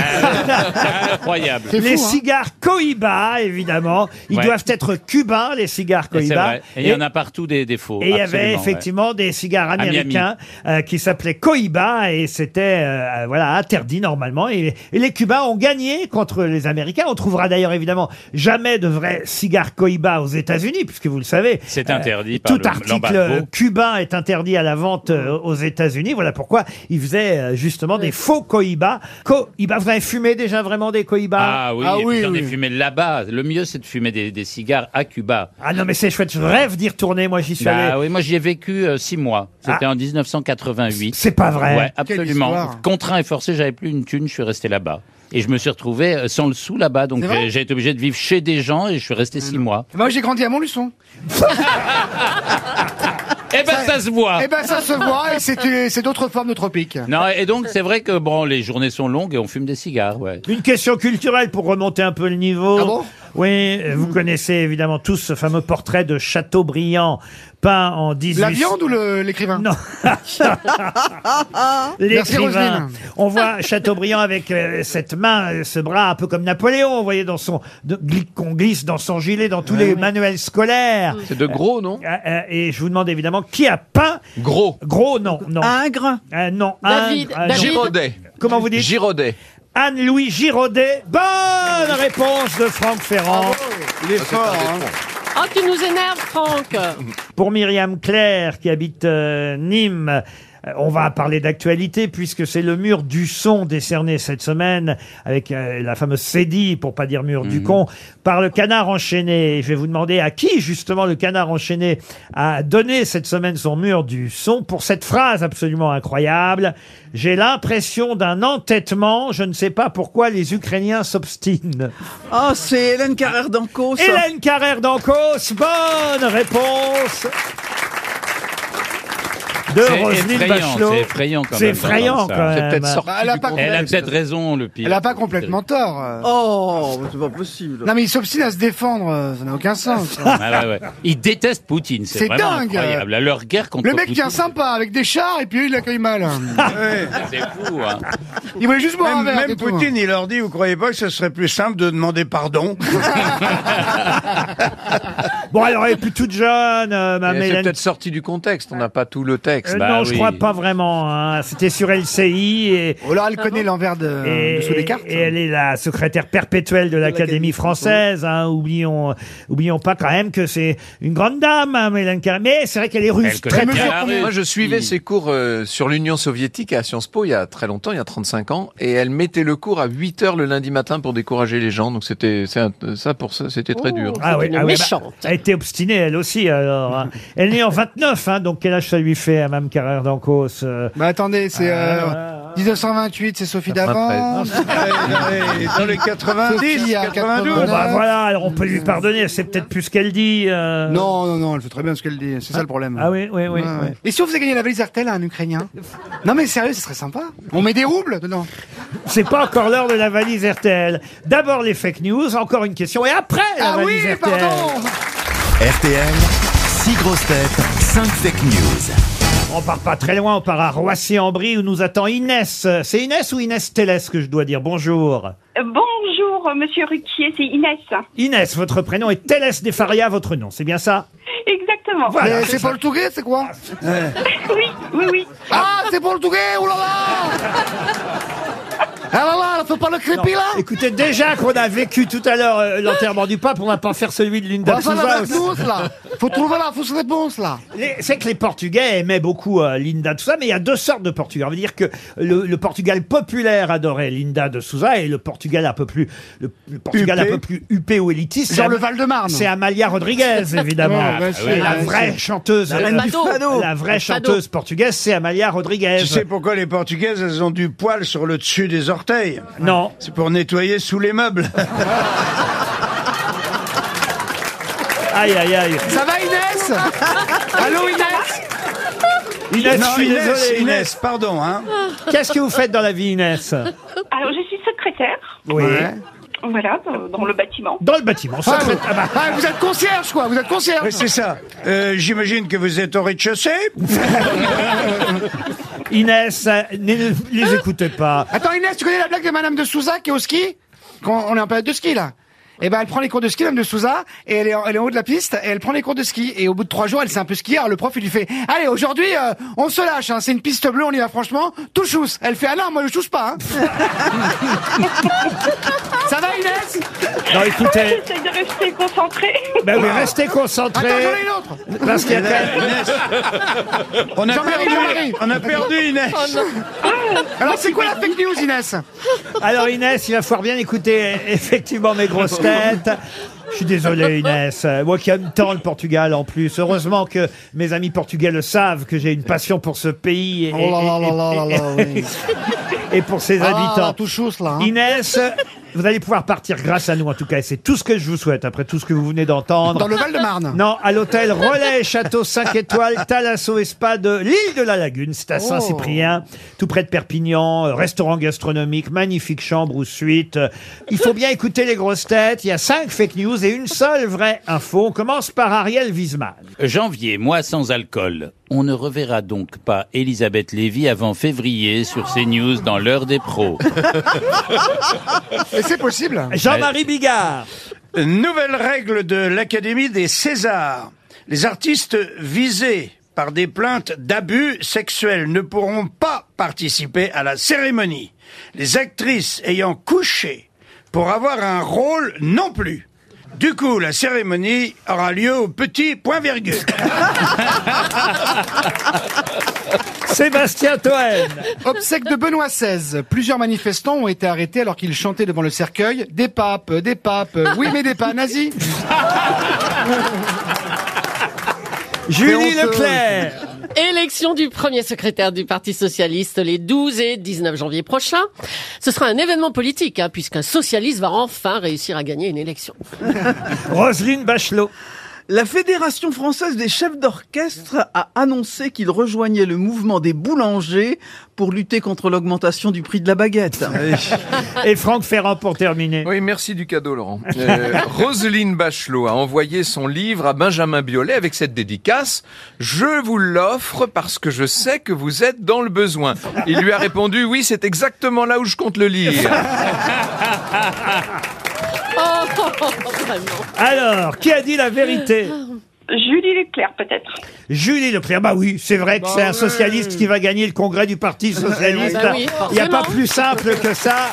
Speaker 5: Incroyable.
Speaker 2: Les cigares Cohiba, évidemment. Ils
Speaker 5: Ouais.
Speaker 2: doivent être cubains, les cigares
Speaker 5: Et c'est
Speaker 2: Cohiba.
Speaker 5: vrai. Et il y en a partout des défauts.
Speaker 2: Et il y
Speaker 5: Oh,
Speaker 2: avait
Speaker 5: Absolument, ouais.
Speaker 2: effectivement des cigares
Speaker 5: Miami.
Speaker 2: américains euh, qui s'appelaient Cohiba et c'était euh, voilà interdit normalement. Et, et les Cubains ont gagné contre les Américains. On trouvera d'ailleurs évidemment jamais de vrais cigares Cohiba aux États-Unis puisque vous le savez. euh,
Speaker 5: C'est interdit par
Speaker 2: Tout
Speaker 5: le- Mmh.
Speaker 2: article
Speaker 5: l'embargo.
Speaker 2: euh, cubain est interdit à la vente euh, aux États-Unis. Voilà pourquoi ils faisaient euh, justement
Speaker 5: Mmh.
Speaker 2: des faux Cohiba. Cohiba, vous avez fumé déjà vraiment des Cohiba
Speaker 5: Ah oui, et puis j'en ai fumé là-bas. Le mieux, c'est de fumer des, des cigares à Cuba.
Speaker 2: Ah non mais c'est chouette, je rêve d'y retourner. Moi j'y suis allé.
Speaker 5: Bah oui, moi j'y ai vécu euh, six mois. C'était en 1988.
Speaker 2: Ah. C'est pas vrai.
Speaker 5: Ouais,
Speaker 2: Quelle
Speaker 5: absolument.
Speaker 2: histoire.
Speaker 5: Contraint et forcé, j'avais plus une thune, je suis resté là-bas. Et je me suis retrouvé euh, sans le sou là-bas, donc
Speaker 6: C'est vrai Ah
Speaker 5: euh, j'ai été obligé de vivre chez des gens et je suis resté six mois.
Speaker 6: Moi, j'ai grandi à Montluçon.
Speaker 5: Eh ben, ça se voit.
Speaker 6: Eh ben, ça se voit, et c'est c'est d'autres formes de tropiques.
Speaker 5: Non, et donc c'est vrai que bon, les journées sont longues et on fume des cigares, ouais.
Speaker 2: Une question culturelle pour remonter un peu le niveau. oui, euh, vous connaissez évidemment tous ce fameux portrait de Chateaubriand peint en 18...
Speaker 6: La viande ou le- l'écrivain
Speaker 2: Non.
Speaker 6: Merci,
Speaker 2: L'écrivain.
Speaker 6: Roselyne.
Speaker 2: On voit Chateaubriand avec euh, cette main, euh, ce bras un peu comme Napoléon, vous voyez, dans son, de- gli- qu'on glisse dans son gilet, dans tous les manuels scolaires.
Speaker 13: Ah C'est de gros, non
Speaker 2: Euh, euh, Et je vous demande évidemment qui a peint.
Speaker 13: Gros.
Speaker 2: Gros, non, non.
Speaker 3: Ingres
Speaker 2: Euh, Non,
Speaker 3: David,
Speaker 2: Ingres, euh, non.
Speaker 3: David.
Speaker 13: Giraudet.
Speaker 2: Comment vous dites
Speaker 13: Giraudet.
Speaker 2: Anne-Louis Giraudet. Bonne réponse de Franck Ferrand.
Speaker 8: Il
Speaker 13: Ah,
Speaker 8: est fort, hein.
Speaker 15: Oh, tu nous énerves, Franck.
Speaker 2: Pour Myriam Claire, qui habite euh, Nîmes, euh, on va parler d'actualité puisque c'est le mur du son décerné cette semaine avec euh, la fameuse CEDI, pour pas dire mur du con, par le canard enchaîné. Je vais vous demander à qui justement le canard enchaîné a donné cette semaine son mur du son pour cette phrase absolument incroyable. J'ai l'impression d'un entêtement, je ne sais pas pourquoi les Ukrainiens s'obstinent.
Speaker 3: Ah, c'est Hélène Carrère d'Ancos.
Speaker 2: Hélène Carrère d'Ancos, bonne réponse
Speaker 5: C'est
Speaker 2: de Roselyne
Speaker 5: effrayant,
Speaker 2: Bachelot.
Speaker 5: C'est effrayant quand même.
Speaker 2: C'est effrayant,
Speaker 5: d'entendre ça.
Speaker 2: quand même. Bah,
Speaker 6: Elle a pas
Speaker 5: Elle a
Speaker 6: compris.
Speaker 5: peut-être raison, le pire.
Speaker 6: Elle a pas complètement tort. euh.
Speaker 3: Oh, c'est pas possible.
Speaker 6: Non, mais il s'obstine à se défendre, euh, ça n'a aucun sens.
Speaker 5: Ah ouais, ouais. Ils détestent Poutine, c'est
Speaker 6: C'est
Speaker 5: vraiment
Speaker 6: dingue.
Speaker 5: incroyable. Leur guerre contre
Speaker 6: Le mec
Speaker 5: Poutine.
Speaker 6: vient sympa avec des chars et puis lui, il l'accueille mal.
Speaker 5: C'est fou, hein.
Speaker 6: Ah Il voulait juste boire
Speaker 8: même,
Speaker 6: un verre.
Speaker 8: même
Speaker 6: c'est tout.
Speaker 8: Poutine, il leur dit, vous croyez pas que ce serait plus simple de demander pardon
Speaker 2: Bon, elle aurait pu toute jeune, euh, ma
Speaker 13: Mais C'est
Speaker 2: Mélène.
Speaker 13: peut-être sorti du contexte, on n'a pas tout le texte.
Speaker 5: Alix,
Speaker 2: Euh,
Speaker 5: bah
Speaker 2: non, je
Speaker 5: oui.
Speaker 2: crois pas vraiment. hein. C'était sur LCI. Et,
Speaker 6: oh là, elle connaît l'envers de, dessous des cartes.
Speaker 2: Et elle est la secrétaire perpétuelle de l'Académie française. hein. Oublions, oublions pas quand même que c'est une grande dame, hein, Mélanie Carré. Mais c'est vrai qu'elle est russe.
Speaker 13: connaît bien
Speaker 2: bien.
Speaker 13: la rue. Moi, je suivais ses cours euh, sur l'Union soviétique à Sciences Po il y a très longtemps, il y a 35 ans, et elle mettait le cours à 8 heures le lundi matin pour décourager les gens. Donc c'était c'est un- ça pour ça, Oh. c'était très dur.
Speaker 2: Ah oui, ah oui, bah, elle a été obstinée, elle aussi, alors. hein. Elle est née en 29, hein, donc quel âge ça lui fait à Mme Carrère d'Ancos euh,
Speaker 6: Bah attendez, c'est euh, 1928, c'est Sophie d'avant.
Speaker 13: Ah,
Speaker 8: Dans les 90,
Speaker 6: Sophie à
Speaker 8: 92.
Speaker 2: Bon, bah voilà, alors on peut lui pardonner, c'est peut-être plus ce qu'elle dit. euh.
Speaker 6: Non, non, non, elle fait très bien ce qu'elle dit, c'est ça le problème.
Speaker 2: Ah oui, oui, oui.
Speaker 6: Ouais,
Speaker 2: oui.
Speaker 6: ouais. Et si on faisait gagner la valise RTL à un Ukrainien Non mais sérieux, ce serait sympa. On met des roubles dedans.
Speaker 2: C'est pas encore l'heure de la valise RTL. D'abord les fake news, encore une question, et après la
Speaker 6: Ah oui,
Speaker 2: valise RTL.
Speaker 6: pardon
Speaker 1: RTL, 6 grosses têtes, 5 fake news.
Speaker 2: On part pas très loin, on part à Roissy-en-Brie où nous attend Inès. C'est Inès ou Inès Télès que je dois dire Bonjour.
Speaker 17: Euh, Bonjour, euh, monsieur Ruquier, c'est Inès.
Speaker 2: Inès, votre prénom est Télès Desfaria, votre nom, c'est bien ça
Speaker 17: Exactement.
Speaker 2: Voilà,
Speaker 6: Mais
Speaker 2: c'est
Speaker 6: c'est
Speaker 2: ça.
Speaker 6: pour le Touquet, c'est quoi
Speaker 17: Oui, oui, oui.
Speaker 6: Ah, c'est pour le Touquet, oulala Ah là là, faut pas le crépi
Speaker 2: Non,
Speaker 6: là
Speaker 2: Écoutez, déjà qu'on a vécu tout à l'heure euh, l'enterrement du pape, on va pas faire celui de Linda
Speaker 6: On va faire
Speaker 2: Souza
Speaker 6: la
Speaker 2: aussi.
Speaker 6: réponse là Faut trouver la fausse réponse là
Speaker 2: Les- C'est que les Portugais aimaient beaucoup euh, Linda de Souza, mais il y a deux sortes de Portugais. On veut dire que le, le Portugal populaire adorait Linda de Souza et le Portugal un peu plus le, le Portugal
Speaker 6: Huppé.
Speaker 2: un peu plus huppé ou élitiste.
Speaker 6: Genre
Speaker 2: c'est
Speaker 6: le
Speaker 2: Am-
Speaker 6: Val-de-Marne.
Speaker 2: C'est Amalia Rodriguez évidemment,
Speaker 6: Ouais, bien sûr,
Speaker 2: la
Speaker 6: bien
Speaker 2: vraie
Speaker 6: sûr.
Speaker 2: chanteuse,
Speaker 6: La reine du fado.
Speaker 2: la vraie
Speaker 6: Le fado.
Speaker 2: chanteuse portugaise, c'est Amalia Rodriguez.
Speaker 8: Tu sais pourquoi les Portugaises, elles ont du poil sur le dessus des orteils
Speaker 2: Non.
Speaker 8: C'est pour nettoyer sous les meubles.
Speaker 2: Aïe aïe aïe.
Speaker 6: Ça va Inès Allô Inès
Speaker 2: Inès,
Speaker 8: Non,
Speaker 2: je suis
Speaker 8: Inès,
Speaker 2: désolé,
Speaker 8: Inès, pardon. Hein.
Speaker 2: Qu'est-ce que vous faites dans la vie, Inès Hein
Speaker 17: Alors, je suis secrétaire,
Speaker 2: Oui.
Speaker 17: voilà, dans dans le bâtiment.
Speaker 2: Dans le bâtiment.
Speaker 8: Ah,
Speaker 2: secrète-
Speaker 8: vous-
Speaker 2: Ah bah.
Speaker 6: Ah, vous êtes concierge quoi, vous êtes concierge
Speaker 8: Oui, c'est ça. Euh, J'imagine que vous êtes au rez-de-chaussée
Speaker 2: Inès, euh, ne ne les écoutez pas.
Speaker 6: Attends Inès, tu connais la blague de Madame de Souza qui est au ski Quand on est en période de ski là et ben elle prend les cours de ski, Madame de Souza, et elle est, en, elle est en haut de la piste, et elle prend les cours de ski. Et au bout de trois jours, elle s'est un peu skier. Le prof, il lui fait Allez, aujourd'hui, euh, on se lâche, hein, c'est une piste bleue, on y va franchement, tout chousse. Elle fait Ah non, moi je chousse pas. hein. Ça va, Inès
Speaker 2: Non, écoutez.
Speaker 17: J'essaie de rester concentrée.
Speaker 2: Ben oui, restez
Speaker 6: Attends,
Speaker 2: concentrés.
Speaker 6: j'en ai une autre
Speaker 2: Parce qu'il y a quand même-
Speaker 8: On a
Speaker 6: Jean-Marie
Speaker 8: perdu-
Speaker 6: Jean-Marie.
Speaker 8: on a perdu Inès.
Speaker 7: Oh
Speaker 6: Alors, c'est quoi la fake news, Inès
Speaker 2: Alors Inès, il va falloir bien écouter euh, effectivement mes grosses têtes. Je suis désolé Inès, Euh, moi qui aime tant le Portugal en plus. Heureusement que mes amis portugais le savent que j'ai une passion pour ce pays et,
Speaker 6: Oh là là là là là là, oui.
Speaker 2: et pour ses
Speaker 6: Ah,
Speaker 2: habitants.
Speaker 6: tout chousse, là, hein.
Speaker 2: Inès, vous allez pouvoir partir grâce à nous en tout cas et c'est tout ce que je vous souhaite après tout ce que vous venez d'entendre.
Speaker 6: Dans le Val-de-Marne.
Speaker 2: Non, à l'hôtel Relais Eh, Château 5 étoiles Thalasso et Spa de l'île de la Lagune. C'est à Saint-Cyprien, tout près de Perpignan. euh, Restaurant gastronomique, magnifique chambre ou suite. Euh, Il faut bien écouter les grosses têtes. Il y a cinq fake news et une seule vraie info. On commence par Ariel Wiesmann.
Speaker 5: Janvier, mois sans alcool. On ne reverra donc pas Elisabeth Lévy avant février sur CNews dans l'heure des pros.
Speaker 6: Et c'est possible
Speaker 2: Jean-Marie Bigard.
Speaker 8: Nouvelle règle de l'Académie des Césars. Les artistes visés par des plaintes d'abus sexuels ne pourront pas participer à la cérémonie. Les actrices ayant couché pour avoir un rôle non plus. Du coup, la cérémonie aura lieu au petit point virgule.
Speaker 2: Sébastien Toen.
Speaker 6: Obsèque de Benoît XVI. Plusieurs manifestants ont été arrêtés alors qu'ils chantaient devant le cercueil Des papes, des papes, oui mais des pas nazis.
Speaker 2: Julie
Speaker 6: Mais on se-
Speaker 2: Leclerc.
Speaker 15: Élection du premier secrétaire du Parti Socialiste les 12 et 19 janvier prochains. Ce sera un événement politique, hein, puisqu'un socialiste va enfin réussir à gagner une élection.
Speaker 2: Roselyne Bachelot.
Speaker 3: La Fédération française des chefs d'orchestre a annoncé qu'il rejoignait le mouvement des boulangers pour lutter contre l'augmentation du prix de la baguette.
Speaker 2: Et Franck Ferrand pour terminer.
Speaker 13: Oui, merci du cadeau, Laurent. Euh, Roselyne Bachelot a envoyé son livre à Benjamin Biolay avec cette dédicace. Je vous l'offre parce que je sais que vous êtes dans le besoin. Il lui a répondu, oui, c'est exactement là où je compte le lire.
Speaker 15: Oh, vraiment.
Speaker 2: Alors, qui a dit la vérité
Speaker 17: Julie Leclerc, peut-être.
Speaker 2: Julie Leclerc, bah oui, c'est vrai que c'est un socialiste qui va gagner le congrès du Parti Socialiste.
Speaker 7: Bah oui,
Speaker 2: Il n'y a pas
Speaker 7: forcément.
Speaker 2: plus simple que ça.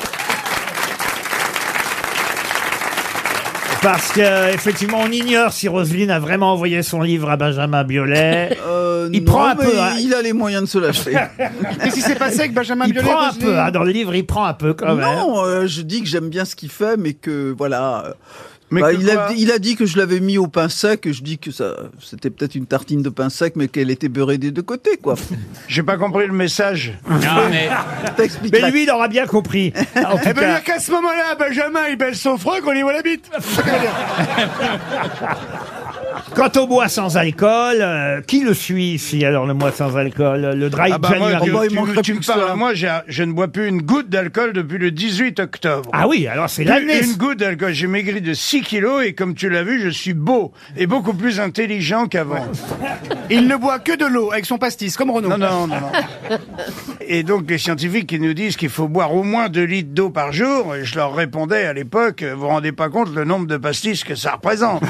Speaker 2: Parce que euh, effectivement, on ignore si Roselyne a vraiment envoyé son livre à Benjamin Biolay.
Speaker 3: Euh,
Speaker 2: il
Speaker 3: non,
Speaker 2: prend un
Speaker 3: mais
Speaker 2: peu. hein.
Speaker 3: Il a les moyens de se lâcher.
Speaker 6: Qu'est-ce qui s'est passé avec Benjamin
Speaker 2: Il
Speaker 6: Biolay
Speaker 2: prend un
Speaker 6: Roselyne
Speaker 2: peu. hein, dans le livre, il prend un peu quand même.
Speaker 3: Non, euh, je dis que j'aime bien ce qu'il fait, mais que voilà. euh,
Speaker 2: Mais
Speaker 3: bah,
Speaker 2: que
Speaker 3: il, a,
Speaker 2: quoi
Speaker 3: il a dit que je l'avais mis au pain sec, et je dis que ça, c'était peut-être une tartine de pain sec, mais qu'elle était beurrée des deux côtés, quoi.
Speaker 8: J'ai pas compris le message.
Speaker 2: Ah.
Speaker 5: Non, mais-
Speaker 2: Mais lui, il aura bien compris. En tout
Speaker 8: Eh ben, il y
Speaker 2: cas,
Speaker 8: a qu'à ce moment-là, Benjamin, il baisse son froc, on y voit la bite.
Speaker 2: quant au mois sans alcool, euh, qui le suit ici alors le mois sans alcool Le dry
Speaker 8: Ah bah, moi,
Speaker 2: January
Speaker 8: tu- tu- tu me parles à moi, j'ai un- je ne bois plus une goutte d'alcool depuis le 18 octobre.
Speaker 2: Ah oui, alors c'est
Speaker 8: Plus
Speaker 2: l'année.
Speaker 8: Une goutte d'alcool, j'ai maigri de 6 kilos et comme tu l'as vu, je suis beau et beaucoup plus intelligent qu'avant.
Speaker 6: Il ne boit que de l'eau avec son pastis, comme Renaud.
Speaker 8: Oh Non, non, non, non. Et donc les scientifiques qui nous disent qu'il faut boire au moins 2 litres d'eau par jour, et je leur répondais à l'époque, vous vous rendez pas compte le nombre de pastilles que ça représente.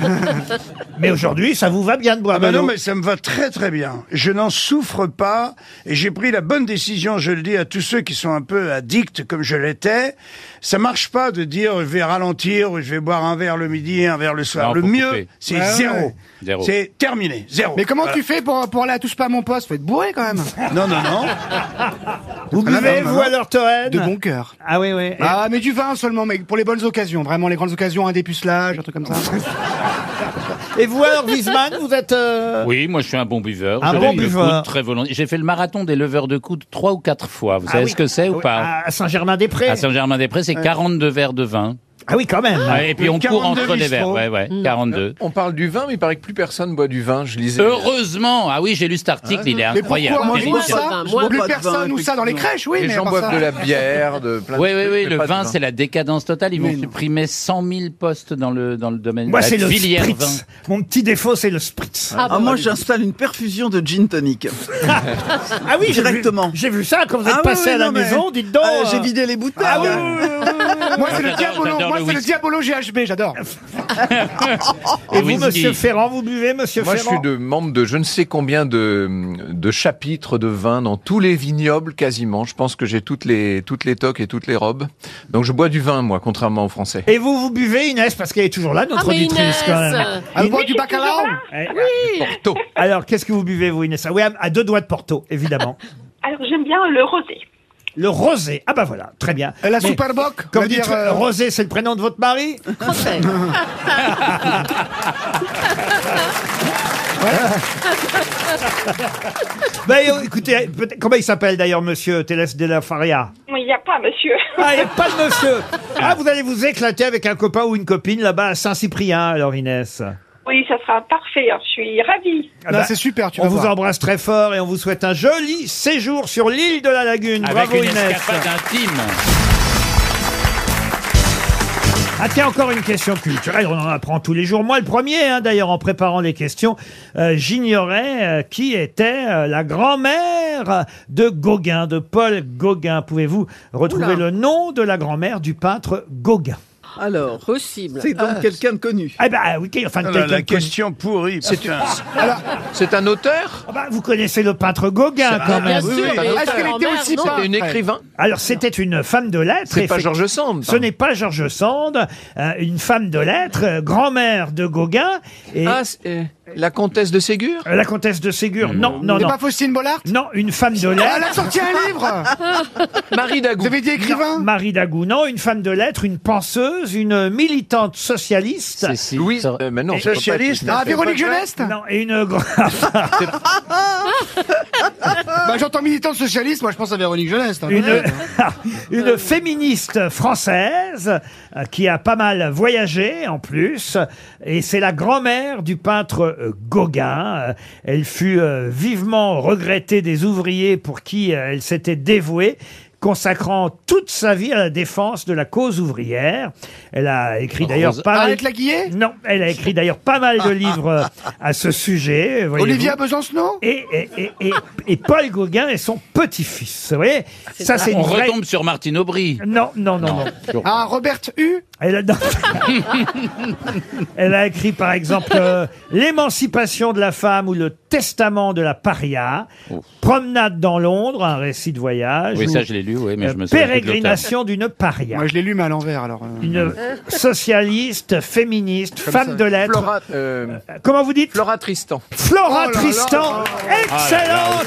Speaker 2: Mais aujourd'hui, ça vous va bien de boire
Speaker 8: Ah bah
Speaker 2: de
Speaker 8: non,
Speaker 2: l'eau.
Speaker 8: mais ça me va très très bien. Je n'en souffre pas et j'ai pris la bonne décision, je le dis à tous ceux qui sont un peu addicts comme je l'étais. Ça marche pas de dire je vais ralentir ou je vais boire un verre le midi, un verre le soir.
Speaker 5: Non,
Speaker 8: le
Speaker 5: faut
Speaker 8: mieux,
Speaker 5: couper.
Speaker 8: c'est
Speaker 6: Ouais,
Speaker 8: zéro.
Speaker 6: ouais.
Speaker 5: Zéro.
Speaker 8: C'est terminé, zéro. Euh.
Speaker 6: Mais comment
Speaker 8: Voilà.
Speaker 6: tu fais pour, pour aller à Touche pas à mon poste Faut être bourré quand même.
Speaker 8: Non, non, non.
Speaker 2: Vous
Speaker 6: Ah, non,
Speaker 2: buvez,
Speaker 6: non,
Speaker 2: vous,
Speaker 6: non.
Speaker 2: alors, Toen
Speaker 6: De bon cœur.
Speaker 2: Ah oui, oui.
Speaker 6: Ah, mais du vin seulement, mec, pour les bonnes occasions. Vraiment, les grandes occasions, un dépucelage, un truc comme ça.
Speaker 2: Et vous, alors, Wiesmann, vous êtes. euh,
Speaker 5: Oui, moi je suis un bon buveur.
Speaker 2: Un
Speaker 5: je
Speaker 2: bon
Speaker 5: lève le
Speaker 2: buveur.
Speaker 5: coude très volontiers. J'ai fait le marathon des leveurs de coude trois ou quatre fois. Vous
Speaker 2: Ah
Speaker 5: savez
Speaker 2: oui.
Speaker 5: ce que c'est ou
Speaker 2: Oui,
Speaker 5: pas
Speaker 2: Ah, À Saint-Germain-des-Prés.
Speaker 5: À Saint-Germain-des-Prés, c'est
Speaker 2: Ouais.
Speaker 5: 42 verres de vin.
Speaker 2: Ah oui, quand même.
Speaker 5: Ouais, et puis on court entre les verres. Ouais,
Speaker 2: Mm.
Speaker 5: ouais, 42.
Speaker 13: Euh, On parle du vin, mais il paraît que plus personne boit du vin, je lisais.
Speaker 5: Heureusement Ah oui, j'ai lu cet article, il est Euh,
Speaker 13: Mais
Speaker 5: incroyable.
Speaker 13: pourquoi moi,
Speaker 5: C'est
Speaker 13: je bois
Speaker 5: bien.
Speaker 13: ça Je bois
Speaker 6: Plus
Speaker 13: pas de vin,
Speaker 6: personne ou ça dans les crèches, oui,
Speaker 13: les
Speaker 6: mais à
Speaker 13: gens
Speaker 6: part
Speaker 13: boivent
Speaker 6: ça.
Speaker 13: de la bière, de plein de
Speaker 5: Oui, oui,
Speaker 13: trucs,
Speaker 5: oui,
Speaker 13: mais
Speaker 5: le
Speaker 13: pas de
Speaker 5: vin, c'est la décadence totale. Ils vont supprimer 100 000 postes dans le, dans le domaine
Speaker 2: Moi,
Speaker 5: de
Speaker 2: c'est
Speaker 5: la
Speaker 2: le
Speaker 5: filière vin.
Speaker 2: spritz. Mon petit défaut, c'est le spritz.
Speaker 3: Ah,
Speaker 5: bah,
Speaker 3: moi, j'installe une perfusion de gin tonic.
Speaker 2: ah oui, j'ai vu-
Speaker 3: directement.
Speaker 2: J'ai vu ça quand vous êtes
Speaker 3: Ah oui,
Speaker 2: passé
Speaker 3: oui,
Speaker 2: à la
Speaker 3: non, mais-
Speaker 2: maison, dites donc.
Speaker 3: Euh, j'ai
Speaker 2: euh,
Speaker 3: vidé les bouteilles.
Speaker 2: Ah oui,
Speaker 6: Euh, Moi, c'est le
Speaker 5: J'adore-
Speaker 6: Diabolo,
Speaker 5: j'adore
Speaker 6: moi,
Speaker 5: le
Speaker 6: c'est le
Speaker 5: whisky.
Speaker 6: Diabolo GHB, j'adore.
Speaker 2: Et
Speaker 5: Le
Speaker 2: vous,
Speaker 5: whisky.
Speaker 2: monsieur Ferrand, vous buvez, monsieur
Speaker 13: Moi, je
Speaker 2: Ferrand
Speaker 13: suis de membre de je ne sais combien de, de chapitres de vin dans tous les vignobles quasiment. Je pense que j'ai toutes les, toutes les toques et toutes les robes. Donc, je bois du vin, moi, contrairement aux Français.
Speaker 2: Et vous, vous buvez, Inès, parce qu'elle est toujours là, notre
Speaker 15: Ah, mais
Speaker 2: auditrice,
Speaker 15: Inès,
Speaker 2: quand même.
Speaker 15: euh,
Speaker 6: Elle boit du bacalao.
Speaker 2: Eh,
Speaker 15: Oui.
Speaker 13: Porto.
Speaker 2: Alors, qu'est-ce que vous buvez, vous, Inès Ah Oui, à, à deux doigts de Porto, évidemment.
Speaker 17: Alors, j'aime bien le rosé.
Speaker 2: Le rosé. Ah bah voilà, très bien.
Speaker 6: La
Speaker 2: Mais-
Speaker 6: Superboc,
Speaker 2: Comme
Speaker 6: on va
Speaker 2: vous dites,
Speaker 6: dire, euh,
Speaker 2: euh, Rosé, c'est le prénom de votre mari
Speaker 15: Crochet.
Speaker 2: Ben euh, écoutez, peut-être- comment il s'appelle d'ailleurs, monsieur Teles de la Faria
Speaker 17: Mais il n'y a pas, monsieur.
Speaker 2: Ah, et pas de monsieur Ah, vous allez vous éclater avec un copain ou une copine là-bas à Saint-Cyprien, alors Inès.
Speaker 17: Oui, ça sera parfait. hein, Je suis ravie.
Speaker 2: Ah
Speaker 6: Non,
Speaker 2: bah,
Speaker 6: c'est super, tu
Speaker 2: on
Speaker 6: vas
Speaker 2: vous
Speaker 6: voir.
Speaker 2: embrasse très fort et on vous souhaite un joli séjour sur l'île de la Lagune.
Speaker 5: Avec
Speaker 2: Bravo
Speaker 5: une
Speaker 2: Inès.
Speaker 5: escapade intime.
Speaker 2: Ah tiens, encore une question culturelle, on en apprend tous les jours. Moi, le premier, hein, d'ailleurs, en préparant les questions, euh, j'ignorais euh, qui était euh, la grand-mère de Gauguin, de Paul Gauguin. Pouvez-vous retrouver
Speaker 3: Oula.
Speaker 2: le nom de la grand-mère du peintre Gauguin
Speaker 3: Alors,
Speaker 15: Possible.
Speaker 3: c'est
Speaker 2: Ah.
Speaker 3: donc quelqu'un de connu.
Speaker 2: Eh ben, ah oui, enfin,
Speaker 8: Oh là,
Speaker 2: quelqu'un
Speaker 8: la
Speaker 2: de connu.
Speaker 8: question pourrie. putain.
Speaker 6: Ah,
Speaker 13: C'est un auteur
Speaker 2: Ah bah, vous connaissez le peintre Gauguin, quand
Speaker 15: Bien
Speaker 2: même.
Speaker 15: sûr.
Speaker 13: oui,
Speaker 15: mais
Speaker 6: Ah, Est-ce qu'elle était
Speaker 15: grand-mère,
Speaker 6: aussi
Speaker 15: non.
Speaker 6: pas
Speaker 13: C'était une écrivain
Speaker 2: Alors, c'était une femme de lettres.
Speaker 13: C'est pas
Speaker 2: effectivement.
Speaker 13: Georges Sand
Speaker 2: Ce n'est pas Georges Sand, euh, une femme de lettres, euh, grand-mère de Gauguin. Et
Speaker 13: Ah, c'est, euh, la comtesse de Ségur
Speaker 2: euh, la comtesse de Ségur, non, non,
Speaker 6: C'est
Speaker 2: non.
Speaker 6: pas Faustine Bollard Ah,
Speaker 2: Non, une femme de
Speaker 6: Elle
Speaker 2: lettres.
Speaker 6: a sorti un livre
Speaker 13: Marie
Speaker 6: Vous
Speaker 13: Dagou
Speaker 6: avez dit écrivain
Speaker 2: Marie Dagou, non, une femme de lettres, une penseuse, une militante socialiste.
Speaker 5: Cécile.
Speaker 13: Louis
Speaker 5: Sor-
Speaker 13: euh, mais non, ça peut pas être-
Speaker 8: Socialiste.
Speaker 6: Ah, Véronique Jeunesse
Speaker 2: Non, et une gra-
Speaker 6: Bah, j'entends militante socialiste, moi je pense à Véronique Jeunesse. hein.
Speaker 2: une, une féministe française euh, qui a pas mal voyagé en plus et c'est la grand-mère du peintre euh, Gauguin. Euh, Elle fut euh, vivement regrettée des ouvriers pour qui euh, elle s'était dévouée consacrant toute sa vie à la défense de la cause ouvrière. Elle a écrit d'ailleurs
Speaker 5: Rose-
Speaker 2: pas mal...
Speaker 6: Arlette Laguillet
Speaker 2: Non, elle a écrit d'ailleurs pas mal de livres euh, à ce sujet. voyez-vous.
Speaker 6: Olivia Besancenot
Speaker 2: et, et, et, et, et Paul Gauguin est son petit-fils. Vous voyez Ça, c'est une
Speaker 5: On
Speaker 2: vraie...
Speaker 5: retombe sur Martine Aubry.
Speaker 2: Non, non, non, non.
Speaker 6: Ah, Robert U
Speaker 2: Elle a, non. Elle a écrit par exemple euh, L'émancipation de la femme ou le testament de la paria, Promenade dans Londres, un récit de voyage.
Speaker 5: Oui,
Speaker 2: ou euh,
Speaker 5: ça, je l'ai lu, oui, mais je me souviens plus de l'auteur.
Speaker 2: Pérégrination d'une paria.
Speaker 6: Moi, je l'ai lu, mais à l'envers, alors. euh.
Speaker 2: Une socialiste, féministe,
Speaker 6: Comme
Speaker 2: femme
Speaker 6: ça.
Speaker 2: de lettres.
Speaker 6: Flora, Ah,
Speaker 2: Comment vous dites
Speaker 13: Flora Tristan.
Speaker 2: Flora
Speaker 6: Oh là Ah, là,
Speaker 2: Tristan, excellente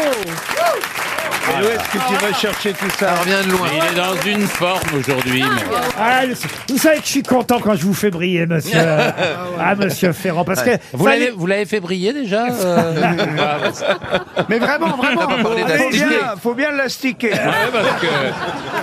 Speaker 8: Et où est-ce que tu vas chercher tout
Speaker 13: Ça
Speaker 8: ça
Speaker 13: revient de
Speaker 5: Mais il est dans une forme aujourd'hui. mais-
Speaker 2: Ah, le- vous savez que je suis content quand je vous fais briller, monsieur. ah, monsieur Ferrand, parce que
Speaker 5: Ouais. vous
Speaker 2: fallait-
Speaker 5: l'avez vous l'avez fait briller déjà. euh, bah, bah, c'est-
Speaker 6: Mais vraiment, vraiment.
Speaker 5: On va parler
Speaker 6: Allez,
Speaker 5: d'astiquer.
Speaker 6: viens.
Speaker 8: Faut bien l'astiquer.
Speaker 5: Ouais, parce que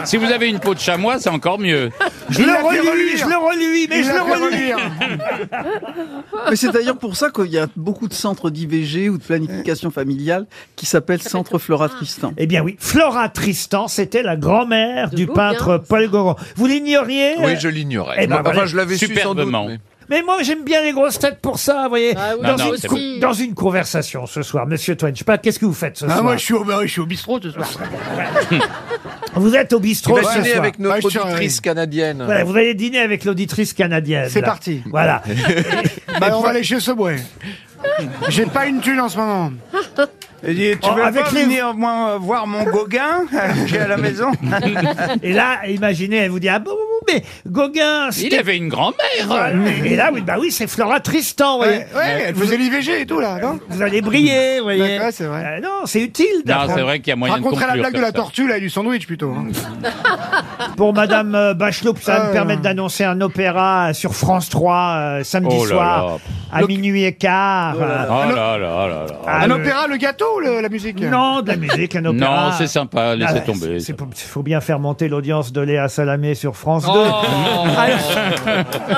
Speaker 5: si vous avez une peau de chamois, c'est encore mieux.
Speaker 2: Je le relis, je le relis, mais je le relis.
Speaker 3: Mais c'est d'ailleurs pour ça qu'il y a beaucoup de centres d'IVG ou de planification familiale qui s'appellent Centre Flora Tristan.
Speaker 2: Eh bien oui, Flora Tristan, c'était la grand-mère du peintre Paul Gauguin. Vous l'ignoriez
Speaker 13: Oui, je l'ignorais.
Speaker 2: Eh ben
Speaker 13: Enfin,
Speaker 2: voilà.
Speaker 13: je l'avais su sans doute.
Speaker 5: Superbement.
Speaker 13: mais-
Speaker 2: Mais moi, j'aime bien les grosses têtes pour ça, vous voyez.
Speaker 13: Ah oui,
Speaker 2: dans,
Speaker 13: Non, non,
Speaker 2: une
Speaker 13: c'est
Speaker 2: cou-
Speaker 13: bon.
Speaker 2: dans une conversation ce soir, monsieur Twenchpat, qu'est-ce que vous faites ce
Speaker 6: Ah,
Speaker 2: soir
Speaker 6: moi, je suis, au, bah, je suis au bistrot ce soir.
Speaker 2: Vous êtes au bistrot ce
Speaker 13: Imaginez
Speaker 2: soir.
Speaker 13: avec notre
Speaker 6: Ouais, Ah, je suis-
Speaker 13: auditrice canadienne.
Speaker 2: Voilà, vous allez dîner avec l'auditrice canadienne.
Speaker 6: C'est
Speaker 2: là.
Speaker 6: parti.
Speaker 2: Voilà.
Speaker 6: Bah, on va aller chez Subway. J'ai pas une thune en ce moment.
Speaker 8: Il dit, tu
Speaker 2: Oh,
Speaker 8: veux
Speaker 2: avec
Speaker 8: pas
Speaker 2: les-
Speaker 8: venir moi, voir mon Gauguin euh, qui est à la maison
Speaker 2: Et là, imaginez, elle vous dit ah bon, bon, bon, mais Gauguin,
Speaker 5: Il
Speaker 2: c'était
Speaker 5: avait une grand-mère.
Speaker 2: Voilà. Et là, oui, bah oui, c'est Flora Tristan. vous voyez.
Speaker 6: Ouais, ouais, elle faisait l'IVG et tout là, non
Speaker 2: Vous allez briller, vous voyez.
Speaker 6: D'accord, c'est vrai.
Speaker 2: Euh, non, c'est utile.
Speaker 5: Non,
Speaker 2: d'apprendre.
Speaker 5: c'est vrai qu'il y a moyen de
Speaker 6: Raconterait la
Speaker 5: conclure
Speaker 6: blague de
Speaker 5: comme
Speaker 6: la
Speaker 5: ça.
Speaker 6: tortue là et du sandwich plutôt. hein.
Speaker 2: Pour Madame euh, Bachelot, ça va me
Speaker 6: Euh.
Speaker 2: permettre d'annoncer un opéra sur France 3 euh, samedi
Speaker 5: Oh là
Speaker 2: soir
Speaker 5: là.
Speaker 2: à minuit et quart.
Speaker 5: Oh
Speaker 2: euh,
Speaker 5: là là là là.
Speaker 2: ah,
Speaker 6: un
Speaker 2: le-
Speaker 6: opéra, le gâteau ou le- la musique
Speaker 2: Non, de la musique, un opéra.
Speaker 5: Non, c'est sympa,
Speaker 2: Ah,
Speaker 5: laissez
Speaker 2: ouais,
Speaker 5: tomber.
Speaker 2: c'est- c'est pour- Il faut bien faire monter l'audience de Léa Salamé sur France 2.
Speaker 6: Oh.
Speaker 7: Oh.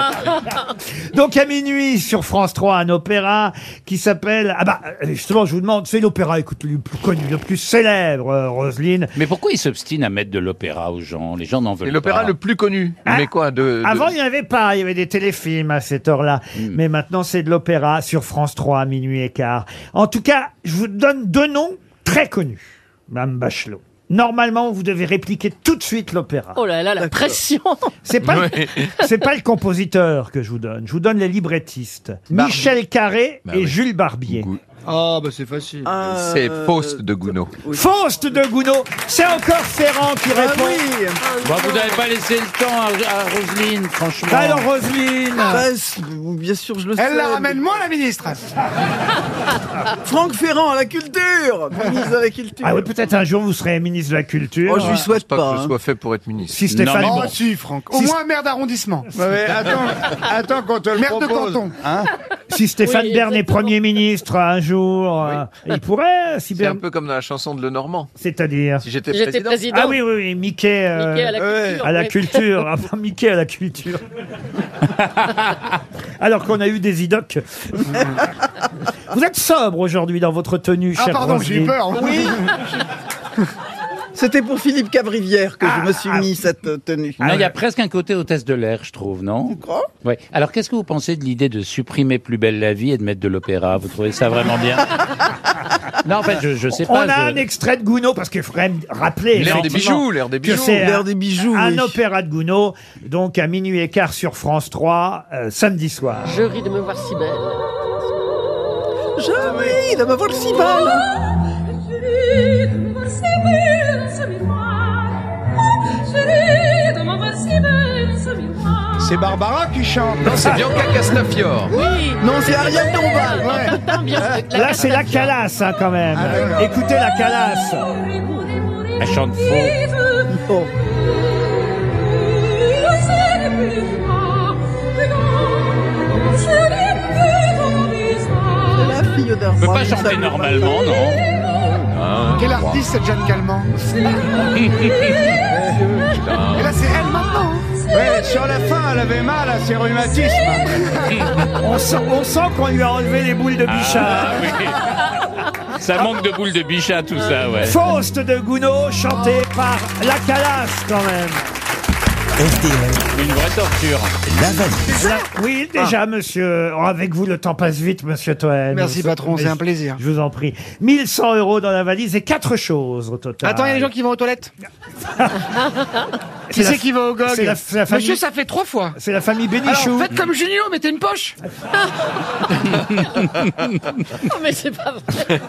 Speaker 2: Donc à minuit sur France 3, un opéra qui s'appelle... Ah bah euh, justement, je vous demande, c'est l'opéra écoute, le plus connu, le plus célèbre, euh, Roselyne.
Speaker 5: Mais pourquoi ils s'obstinent à mettre de l'opéra aux gens Les gens n'en veulent
Speaker 13: Et l'opéra
Speaker 5: pas.
Speaker 13: le plus connu. Mais quoi Euh, de, Hmm. de-
Speaker 2: Ah. Avant, il n'y en avait pas, il y avait des téléfilms à cette heure-là. Mais maintenant, c'est de l'opéra sur France 3 à minuit et quart. En tout cas, je vous donne deux noms très connus, Mme Bachelot. Normalement, vous devez répliquer tout de suite l'opéra.
Speaker 15: Oh là là, la pression
Speaker 2: C'est pas, le-
Speaker 13: Ouais.
Speaker 2: c'est pas le compositeur que je vous donne. Je vous donne les librettistes. Michel Carré
Speaker 13: Bah
Speaker 2: et
Speaker 13: oui.
Speaker 2: Jules Barbier.
Speaker 6: Ah bah c'est facile.
Speaker 13: Euh, C'est Faust de Gounod.
Speaker 2: Faust de Gounod. C'est encore Ferrand qui
Speaker 3: Ah
Speaker 2: répond.
Speaker 3: oui
Speaker 5: Bah, vous n'avez pas laissé le temps à, à Roselyne, franchement.
Speaker 2: Bah Alors, Roselyne.
Speaker 8: Ah,
Speaker 13: Ah.
Speaker 3: Bah, c'est- Bien sûr, je le sais.
Speaker 6: Elle la ramène moi la ministre.
Speaker 3: Franck Ferrand, la culture Ministre de la culture.
Speaker 2: Ah oui, peut-être un jour vous serez ministre de la Culture.
Speaker 3: Oh, je lui souhaite
Speaker 13: Pas,
Speaker 3: pas.
Speaker 13: que ce
Speaker 3: hein.
Speaker 13: soit fait pour être ministre.
Speaker 2: Si Stéphane.
Speaker 5: Non,
Speaker 6: Oh
Speaker 5: Bon.
Speaker 6: si Franck. Au
Speaker 2: Si-
Speaker 6: moins maire d'arrondissement.
Speaker 8: Ouais, mais attends, attends qu'on te le
Speaker 6: Maire de
Speaker 8: propose.
Speaker 6: canton.
Speaker 8: Hein
Speaker 2: Si Stéphane
Speaker 15: Oui,
Speaker 2: Bern est
Speaker 15: exactement.
Speaker 2: Premier ministre un jour, euh, il
Speaker 6: Ah,
Speaker 2: pourrait, si
Speaker 13: C'est un
Speaker 2: Bern...
Speaker 13: peu comme dans la chanson de Lenormand.
Speaker 2: C'est-à-dire
Speaker 13: Si j'étais
Speaker 15: J'étais
Speaker 13: président.
Speaker 15: président.
Speaker 2: Ah oui, oui, oui, Mickey... euh,
Speaker 15: Mickey à la
Speaker 8: ouais.
Speaker 15: culture.
Speaker 2: à la
Speaker 15: oui.
Speaker 2: culture. Enfin, Mickey à la culture. Alors qu'on a eu des idocs. Vous êtes sobre aujourd'hui dans votre tenue,
Speaker 6: Ah
Speaker 2: cher
Speaker 6: pardon, j'ai
Speaker 2: Roselyne.
Speaker 6: eu peur. Oui.
Speaker 3: C'était pour Philippe Cavrivière que
Speaker 2: Ah,
Speaker 3: je me suis mis cette euh, tenue.
Speaker 5: Non, il y a presque un côté hôtesse de l'air, je trouve, non Ouais. Alors, qu'est-ce que vous pensez de l'idée de supprimer Plus belle la vie et de mettre de l'opéra Vous trouvez ça vraiment bien Non, en fait, je, je sais
Speaker 2: On
Speaker 5: pas.
Speaker 2: a un
Speaker 5: je-
Speaker 2: extrait de Gounod, parce qu'il faut quand même rappeler...
Speaker 13: L'air des
Speaker 2: effectivement,
Speaker 13: bijoux, l'air des
Speaker 2: que
Speaker 13: bijoux.
Speaker 2: c'est
Speaker 3: L'air
Speaker 2: un-
Speaker 3: des bijoux.
Speaker 2: Un
Speaker 3: oui.
Speaker 2: opéra de Gounod, donc à minuit et quart sur France 3, euh, samedi soir.
Speaker 15: Je ris de me voir si belle.
Speaker 3: Jamais de me voir si mal.
Speaker 8: C'est Barbara qui chante.
Speaker 13: Non, c'est Bianca Castafiore.
Speaker 15: Oui
Speaker 3: Non, c'est Ariel Dombal.
Speaker 15: Putain, bien sûr, la
Speaker 2: Là, c'est la calasse, hein, quand même.
Speaker 3: Ah,
Speaker 2: Écoutez la calasse.
Speaker 5: Elle chante faux.
Speaker 3: Oh. La fille d'un
Speaker 5: On peut
Speaker 3: roi.
Speaker 5: pas chanter normalement, non
Speaker 15: Ah.
Speaker 6: Quel artiste cette Jeanne Calment Et là c'est elle maintenant. hein.
Speaker 8: Ouais, sur la fin, elle avait mal à ses rhumatismes.
Speaker 2: On sent, on sent qu'on lui a enlevé les boules de Bichat.
Speaker 5: Ah oui. Ça manque de boules de bichat, tout ça, ouais.
Speaker 2: Faust de Gounod, chanté par la calasse, quand même.
Speaker 1: RTL,
Speaker 5: Une vraie torture.
Speaker 1: la valise.
Speaker 2: La- oui, déjà, monsieur. Oh, avec vous, le temps passe vite, monsieur Toen.
Speaker 6: Ah. Merci patron,
Speaker 2: Mais
Speaker 6: c'est un plaisir.
Speaker 2: Je vous en prie. 1100 euros dans la valise et quatre choses au total.
Speaker 6: Attends, il y a des gens qui vont aux toilettes. Qui c'est qui va au GOG
Speaker 2: C'est la- c'est la famille-
Speaker 6: Monsieur, ça fait trois fois.
Speaker 2: C'est la famille Bénichou.
Speaker 6: Alors, faites comme Junio, mettez une poche.
Speaker 15: Non, mais c'est pas vrai.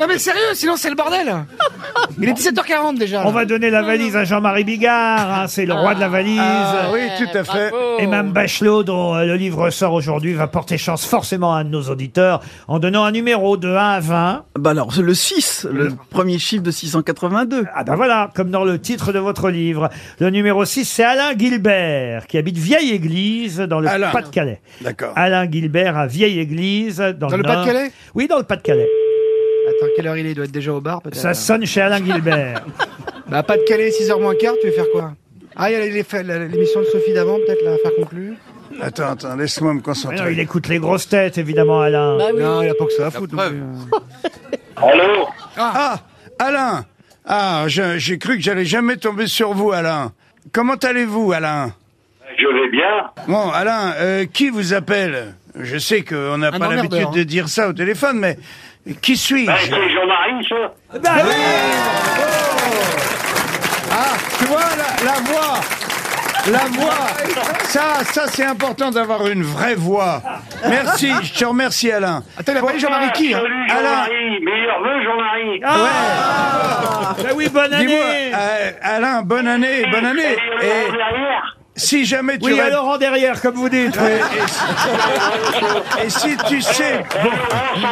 Speaker 6: non mais sérieux, sinon c'est le bordel. Il est 17h40 déjà. là.
Speaker 2: On va donner la valise à Jean-Marie Bigard, hein, c'est le roi de la valise.
Speaker 6: Ah oui, tout à fait. bravo.
Speaker 2: Et Mme Bachelot, dont euh, le livre sort aujourd'hui, va porter chance forcément à un de nos auditeurs en donnant un numéro de 1 à 20.
Speaker 3: Bah alors, le 6, le premier chiffre de 682.
Speaker 2: Ah ben voilà, comme dans le titre de votre livre. Le numéro 6, c'est Alain Gilbert, qui habite Vieille-Église dans le
Speaker 8: Alain.
Speaker 2: Pas-de-Calais.
Speaker 8: D'accord.
Speaker 2: Alain Gilbert à Vieille-Église dans,
Speaker 6: Dans le
Speaker 2: Nord.
Speaker 6: Pas-de-Calais
Speaker 2: Oui, dans le Pas-de-Calais.
Speaker 6: Attends, quelle heure il est Il doit être déjà au bar peut-être.
Speaker 2: Ça sonne chez Alain Gilbert.
Speaker 6: Bah pas de Calais, 6h moins quart, tu veux faire quoi Ah, il y a les- les- la- l'émission de Sophie d'avant, peut-être la faire conclure.
Speaker 8: Attends, attends, laisse-moi me
Speaker 2: Mais
Speaker 8: concentrer.
Speaker 2: Ah non, il écoute les grosses têtes, évidemment, Alain.
Speaker 6: Bah oui. Non, il a pas que ça à foutre,
Speaker 8: Allô euh. ah. Alain Ah, je- j'ai cru que j'allais jamais tomber sur vous, Alain. Comment allez-vous, Alain
Speaker 12: Je vais bien.
Speaker 8: Bon, Alain, euh, qui vous appelle Je sais qu'on
Speaker 12: Un
Speaker 8: n'a pas
Speaker 12: emmerdeur,
Speaker 8: l'habitude
Speaker 12: hein.
Speaker 8: de dire ça au téléphone, mais qui suis-je
Speaker 6: Bah,
Speaker 12: Ben, c'est Jean-Marie, ça Oh.
Speaker 8: Ah, tu vois, la, la voix La voix Ça, ça c'est important d'avoir une vraie voix. Merci, je te remercie, Alain.
Speaker 12: Ah,
Speaker 6: Attends, il a pas dit Jean-Marie qui, hein
Speaker 12: Salut
Speaker 8: Alain Ah.
Speaker 12: Jean-Marie, meilleur vœu Jean-Marie.
Speaker 2: Ben oui, bonne
Speaker 8: Dis-moi,
Speaker 2: année.
Speaker 8: euh, Alain, bonne année, bonne année. Et si jamais tu
Speaker 2: Oui, à
Speaker 8: rêves-
Speaker 2: Laurent derrière, comme vous dites.
Speaker 8: Ouais, et, et si tu sais.
Speaker 12: hein,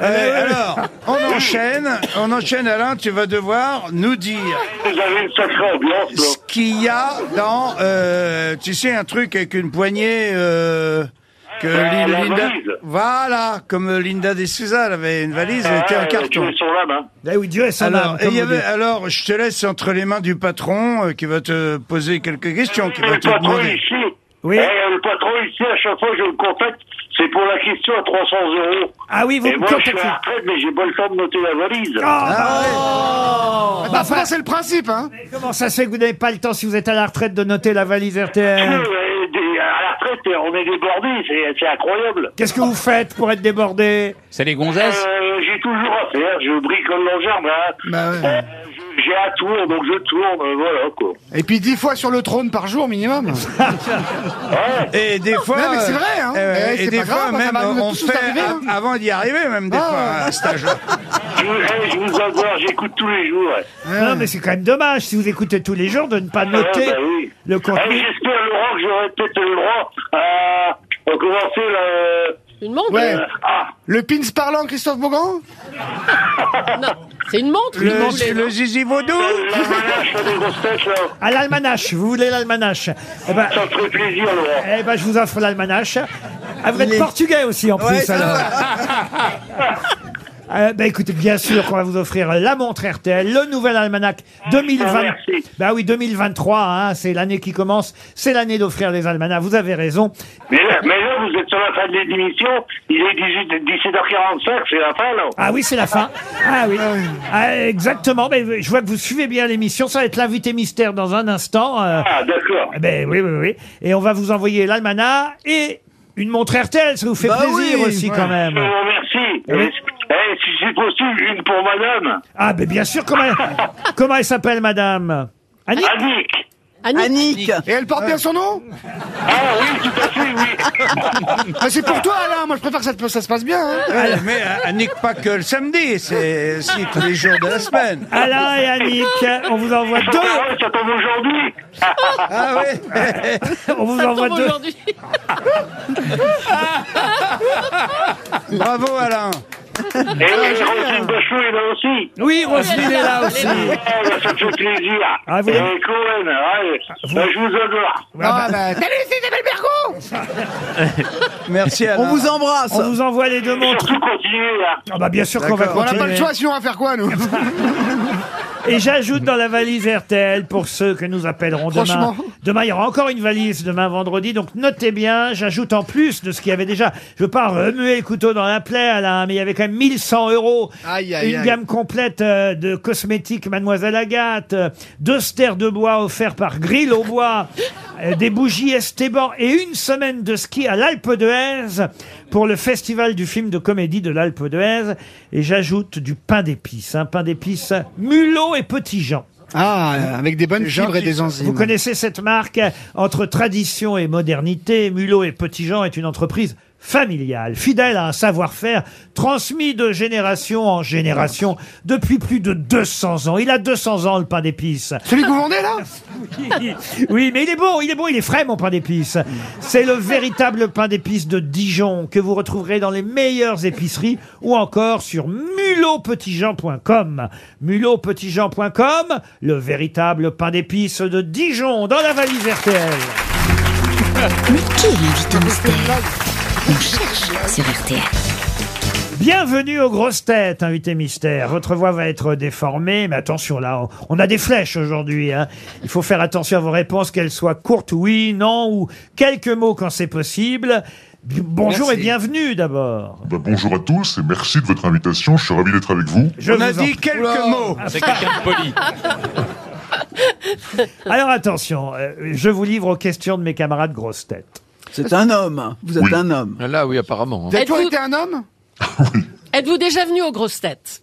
Speaker 2: Eh
Speaker 8: Euh,
Speaker 12: Ah.
Speaker 8: alors, on enchaîne, on enchaîne, Alain. Tu vas devoir nous dire ce qu'il y a dans, euh, tu sais, un truc avec une poignée. euh, que
Speaker 12: Euh,
Speaker 8: Lin-
Speaker 12: la
Speaker 8: Linda,
Speaker 12: valise.
Speaker 8: voilà, comme Linda des Souza elle avait une valise, elle était en carton.
Speaker 2: Ben oui, Dieu est son
Speaker 8: Alors,
Speaker 2: âme,
Speaker 8: et
Speaker 2: comme
Speaker 8: il y
Speaker 2: vous
Speaker 8: avait-
Speaker 2: dites.
Speaker 8: alors, je te laisse entre les mains du patron euh, qui va te poser quelques questions, qui va
Speaker 12: Le
Speaker 8: te
Speaker 12: patron
Speaker 8: demander.
Speaker 12: ici, Eh, le patron ici, à chaque fois que je le contacte, c'est pour la question à 300 euros.
Speaker 2: Ah oui, vous
Speaker 12: Et
Speaker 2: me
Speaker 12: moi, je suis
Speaker 2: contactez.
Speaker 12: à
Speaker 2: Ah,
Speaker 12: la retraite, mais j'ai pas le temps de noter la valise. Ah
Speaker 6: Bah, enfin, c'est le principe, hein
Speaker 2: Oh. Comment ça se fait que vous n'avez pas le temps si vous êtes à la retraite de noter la valise RTL
Speaker 12: Euh, des- À la retraite, on est débordé, c'est c'est incroyable.
Speaker 2: Qu'est-ce que vous faites pour être débordé
Speaker 5: C'est les gonzesses
Speaker 12: Euh, j'ai toujours à faire, je bricole dans le jardin. Euh, je- j'ai à tour, donc je tourne, euh, voilà quoi.
Speaker 6: Et puis 10 fois sur le trône par jour minimum.
Speaker 12: Ah.
Speaker 8: Et des fois,
Speaker 6: Non, mais c'est vrai, hein.
Speaker 8: euh,
Speaker 6: Eh,
Speaker 8: et
Speaker 6: c'est
Speaker 8: des
Speaker 6: pas
Speaker 8: fois
Speaker 6: grave, ça
Speaker 8: même,
Speaker 6: va nous
Speaker 8: on
Speaker 6: tous
Speaker 8: fait
Speaker 6: arriver, hein.
Speaker 8: av- avant d'y arriver même des
Speaker 6: Ah.
Speaker 8: fois à cet âge-là.
Speaker 12: Je, vous- eh, je vous adore, j'écoute tous les jours. ouais.
Speaker 2: Non, mais c'est quand même dommage si vous écoutez tous les jours de ne pas noter
Speaker 12: Ah, bah oui.
Speaker 2: le
Speaker 12: Eh,
Speaker 2: contenu.
Speaker 12: J'espère, Laurent, que j'aurai peut-être le droit à à commencer le.
Speaker 15: Une montre
Speaker 6: Ouais.
Speaker 2: hein.
Speaker 12: Ah,
Speaker 6: Le pins parlant, Christophe Beaugrand
Speaker 15: Non, c'est une montre.
Speaker 8: Le,
Speaker 15: une montre.
Speaker 8: le zizi vaudou
Speaker 12: Ah, l'almanach, là, des grosses têtes, là.
Speaker 2: À l'almanach, vous voulez l'almanach Eh ben,
Speaker 12: Ça me ferait plaisir, Laurent.
Speaker 2: eh ben, je vous offre l'almanach. Ah, vous êtes portugais aussi en
Speaker 3: Ouais,
Speaker 2: plus
Speaker 3: ça
Speaker 2: alors. Euh, bah écoutez, bien sûr qu'on va vous offrir la montre RTL, le nouvel almanach 2020.
Speaker 12: Ah, Merci.
Speaker 2: Bah oui, 2023, hein, c'est l'année qui commence, c'est l'année d'offrir les almanachs. Vous avez raison.
Speaker 12: Mais là, mais là, vous êtes sur la fin de l'émission, il est 18, 17h45, c'est la fin, là.
Speaker 2: Ah oui, c'est la fin. Ah oui. Ah, exactement. Mais je vois que vous suivez bien l'émission. Ça va être l'invité mystère dans un instant. Euh,
Speaker 12: Ah, d'accord.
Speaker 2: eh ben oui, oui, oui. Et on va vous envoyer l'almanach et une montre RTL. Ça vous fait
Speaker 3: Bah
Speaker 2: plaisir
Speaker 3: oui,
Speaker 2: aussi
Speaker 3: ouais.
Speaker 2: quand
Speaker 12: Je
Speaker 2: même.
Speaker 12: vous remercie.
Speaker 2: Oui.
Speaker 12: Eh, eh, si c'est possible, une pour madame.
Speaker 2: Ah ben bien sûr. Comment, comment elle s'appelle, madame Annie
Speaker 12: Annick.
Speaker 15: Annie,
Speaker 3: Annick,
Speaker 6: Et elle porte bien son nom
Speaker 12: Ah oui, tout à fait, oui.
Speaker 6: Ah, C'est pour toi, Alain. Moi, je préfère que ça, te- ça se passe bien. Hein.
Speaker 8: Ouais, Mais euh, nique pas que le samedi, c'est aussi tous les jours de la semaine.
Speaker 2: Alain et Annick, on vous envoie
Speaker 12: Ah
Speaker 2: deux.
Speaker 12: ouais, ça tombe aujourd'hui.
Speaker 8: Ah oui
Speaker 2: On vous
Speaker 15: ça
Speaker 2: envoie
Speaker 15: tombe
Speaker 2: deux.
Speaker 15: aujourd'hui.
Speaker 8: Bravo Alain
Speaker 12: Et oui, Rosine Bachelot est là aussi.
Speaker 2: Oui, Roselyne est là aussi.
Speaker 12: Eh, bah, ça me fait plaisir.
Speaker 2: Ah, vous-
Speaker 12: Et Cohen, allez, bah, je vous adore.
Speaker 6: Ah,
Speaker 7: ben,
Speaker 6: bah,
Speaker 15: Salut, c'est Isabelle Bergo
Speaker 8: Merci Alain.
Speaker 3: on vous embrasse.
Speaker 2: On vous envoie les deux
Speaker 12: Et
Speaker 2: montres.
Speaker 12: surtout, continuez,
Speaker 6: hein.
Speaker 12: là.
Speaker 2: Ah bah bien sûr qu'on va
Speaker 8: D'accord.
Speaker 6: on n'a pas
Speaker 2: continuer.
Speaker 6: le choix, sinon on va faire quoi, nous
Speaker 2: Et j'ajoute dans la valise RTL pour ceux que nous appellerons demain.
Speaker 6: Franchement.
Speaker 2: Demain, il y aura encore une valise demain vendredi. Donc notez bien, j'ajoute en plus de ce qu'il y avait déjà. Je veux pas remuer le couteau dans la plaie, Alain, mais il y avait quand même 1100 euros.
Speaker 6: Aïe, aïe,
Speaker 2: une
Speaker 6: aïe.
Speaker 2: gamme complète euh, de cosmétiques Mademoiselle Agathe, euh, deux stères de bois offerts par Grill au bois, euh, des bougies Esteban et une semaine de ski à l'Alpe d'Huez pour le festival du film de comédie de hein, l'Alpe d'Huez. euh, Et j'ajoute du pain d'épices, un pain d'épices mulot et petit Jean.
Speaker 6: Ah, euh, avec des bonnes fibres et des enzymes.
Speaker 2: Vous connaissez cette marque euh, entre tradition et modernité. Mulot et Petit Jean est une entreprise familiale, fidèle à un savoir-faire transmis de génération en génération depuis plus de 200 ans. Il a 200 ans le pain d'épices.
Speaker 6: Celui que vous vendez là
Speaker 2: Oui, mais il est bon, il est bon, il est frais mon pain d'épices. C'est le véritable pain d'épices de Dijon que vous retrouverez dans les meilleures épiceries ou encore sur mulopetitjean.com. mulopetitjean.com, le véritable pain d'épices de Dijon dans la valise RTL. Mais qui est l'invité On cherche sur RTL. Bienvenue aux grosses têtes, invité mystère. Votre voix va être déformée, mais attention là, on- on a des flèches aujourd'hui. hein. Il faut faire attention à vos réponses, qu'elles soient courtes, oui, non, ou quelques mots quand c'est possible. B- Bonjour
Speaker 8: Merci.
Speaker 2: et bienvenue d'abord.
Speaker 18: Bah, bonjour à tous et merci de votre invitation. Je suis ravi d'être avec vous.
Speaker 2: Je
Speaker 8: On a
Speaker 2: vous en
Speaker 8: dit
Speaker 2: prie.
Speaker 8: quelques
Speaker 2: Oula.
Speaker 8: mots.
Speaker 2: C'est quelqu'un de poli. Alors attention, euh, je vous livre aux questions de mes camarades grosses têtes.
Speaker 3: C'est un homme. hein. Vous êtes un homme.
Speaker 13: Là, oui,
Speaker 2: hein.
Speaker 13: apparemment.
Speaker 6: Vous avez toujours
Speaker 15: Êtes-vous-
Speaker 6: été un homme
Speaker 15: Êtes-vous déjà venu aux grosses têtes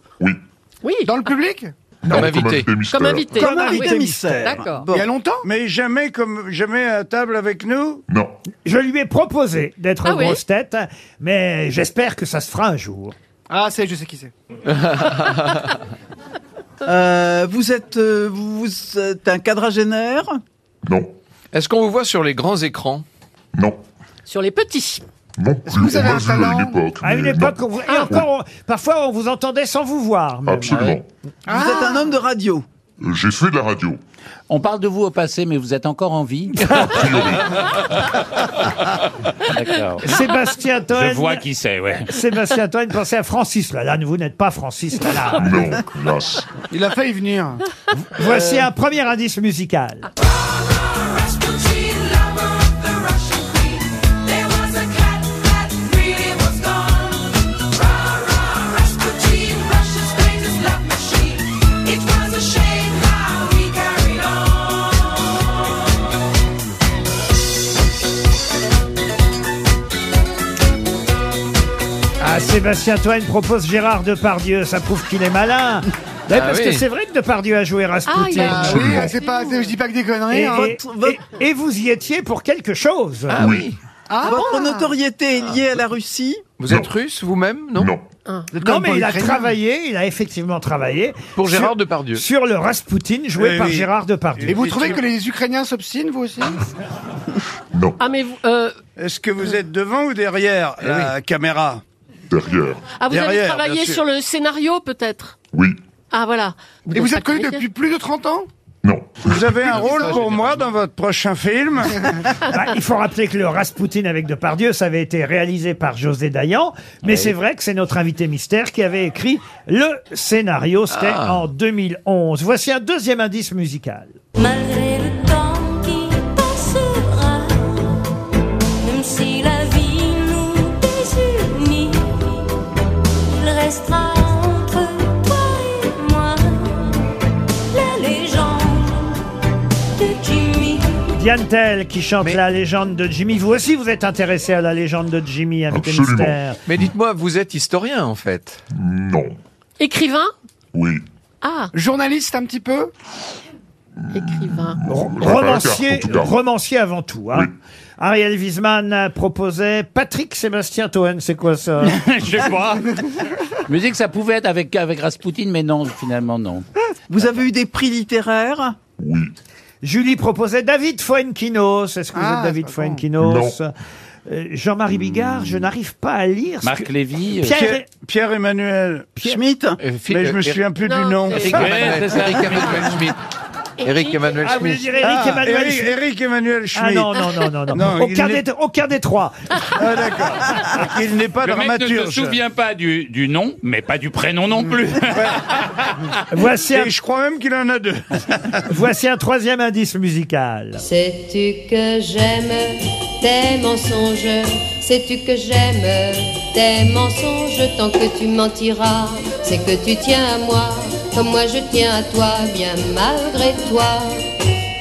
Speaker 15: Oui.
Speaker 6: Dans le public
Speaker 13: Comme invité.
Speaker 15: Comme invité.
Speaker 6: Comme invité
Speaker 15: oui.
Speaker 6: mystère.
Speaker 15: D'accord.
Speaker 6: Il y a longtemps
Speaker 8: Mais jamais comme jamais à table avec nous
Speaker 2: Je lui ai proposé d'être
Speaker 8: Ah
Speaker 2: aux
Speaker 8: oui
Speaker 2: grosses têtes, mais j'espère que ça se fera un jour.
Speaker 6: Ah, c'est, je sais qui c'est.
Speaker 3: Euh, vous êtes, euh, vous, vous êtes un quadragénaire
Speaker 13: Est-ce qu'on vous voit sur les grands écrans
Speaker 15: Sur les petits.
Speaker 18: Est-ce que vous avez un talent à une époque,
Speaker 2: À une
Speaker 18: mais
Speaker 2: époque,
Speaker 18: non.
Speaker 2: on vous- et
Speaker 6: Ah.
Speaker 2: encore, Oh, bah on- parfois on vous entendait sans vous voir. même.
Speaker 18: Absolument.
Speaker 3: Vous êtes un homme de radio.
Speaker 18: Euh, J'ai fait de la radio.
Speaker 5: On parle de vous au passé, mais vous êtes encore en vie. Ah, D'accord.
Speaker 2: Sébastien Toen.
Speaker 5: Je vois qui c'est, ouais.
Speaker 2: Sébastien Toen, pensez à Francis Lalanne. Vous n'êtes pas Francis Lalanne.
Speaker 18: Non, hélas.
Speaker 6: Il a failli venir. Euh.
Speaker 2: Voici un premier indice musical. Ah, Sébastien Toen propose Gérard Depardieu. Ça prouve qu'il est malin. Ouais,
Speaker 6: Ah
Speaker 2: parce
Speaker 6: oui. Ah,
Speaker 2: que c'est vrai que Depardieu a joué Rasputin.
Speaker 6: oui, c'est pas, c'est- je dis pas que des conneries.
Speaker 2: Et,
Speaker 6: hein.
Speaker 2: et- et- et vous y étiez pour quelque chose.
Speaker 13: Ah oui.
Speaker 3: Votre notoriété est liée à la Russie.
Speaker 13: Vous êtes russe vous-même, non Non.
Speaker 2: Non, mais il a travaillé, il a effectivement travaillé.
Speaker 13: Pour
Speaker 2: sur-
Speaker 13: Gérard Depardieu.
Speaker 2: Sur le Rasputin joué
Speaker 13: Eh
Speaker 2: par
Speaker 13: oui.
Speaker 2: Gérard Depardieu.
Speaker 6: Et vous trouvez que les Ukrainiens s'obstinent, vous aussi
Speaker 15: Ah, mais vous, euh,
Speaker 8: Est-ce que vous êtes devant ou derrière la caméra
Speaker 18: Derrière.
Speaker 15: ah, vous
Speaker 8: Derrière,
Speaker 15: avez
Speaker 8: bien
Speaker 15: travaillé
Speaker 8: sûr.
Speaker 15: sur le scénario, peut-être
Speaker 18: Oui.
Speaker 15: Ah, voilà.
Speaker 6: Et
Speaker 15: n'êtes
Speaker 6: vous êtes
Speaker 15: pas
Speaker 6: connu
Speaker 15: comédien.
Speaker 6: depuis plus de 30 ans
Speaker 8: Vous avez un rôle pour moi dans votre prochain film
Speaker 2: Bah, il faut rappeler que le Rasputin avec Depardieu, ça avait été réalisé par José Dayan, mais c'est vrai que c'est notre invité mystère qui avait écrit le scénario, c'était
Speaker 7: Ah.
Speaker 2: en 2011. Voici un deuxième indice musical.
Speaker 7: Malgré le temps qui passera, même si la vie nous désunit, il restera entre toi et moi la légende de Jimmy.
Speaker 2: Diane Tell qui chante la légende de Jimmy. Vous aussi, vous êtes intéressé à la légende de Jimmy, invité mystère.
Speaker 13: Mais dites-moi, vous êtes historien en fait
Speaker 18: Non.
Speaker 15: Écrivain
Speaker 18: Oui.
Speaker 15: Ah.
Speaker 6: Journaliste un petit peu
Speaker 15: Écrivain.
Speaker 18: en
Speaker 2: Romancier,
Speaker 18: tout cas.
Speaker 2: romancier avant tout. Hein. Ariel Wiesman proposait Patrick Sébastien Toen, c'est quoi ça
Speaker 5: Je sais pas. Je me dis que ça pouvait être avec, avec Rasputin, mais non, finalement, non.
Speaker 3: Vous avez eu des prix littéraires.
Speaker 2: Julie proposait David Fuenquinos. Est-ce que vous
Speaker 3: Ah,
Speaker 2: êtes David
Speaker 3: c'est pas con.
Speaker 2: Fuenquinos Euh, Jean-Marie Bigard, je n'arrive pas à lire. ce
Speaker 5: Marc
Speaker 2: que-
Speaker 5: Lévy, euh,
Speaker 2: Pierre,
Speaker 5: Pierre-
Speaker 8: Emmanuel.
Speaker 3: Schmitt.
Speaker 8: Mais je me souviens plus du nom.
Speaker 13: Eric Emmanuel Eric Emmanuel Schmitt. Eric Emmanuel
Speaker 2: Ah, vous voulez
Speaker 13: Schmitt.
Speaker 2: dire Eric Emmanuel
Speaker 8: Eric,
Speaker 2: Schmitt.
Speaker 8: Eric Emmanuel Schmitt.
Speaker 2: Ah non, non, non, non. non.
Speaker 8: il
Speaker 2: aucun,
Speaker 8: n'est-
Speaker 2: des, aucun des trois.
Speaker 8: Ah, d'accord. Il n'est pas
Speaker 5: Le mec
Speaker 8: dramaturge.
Speaker 5: ne se souvient pas du, du nom, mais pas du prénom non plus.
Speaker 2: Voici un-
Speaker 8: Et je crois même qu'il en a deux.
Speaker 2: Voici un troisième indice musical.
Speaker 19: Sais-tu que j'aime tes mensonges Sais-tu que j'aime tes mensonges Tant que tu mentiras, c'est que tu tiens à moi Comme moi je tiens à toi, bien malgré toi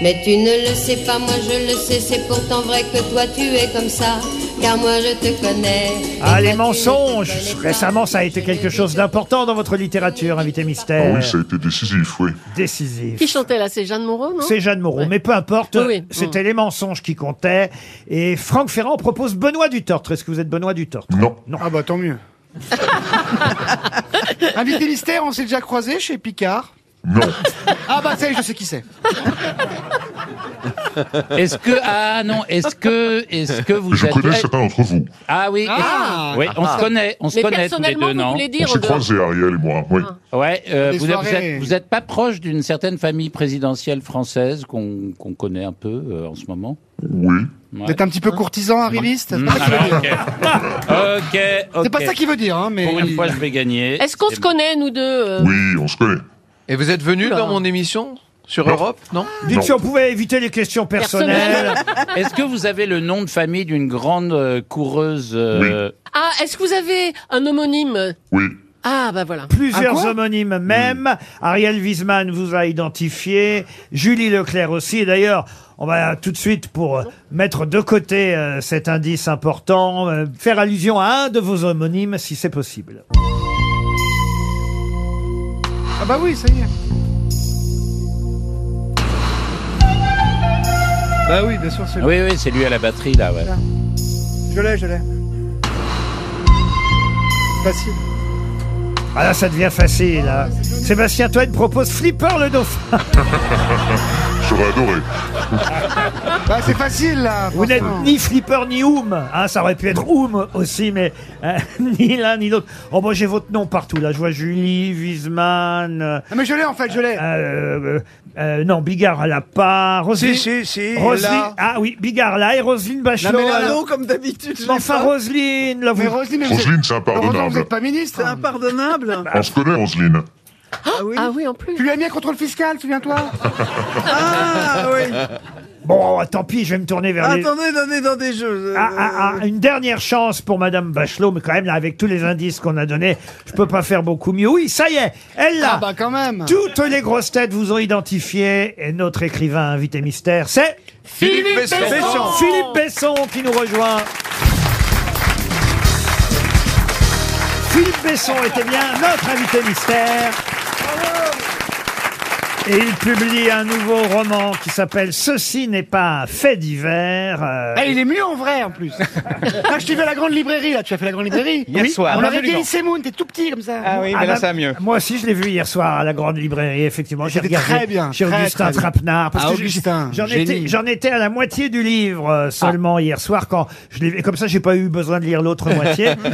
Speaker 19: Mais tu ne le sais pas, moi je le sais C'est pourtant vrai que toi tu es comme ça car moi je te connais.
Speaker 2: Ah, les mensonges Récemment, ça a été quelque chose d'important dans votre littérature, invité
Speaker 18: Ah
Speaker 2: mystère.
Speaker 18: oui, ça a été décisif, oui.
Speaker 2: Décisif.
Speaker 15: Qui chantait là C'est Jeanne Moreau, non
Speaker 2: C'est Jeanne Moreau, mais peu importe,
Speaker 15: Oui, Mm. oui.
Speaker 2: c'était les mensonges qui comptaient. Et Franck Ferrand propose Benoît Dutortre. Est-ce que vous êtes Benoît Dutortre
Speaker 18: Non.
Speaker 2: Ah bah tant mieux.
Speaker 6: Invité mystère, on s'est déjà croisé chez Picard.
Speaker 18: Non.
Speaker 6: Ah bah ça y est, je sais qui c'est.
Speaker 5: Est-ce que ah non, est-ce que est-ce que vous
Speaker 18: Je
Speaker 5: êtes-
Speaker 18: connais certains d'entre vous.
Speaker 5: Ah oui,
Speaker 15: Ah.
Speaker 5: oui, on se connaît, on se
Speaker 15: Mais
Speaker 5: connaît tous les
Speaker 15: personnellement,
Speaker 5: deux,
Speaker 15: vous
Speaker 5: non
Speaker 15: voulez dire-
Speaker 18: On s'est
Speaker 15: dehors.
Speaker 18: croisés, Ariel et moi, oui.
Speaker 5: Ouais, euh,
Speaker 18: Des
Speaker 5: vous, êtes- vous
Speaker 18: soirées.
Speaker 5: êtes vous êtes pas proche d'une certaine famille présidentielle française qu'on qu'on connaît un peu euh, en ce moment.
Speaker 18: Oui.
Speaker 6: Vous êtes un petit peu courtisan, arriviste C'est pas ça qu'il veut dire.
Speaker 5: Ah, bah, ok, ok.
Speaker 6: C'est pas ça qu'il veut dire, hein, mais.
Speaker 5: Pour une fois, je vais gagner.
Speaker 15: Est-ce qu'on se connaît, nous deux euh
Speaker 18: Oui, on se connaît.
Speaker 13: Et vous êtes venu
Speaker 15: Oula.
Speaker 13: dans mon émission sur
Speaker 18: Non.
Speaker 13: Europe, non
Speaker 2: Dites si on pouvait éviter les questions personnelles.
Speaker 5: Est-ce que vous avez le nom de famille d'une grande euh, coureuse euh,
Speaker 15: Ah, est-ce que vous avez un homonyme
Speaker 18: Oui.
Speaker 15: Ah, bah voilà.
Speaker 2: Plusieurs homonymes même. Ariel Wiesman vous a identifié. Julie Leclerc aussi. Et D'ailleurs, on va tout de suite, pour euh, mettre de côté euh, cet indice important, euh, faire allusion à un de vos homonymes si c'est possible.
Speaker 6: Ah bah oui, ça y est.
Speaker 5: Bah oui, bien sûr, c'est Oui, oui, c'est lui à la batterie, là, ouais.
Speaker 6: Je l'ai, je l'ai. Facile.
Speaker 2: Ah là, ça devient facile. hein. Sébastien Toen propose Flipper le dauphin.
Speaker 15: Ah.
Speaker 18: J'aurais adoré.
Speaker 6: Bah c'est facile là.
Speaker 2: Vous n'êtes ni Flipper ni Oum. hein, ça aurait pu être Oum aussi, mais euh, ni l'un ni l'autre. Oh, moi, j'ai votre nom partout. Là, je vois Julie, Wiesman. euh,
Speaker 6: Ah, mais je l'ai en fait, je l'ai.
Speaker 2: euh, euh, non, Bigard à la part. Roselyne,
Speaker 8: si, si,
Speaker 2: Roselyne-
Speaker 8: là.
Speaker 2: ah oui, Bigard là et Roselyne Bachelot.
Speaker 3: mais là,
Speaker 2: là.
Speaker 3: non, comme d'habitude. je
Speaker 2: Mais
Speaker 3: l'ai
Speaker 2: enfin,
Speaker 3: pas.
Speaker 2: Roselyne, là, vous...
Speaker 6: Mais Roselyne, mais vous êtes...
Speaker 18: Roselyne, c'est
Speaker 6: Heureusement, vous
Speaker 18: impardonnable.
Speaker 6: êtes pas ministre.
Speaker 3: C'est impardonnable.
Speaker 18: On se connaît, Roselyne.
Speaker 3: Ah oui.
Speaker 15: Ah oui, en plus.
Speaker 6: Tu lui as mis un contrôle fiscal, souviens-toi.
Speaker 3: Ah oui.
Speaker 2: Bon, tant pis, je vais me tourner
Speaker 6: Ah,
Speaker 2: vers les...
Speaker 3: Attendez, attendez, attendez, je.
Speaker 2: Ah, ah, ah, une dernière chance pour Madame Bachelot, mais quand même, là, avec tous les indices qu'on a donnés, je peux pas faire beaucoup mieux. Oui, ça y est, elle l'a.
Speaker 6: Ah bah quand même.
Speaker 2: Toutes les grosses têtes vous ont identifié, et notre écrivain invité mystère, c'est...
Speaker 13: Philippe Besson.
Speaker 2: Besson. Philippe Besson qui nous rejoint. Philippe Besson était bien notre invité mystère. Et il publie un nouveau roman qui s'appelle Ceci n'est pas un fait divers. euh,
Speaker 6: Eh, il est mieux en vrai en plus. Quand Ah, je t'ai fait à la grande librairie là, tu as fait la grande librairie
Speaker 2: Hier soir.
Speaker 6: On avait dit
Speaker 2: Absolument.
Speaker 6: Lycée Moon, t'es tout petit comme ça.
Speaker 2: Ah
Speaker 6: bah,
Speaker 2: bah, Moi aussi, je l'ai vu hier soir à la grande librairie, effectivement. J'ai
Speaker 6: C'était
Speaker 2: regardé
Speaker 6: très bien,
Speaker 2: chez
Speaker 6: très,
Speaker 2: Augustin
Speaker 6: très bien.
Speaker 2: Trapenard. parce
Speaker 6: Ah,
Speaker 2: que j'ai-
Speaker 6: Augustin,
Speaker 2: J'en étais,
Speaker 6: génie. Ah.
Speaker 2: j'en étais à la moitié du livre euh, seulement hier soir quand je l'ai. et Comme ça, j'ai pas eu besoin de lire l'autre moitié. Ah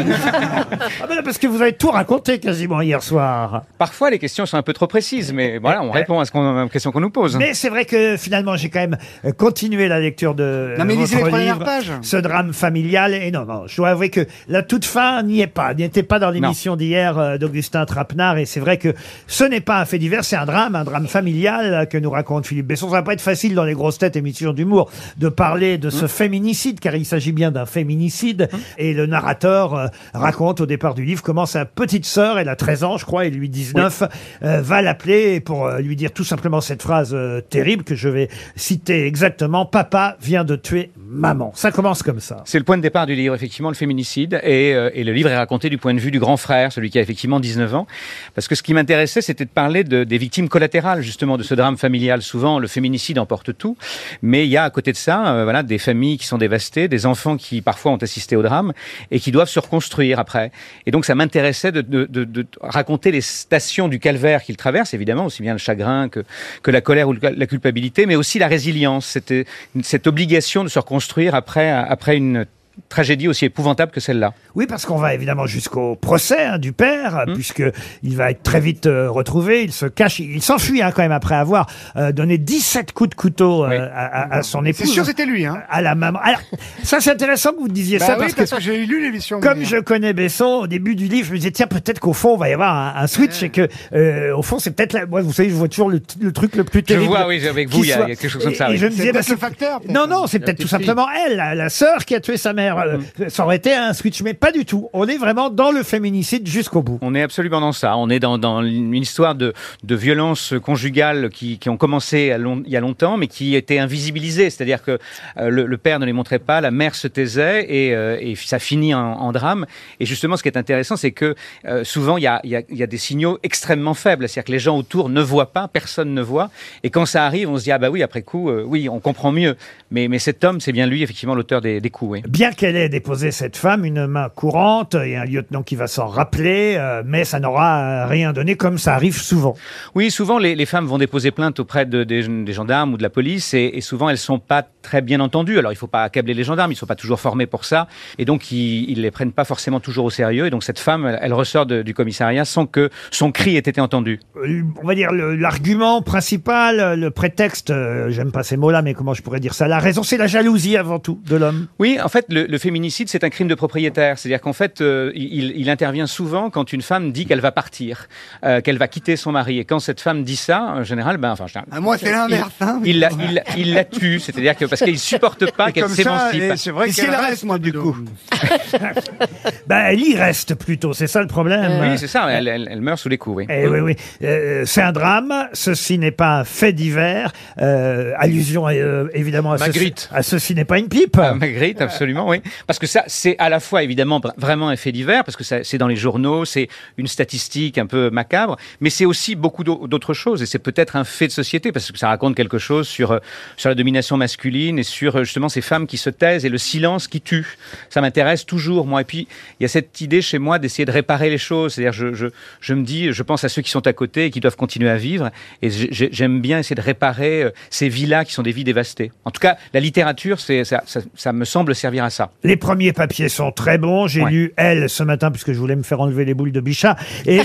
Speaker 2: ben là, parce que vous avez tout raconté quasiment hier soir.
Speaker 20: Parfois, les questions sont un peu trop précises, mais voilà, on répond à ce qu'on, aux questions qu'on nous pose.
Speaker 2: Mais c'est vrai que finalement, j'ai quand même euh, continué la lecture de
Speaker 6: Non, mais
Speaker 2: euh,
Speaker 6: lisez les
Speaker 2: votre
Speaker 6: premières
Speaker 2: livre,
Speaker 6: pages.
Speaker 2: ce drame familial. Et non, non, je dois avouer que la toute fin n'y est pas, n'y était pas dans l'émission d'hier euh, d'Augustin Trapenard. Et c'est vrai que ce n'est pas un fait divers, c'est un drame, un drame familial euh, que nous raconte Philippe Besson. Ça va pas être facile dans les grosses têtes émissions d'humour de parler de
Speaker 6: Mmh.
Speaker 2: ce féminicide, car il s'agit bien d'un féminicide. Et le narrateur euh, raconte au départ du livre comment sa petite sœur, elle a 13 ans, je crois, et lui 19, euh, va l'appeler pour euh, lui dire tout simplement cette phrase euh, terrible que je vais citer exactement. Papa vient de tuer maman. Ça commence comme ça.
Speaker 20: C'est le point de départ du livre, effectivement, le féminicide. Et, euh, et le livre est raconté du point de vue du grand frère, celui qui a effectivement 19 ans. Parce que ce qui m'intéressait, c'était de parler de- des victimes collatérales, justement, de ce drame familial. Souvent, le féminicide emporte tout. Mais il y a à côté de ça, euh, voilà, des familles qui sont dévastées, des enfants qui parfois ont assisté au drame et qui doivent se reconstruire après. Et donc, ça m'intéressait de, de- de- de raconter les stations du calvaire qu'ils traversent, évidemment, aussi bien le chagrin que, que la colère ou le- la culpabilité, mais aussi la résilience. C'était une- cette obligation de se reconstruire après, après une tragédie aussi épouvantable que celle-là.
Speaker 2: Oui, parce qu'on va évidemment jusqu'au procès hein, du père, puisque il va être très vite euh, retrouvé. Il se cache, il, il s'enfuit hein, quand même après avoir euh, donné 17 coups de couteau euh, à, à- à son
Speaker 6: C'est
Speaker 2: épouse.
Speaker 6: sûr, c'était lui. Hein.
Speaker 2: à la maman. Alors, ça c'est intéressant que vous disiez
Speaker 6: Bah
Speaker 2: ça
Speaker 6: oui,
Speaker 2: parce,
Speaker 6: parce
Speaker 2: que,
Speaker 6: que j'ai lu l'émission.
Speaker 2: comme
Speaker 6: mais-
Speaker 2: je connais Besson, au début du livre, je me disais tiens peut-être qu'au fond on va y avoir un, un switch et que euh, au fond c'est peut-être la- moi vous savez je vois toujours le, t- le truc le plus
Speaker 20: Je
Speaker 2: terrible.
Speaker 20: vois, oui, avec vous,
Speaker 2: qui
Speaker 20: il y a-
Speaker 2: soit.
Speaker 20: il y a quelque chose comme ça,
Speaker 2: Et, et
Speaker 20: oui.
Speaker 2: je me
Speaker 6: C'est
Speaker 2: disais bah,
Speaker 6: peut-être le
Speaker 2: c'est-
Speaker 6: facteur, peut-être.
Speaker 2: non non c'est peut-être tout simplement elle la, la sœur qui a tué sa mère. Euh,
Speaker 20: Mm.
Speaker 2: Ça aurait été un switch, mais pas du tout. On est vraiment dans le féminicide jusqu'au bout.
Speaker 20: On est absolument dans ça. On est dans, dans une histoire de, de violences conjugales qui, qui ont commencé à long- il y a longtemps, mais qui étaient invisibilisées. C'est-à-dire que euh, le, le père ne les montrait pas, la mère se taisait, et, euh, et ça finit en, en drame. Et justement, ce qui est intéressant, c'est que euh, souvent, il y a, il y a- il y a des signaux extrêmement faibles. C'est-à-dire que les gens autour ne voient pas, personne ne voit. Et quand ça arrive, on se dit, ah bah oui, après coup, euh, oui, on comprend mieux. Mais, mais cet homme, c'est bien lui, effectivement, l'auteur des, des coups. oui.
Speaker 2: Bien qu'elle ait déposé cette femme, une main courante et un lieutenant qui va s'en rappeler, euh, mais ça n'aura euh, rien donné comme ça arrive souvent.
Speaker 20: Oui, souvent les, les femmes vont déposer plainte auprès de- des, des gendarmes ou de la police et, et souvent elles sont pas très bien entendues. Alors il faut pas accabler les gendarmes, ils sont pas toujours formés pour ça et donc ils, ils les prennent pas forcément toujours au sérieux. Et donc cette femme, elle, elle ressort de- du commissariat sans que son cri ait été entendu.
Speaker 2: Euh, on va dire le- l'argument principal, euh, le prétexte, euh, j'aime pas ces mots-là, mais comment je pourrais dire ça La raison, c'est la jalousie avant tout de l'homme.
Speaker 20: Oui, en fait, le, le féminicide, c'est un crime de propriétaire. C'est-à-dire qu'en fait, euh, il, il intervient souvent quand une femme dit qu'elle va partir, euh, qu'elle va quitter son mari. Et quand cette femme dit ça, en général, ben, enfin, en général,
Speaker 6: Ah, moi, c'est
Speaker 20: il-
Speaker 6: l'inverse, hein.
Speaker 20: Il, la- il, il la tue, c'est-à-dire que parce qu'il supporte pas
Speaker 6: Et
Speaker 20: qu'elle
Speaker 6: comme ça,
Speaker 20: s'émancipe.
Speaker 6: et c'est vrai Et qu'elle si elle reste, reste,
Speaker 20: moi, du coup.
Speaker 2: Ben, elle y reste plutôt, c'est ça le problème.
Speaker 6: euh,
Speaker 20: Oui, c'est ça. Elle, elle- elle meurt sous les coups. Oui.
Speaker 2: Eh oui, oui. Euh, c'est un drame. Ceci n'est pas un fait divers. Euh, allusion euh, évidemment à
Speaker 20: Magritte.
Speaker 2: ceci. À ceci n'est pas une pipe.
Speaker 20: Ah, Magritte, absolument, oui. Parce que ça, c'est à la fois évidemment br- vraiment un fait divers, parce que ça- c'est dans les journaux, c'est une statistique un peu macabre, mais c'est aussi beaucoup d'au- d'autres choses, et c'est peut-être un fait de société, parce que ça raconte quelque chose sur, euh, sur la domination masculine et sur euh, justement ces femmes qui se taisent et le silence qui tue. Ça m'intéresse toujours, moi. Et puis, il y a cette idée chez moi d'essayer de réparer les choses, c'est-à-dire je, je, je me dis, je pense à ceux qui sont à côté et qui doivent continuer à vivre, et j'ai- j'ai- j'aime bien essayer de réparer euh, ces vies-là qui sont des vies dévastées. En tout cas, la littérature, c'est ça, ça, ça me semble servir à ça.
Speaker 2: Les premiers papiers sont très bons. J'ai
Speaker 20: Ouais.
Speaker 2: lu Elle ce matin puisque je voulais me faire enlever les boules de Bichat. Et,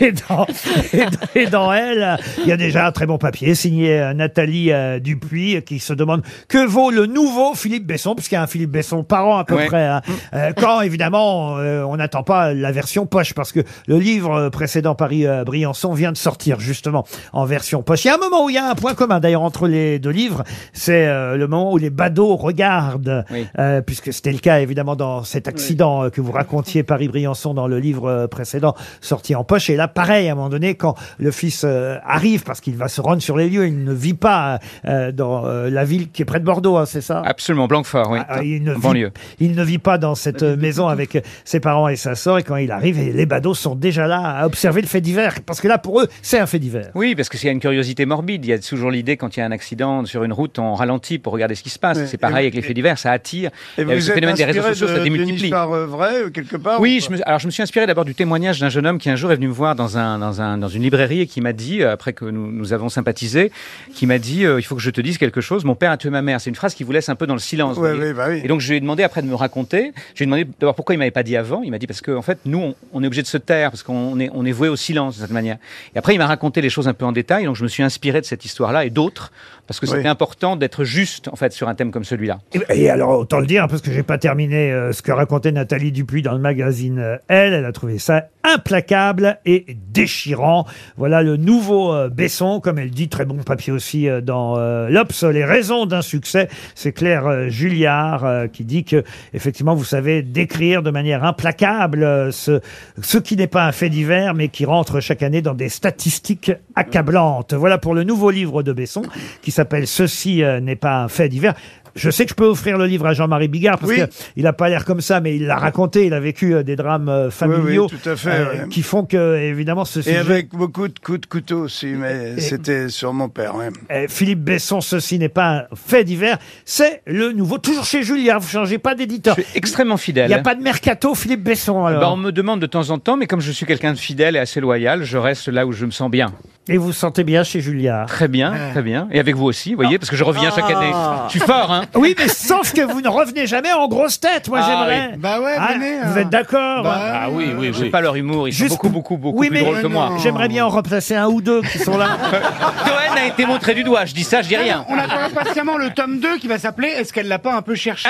Speaker 2: et dans, et dans- et dans Elle, il y a déjà un très bon papier signé euh, Nathalie euh, Dupuis euh, qui se demande que vaut le nouveau Philippe Besson, puisqu'il y a un Philippe Besson par an à peu
Speaker 20: Ouais.
Speaker 2: près. hein. Euh, quand évidemment euh, on n'attend pas la version poche parce que le livre euh, précédent Paris euh, Briançon vient de sortir justement en version poche. Il y a un moment où il y a un point commun d'ailleurs entre les deux livres, c'est euh, le moment où les badauds regardent, euh, puisque c'était le cas évidemment dans cet accident euh, que vous racontiez Paris Briançon dans le livre euh, précédent sorti en poche. Et là pareil à un moment donné quand le fils euh, arrive parce qu'il va se rendre sur les lieux, il ne vit pas euh, dans euh, la ville qui est près de Bordeaux, hein, c'est ça
Speaker 20: Absolument, Blanquefort, oui.
Speaker 2: ah, il, ne
Speaker 20: En
Speaker 2: vit,
Speaker 20: banlieue.
Speaker 2: il ne vit pas dans cette euh, maison avec euh, ses parents et sa sœur. Et quand il arrive, et les badauds sont déjà là à observer le fait divers. Parce que là, pour eux, c'est un fait divers.
Speaker 20: Oui, parce que s'il y a une curiosité morbide, il y a toujours l'idée quand il y a un accident sur une route, on ralentit pour regarder ce qui se passe.
Speaker 8: Ouais.
Speaker 20: C'est
Speaker 8: Et vous-
Speaker 20: pareil avec les faits divers, ça attire.
Speaker 8: Et
Speaker 20: Et
Speaker 8: vous
Speaker 20: avec
Speaker 8: êtes
Speaker 20: le phénomène des réseaux
Speaker 8: inspiré
Speaker 20: sociaux,
Speaker 8: de-
Speaker 20: ça
Speaker 8: d'une
Speaker 20: démultiplie.
Speaker 8: histoire euh, vraie, euh, quelque part
Speaker 20: Oui, je me, alors je me suis inspiré d'abord du témoignage d'un jeune homme qui un jour est venu me voir dans, un, dans, un, dans une librairie et qui m'a dit, euh, après que nous, nous avons sympathisé, qui m'a dit euh, il faut que je te dise quelque chose, mon père a tué ma mère. C'est une phrase qui vous laisse un peu dans le silence. vous
Speaker 8: Ouais,
Speaker 20: voyez.
Speaker 8: ouais, bah oui.
Speaker 20: Et donc je lui ai demandé après de me raconter. Je lui ai demandé d'abord pourquoi il m'avait pas dit avant. Il m'a dit parce qu'en en fait, nous, on, on est obligé de se taire parce qu'on est, on est voué au silence de cette manière. Et après, il m'a raconté les choses un peu en détail. Donc je me suis inspiré de cette histoire-là et d'autres parce que
Speaker 2: Oui.
Speaker 20: c'était important d'être juste en fait sur un thème comme celui-là.
Speaker 2: Et, et alors, autant le dire, hein, parce que j'ai pas terminé euh, ce que racontait Nathalie Dupuis dans le magazine euh, Elle. Elle a trouvé ça implacable et déchirant. Voilà le nouveau euh, Besson, comme elle dit, très bon papier aussi euh, dans euh, l'Obs. Les raisons d'un succès, c'est Claire euh, Julliard euh, qui dit que, effectivement, vous savez décrire de manière implacable euh, ce, ce qui n'est pas un fait divers, mais qui rentre chaque année dans des statistiques accablantes. Voilà pour le nouveau livre de Besson qui s'appelle Ceci euh, n'est pas un fait divers. Je sais que je peux offrir le livre à Jean-Marie Bigard parce
Speaker 8: Oui.
Speaker 2: qu'il n'a pas l'air comme ça, mais il l'a raconté, il a vécu euh, des drames euh, familiaux euh,
Speaker 8: oui, tout à fait, ouais.
Speaker 2: qui font que, évidemment, ce
Speaker 8: Et
Speaker 2: sujet...
Speaker 8: avec beaucoup de coups de couteau aussi, mais c'était sur mon père. ouais.
Speaker 2: Euh, Philippe Besson, ceci n'est pas un fait divers, c'est le nouveau, toujours chez Julien, vous changez pas d'éditeur.
Speaker 20: Extrêmement
Speaker 2: Il
Speaker 20: fidèle.
Speaker 2: n'y a pas de mercato, Philippe Besson, alors.
Speaker 20: Bah, on me demande de temps en temps, mais comme je suis quelqu'un de fidèle et assez loyal, je reste là où je me sens bien.
Speaker 2: Et vous vous sentez bien chez Julien
Speaker 20: Très bien, très bien. Et avec vous aussi, vous voyez, parce que je reviens chaque année.
Speaker 2: Ah.
Speaker 20: Je suis fort, hein
Speaker 2: Oui, mais sauf que vous ne revenez jamais en grosse tête, moi
Speaker 20: Ah,
Speaker 2: j'aimerais.
Speaker 20: oui.
Speaker 2: Bah ouais, Vous
Speaker 8: hein.
Speaker 2: êtes d'accord
Speaker 20: Ah oui, oui, oui. pas leur humour, ils sont beaucoup, beaucoup, beaucoup
Speaker 2: Oui,
Speaker 20: plus
Speaker 2: mais euh,
Speaker 20: drôles que moi.
Speaker 2: j'aimerais bien en replacer un ou deux qui sont là.
Speaker 20: Toen a été montré du doigt, je dis ça, je dis rien.
Speaker 6: On attend impatiemment le tome 2 qui va s'appeler Est-ce qu'elle l'a pas un peu cherché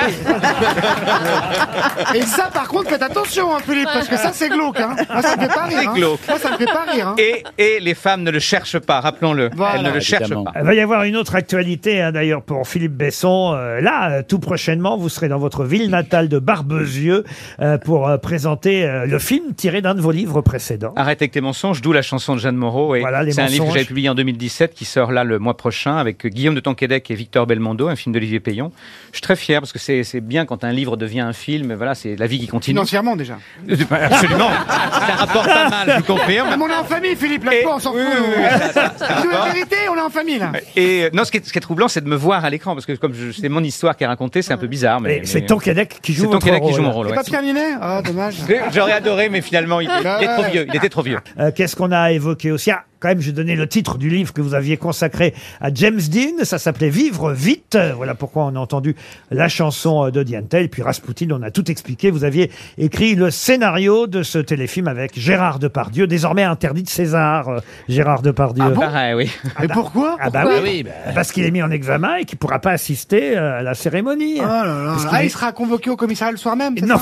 Speaker 6: Et ça, par contre, faites attention, hein, Philippe, parce que ça, c'est glauque. Hein. Moi, ça me fait pas rire.
Speaker 20: C'est
Speaker 6: hein.
Speaker 20: glauque.
Speaker 6: Moi, ça me fait pas rire. hein.
Speaker 20: Et, et les femmes ne le cherchent pas, rappelons-le. Elles ne le cherchent pas.
Speaker 2: Il va y avoir une autre actualité, hein, d'ailleurs, pour Philippe Besson. euh, là, euh, tout prochainement, vous serez dans votre ville natale de Barbezieux euh, pour euh, présenter euh, le film tiré d'un de vos livres précédents.
Speaker 20: Arrête avec tes mensonges, d'où la chanson de Jeanne Moreau. Et
Speaker 2: Voilà, les
Speaker 20: c'est un livre que
Speaker 2: mensonges.
Speaker 20: j'avais publié en 2017 qui sort là le mois prochain avec Guillaume de Tonquédec et Victor Belmondo, un film d'Olivier Payon. Je suis très fier parce que c'est, c'est bien quand un livre devient un film. Voilà, c'est la vie qui continue.
Speaker 6: Financièrement déjà.
Speaker 20: Absolument. ça rapporte pas mal, je vous confirme.
Speaker 6: Mais on est en famille, Philippe, là on s'en fout.
Speaker 20: oui, ça- ça- ça
Speaker 6: Dis-nous la
Speaker 20: rapporte.
Speaker 6: vérité, on est en famille, là.
Speaker 20: Et euh, non, ce qui est, ce qui est troublant, c'est de me voir à l'écran parce que comme je- c'est mon histoire qui est racontée, c'est un peu bizarre. Mais,
Speaker 2: Et c'est
Speaker 20: mais-
Speaker 2: Tonquédec qui joue
Speaker 20: C'est
Speaker 2: votre
Speaker 20: Tonquédec qui
Speaker 2: rôle.
Speaker 20: joue mon rôle.
Speaker 6: Et
Speaker 20: ouais.
Speaker 6: pas Pierre Ninet Ah, dommage.
Speaker 20: J'aurais adoré, mais finalement, il, il est trop vieux. Il était trop vieux.
Speaker 2: Euh, Qu'est-ce qu'on a évoqué aussi Ah, quand même, j'ai donné le titre du livre que vous aviez consacré à James Dean. Ça s'appelait Vivre vite. Euh, Voilà pourquoi on a entendu la chanson euh, de Diantel. Puis Rasputin, on a tout expliqué. Vous aviez écrit le scénario de ce téléfilm avec Gérard Depardieu, désormais interdit de César. euh, Gérard Depardieu.
Speaker 20: Ah bon Pareil, oui.
Speaker 2: Et pourquoi Ah bah
Speaker 20: Pourquoi
Speaker 2: oui,
Speaker 20: Ah oui, bah.
Speaker 2: parce qu'il est mis en examen et qu'il pourra pas assister euh, à la cérémonie. Parce qu'il
Speaker 6: Ah,
Speaker 2: est-
Speaker 6: il sera convoqué au commissariat le soir même c'est
Speaker 2: Non.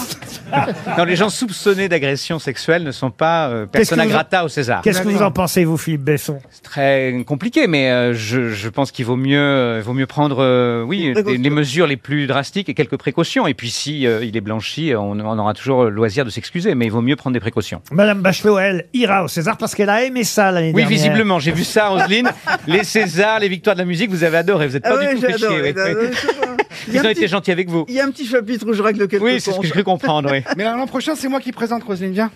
Speaker 6: ça
Speaker 20: Non, les gens soupçonnés d'agression sexuelle ne sont pas euh,
Speaker 2: Qu'est-ce que
Speaker 20: persona
Speaker 2: vous en-
Speaker 20: grata au César.
Speaker 2: Qu'est-ce que vous en pensez, vous, Philippe Besson
Speaker 20: Très compliqué, mais euh, je, je pense qu'il vaut mieux, euh, vaut mieux prendre, euh, oui, des- les mesures les plus drastiques et quelques précautions. Et puis si euh, il est blanchi, on, on aura toujours le loisir de s'excuser, mais il vaut mieux prendre des précautions.
Speaker 2: Madame Bachelot, elle, ira au César parce qu'elle a aimé ça l'année
Speaker 20: Oui,
Speaker 2: dernière.
Speaker 20: visiblement, j'ai vu ça, Roselyne. les Césars, les victoires de la musique, vous avez adoré. Vous n'êtes
Speaker 3: Ah
Speaker 20: pas
Speaker 3: ouais,
Speaker 20: du tout
Speaker 3: j'ai
Speaker 20: péché.
Speaker 3: adoré,
Speaker 20: oui,
Speaker 3: là,
Speaker 20: oui.
Speaker 3: je sais pas. Il y
Speaker 20: Ils
Speaker 3: a
Speaker 20: ont
Speaker 3: un
Speaker 20: été
Speaker 3: petit-
Speaker 20: gentils avec vous.
Speaker 3: Il y a un petit chapitre où je règle quelques
Speaker 20: Oui, c'est ce que
Speaker 3: comptes.
Speaker 20: j'ai cru comprendre. Oui.
Speaker 6: Mais l'an prochain, c'est moi qui présente, Roselyne, viens.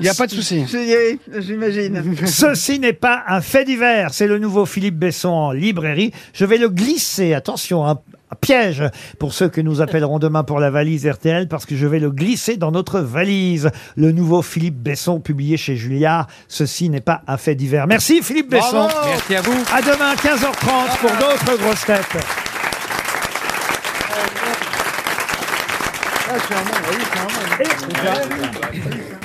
Speaker 6: Il n'y a pas de souci.
Speaker 3: J'ai- J'imagine.
Speaker 2: Ceci n'est pas un fait divers, c'est le nouveau Philippe Besson en librairie. Je vais le glisser, attention, un, un piège pour ceux que nous appellerons demain pour la valise RTL, parce que je vais le glisser dans notre valise. Le nouveau Philippe Besson publié chez Julliard, ceci n'est pas un fait divers. Merci Philippe Besson.
Speaker 20: Bravo. Merci à vous.
Speaker 2: À demain 15h30 pour d'autres grosses têtes.
Speaker 6: Ah, c'est un moment, oui, c'est un moment.